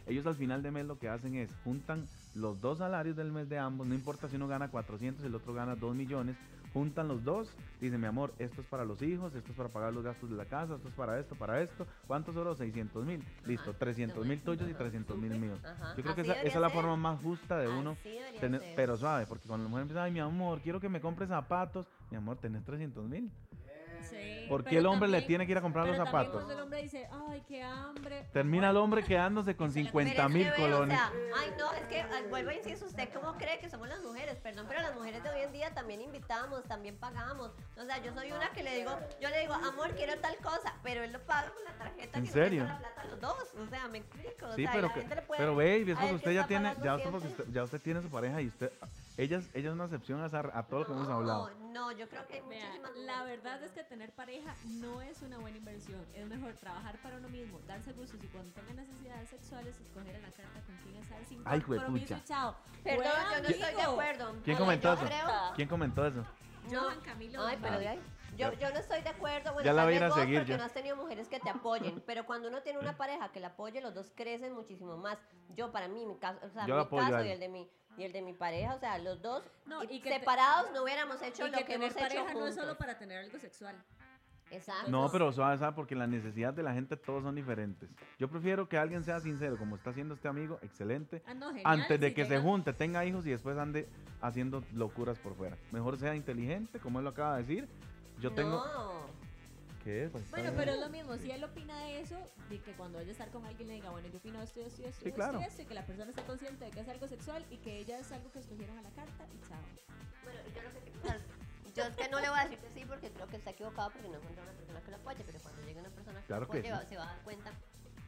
S3: Ellos al final de mes lo que hacen es juntan los dos salarios del mes de ambos, no importa si uno gana 400 y el otro gana 2 millones, juntan los dos, dicen, mi amor, esto es para los hijos, esto es para pagar los gastos de la casa, esto es para esto, para esto, ¿cuántos euros? 600 mil,
S2: Ah,
S3: listo, 300 mil tuyos y 300 mil míos. Yo creo que esa, esa es la forma más justa de uno. tener- pero suave, porque cuando la mujer empieza, ay, mi amor, quiero que me compre zapatos. Mi amor, tenés 300 mil.
S1: Sí,
S3: ¿Por qué
S1: pero
S3: el hombre le
S1: también-
S3: tiene que ir a comprar los
S1: pero también
S3: zapatos?
S1: Cuando el hombre dice, ay, qué hambre.
S3: Termina el hombre quedándose con
S1: se la
S3: 50 mil colones.
S2: ay, no, es que ah, vuelvo a insistir, ¿usted cómo cree que somos las mujeres? Perdón, pero las mujeres de hoy en día también invitamos, también pagamos. O sea, yo soy una que le digo, yo le digo, amor, quiero tal cosa, pero él lo paga con la tarjeta
S3: ¿En
S2: que
S3: serio?
S2: nos presta la plata a los dos. O sea, me explico. o
S3: Sí,
S2: sea, y
S3: pero,
S2: la
S3: que,
S2: gente le puede-
S3: pero baby, es
S2: a
S3: porque
S2: él que
S3: usted ya
S2: está
S3: tiene,
S2: pagando
S3: ya usted, porque
S2: siempre.
S3: usted- ya usted tiene su pareja y usted, ella es, ella es una excepción a, esa- a todo lo que hemos hablado.
S2: No, no, yo creo que hay
S1: Vea,
S2: muchísimas
S1: la
S2: mujeres
S1: verdad es que tener pareja no es una buena inversión. Es mejor trabajar para uno mismo, darse gustos y cuando tenga necesidades sexuales, escoger a la carta con quién estar sin
S3: Ay,
S1: compromiso.
S3: juepucha.
S1: y Chao.
S2: Perdón, yo no estoy de acuerdo.
S3: ¿Quién
S2: Hola,
S3: comentó
S2: yo
S3: eso?
S2: creo-
S3: ¿Quién comentó eso?
S1: Johan Camilo.
S2: Ay, pero
S3: Ah.
S2: de ahí. Yo, yo no estoy de acuerdo. Bueno,
S3: Ya la
S2: tal
S3: voy a
S2: vez
S3: ir a
S2: vos
S3: seguir,
S2: Porque
S3: ya.
S2: no has tenido mujeres que te apoyen. Pero cuando uno tiene una pareja que la apoye, los dos crecen muchísimo más. Yo, para mí, mi caso, o sea,
S3: Yo la
S2: mi
S3: apoyo a
S2: caso
S3: él.
S2: y el de mi, y el de mi pareja, o sea, los dos
S1: No,
S2: y
S1: y que te-
S2: separados no hubiéramos hecho
S1: Y
S2: lo
S1: que
S2: que,
S1: tener
S2: hemos hecho
S1: pareja
S2: juntos.
S1: no es solo para tener algo sexual.
S2: Exacto.
S3: No, pero suave, suave, porque la necesidad de la gente todos son diferentes. Yo prefiero que alguien sea sincero, como está haciendo este amigo, excelente,
S1: Ah, no, genial,
S3: antes de
S1: si
S3: que se
S1: llega-
S3: junte, tenga hijos y después ande haciendo locuras por fuera. Mejor sea inteligente, como él lo acaba de decir. Yo tengo...
S2: No.
S3: ¿Qué es? Pues está
S1: Bueno,
S3: bien.
S1: pero es lo mismo, si él opina de eso, de que cuando vaya a estar con alguien le diga, bueno, yo opino esto, esto, esto, esto,
S3: claro.
S1: esto, y que la persona esté consciente de que es algo sexual y que ella es algo que escogieron a la carta y chao.
S2: Bueno, y yo lo que quiero- Yo es que no le voy a decir que sí porque creo que está equivocado porque no encuentra una persona que lo apoye, pero cuando llegue una persona que
S3: Claro
S2: lo
S3: que
S2: apoye va-
S3: sí.
S2: se va a dar cuenta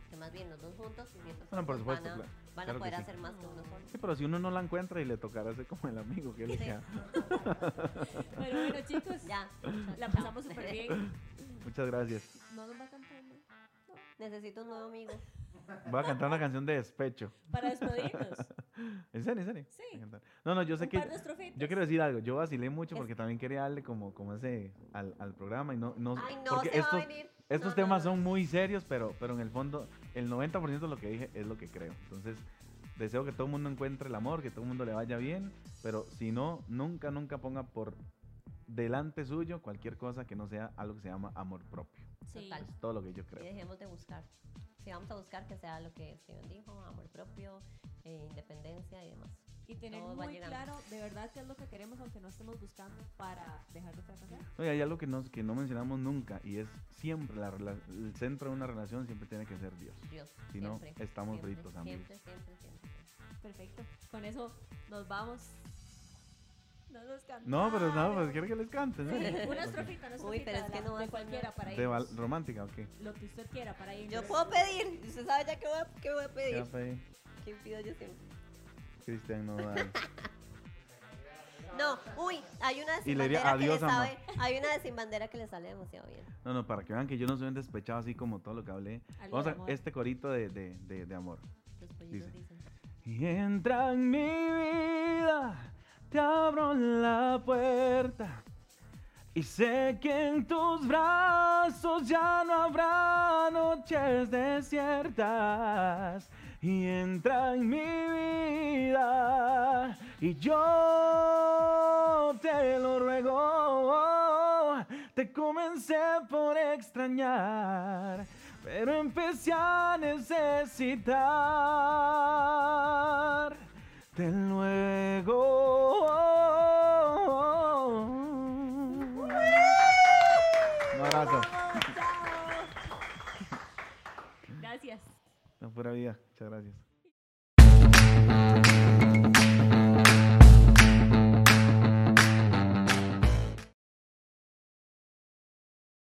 S2: que más bien los dos juntos y mientras
S3: Bueno, por
S2: tanto
S3: supuesto,
S2: van a,
S3: cla-
S2: van
S3: claro
S2: a
S3: que
S2: poder
S3: sí.
S2: hacer más que uno solo.
S3: Sí, pero si uno no la encuentra y le tocará ser como el amigo que le
S2: Sí.
S3: queda.
S1: Pero bueno, chicos,
S2: Ya.
S1: la
S2: chao.
S1: pasamos súper bien.
S3: Muchas gracias.
S1: No nos va cantando.
S2: Necesito un nuevo amigo.
S3: Voy a cantar una canción de despecho.
S1: Para despedirnos.
S3: ¿En serio, en serio?
S1: Sí.
S3: Voy a cantar. No, no, yo sé
S1: un
S3: que...
S1: par de estrofitas.
S3: Yo quiero decir algo, yo vacilé mucho
S2: Es-
S3: porque también quería darle como, como ese al, al programa y no, no,
S2: Ay, no,
S3: porque
S2: se
S3: estos,
S2: va a venir.
S3: estos
S2: No, no,
S3: temas
S2: no.
S3: son muy serios, pero, pero en el fondo el 90% de lo que dije es lo que creo. Entonces, deseo que todo el mundo encuentre el amor, que todo el mundo le vaya bien, pero si no, nunca, nunca ponga por delante suyo cualquier cosa que no sea algo que se llama amor propio.
S1: Sí.
S2: Total.
S3: Es todo lo que yo
S2: Y
S3: creo.
S2: dejemos de buscar. Si vamos a buscar que sea lo que Steven dijo, amor propio, eh, independencia y demás.
S1: Y tener
S2: Todo va
S1: muy
S2: llegando.
S1: claro de verdad qué es lo que queremos, aunque no estemos buscando para dejar de fracasar.
S3: No, y hay algo que no, que no mencionamos nunca y es siempre la, rela- el centro de una relación siempre tiene que ser Dios.
S2: Dios.
S3: Si no,
S2: siempre,
S3: estamos
S2: siempre,
S3: fritos, amigos.
S2: Siempre, siempre, siempre.
S1: Perfecto. Con eso nos vamos. No nos cantamos.
S3: No, pero no, pues quiero que les cante, ¿no?
S1: Sí,
S3: Ok.
S1: una estrofita, una estrofita.
S2: Uy, pero es
S1: de
S2: que
S1: la-
S2: no va
S1: de
S2: a sonar.
S1: cualquiera para
S3: De
S1: ir.
S3: val- romántica, ok.
S1: Lo que usted quiera para ir.
S2: Yo puedo pedir. Usted sabe ya qué voy a, qué voy a
S3: Ya
S2: pedir.
S3: fue
S2: ¿Qué pido yo siempre?
S3: Cristian Nodal.
S2: No, uy, hay una de sin
S3: Y le diría,
S2: bandera
S3: "Adiós,
S2: que le
S3: amor".
S2: sabe. Hay una de sin bandera que le sale demasiado bien.
S3: No, no, para que vean que yo no soy un despechado así como todo lo que hablé.
S1: Algo
S3: Vamos
S1: de
S3: a
S1: amor.
S3: este corito de, de, de, de amor.
S2: Los pollitos
S3: Dice.
S2: dicen.
S3: Y entra en mi vida, te abro la puerta. Y sé que en tus brazos ya no habrá noches desiertas. Y entra en mi vida y yo te lo ruego. Te comencé por extrañar, pero empecé a necesitar. Te luego. Un abrazo.
S1: Vamos, chao. Gracias.
S3: La pura vida. Muchas gracias.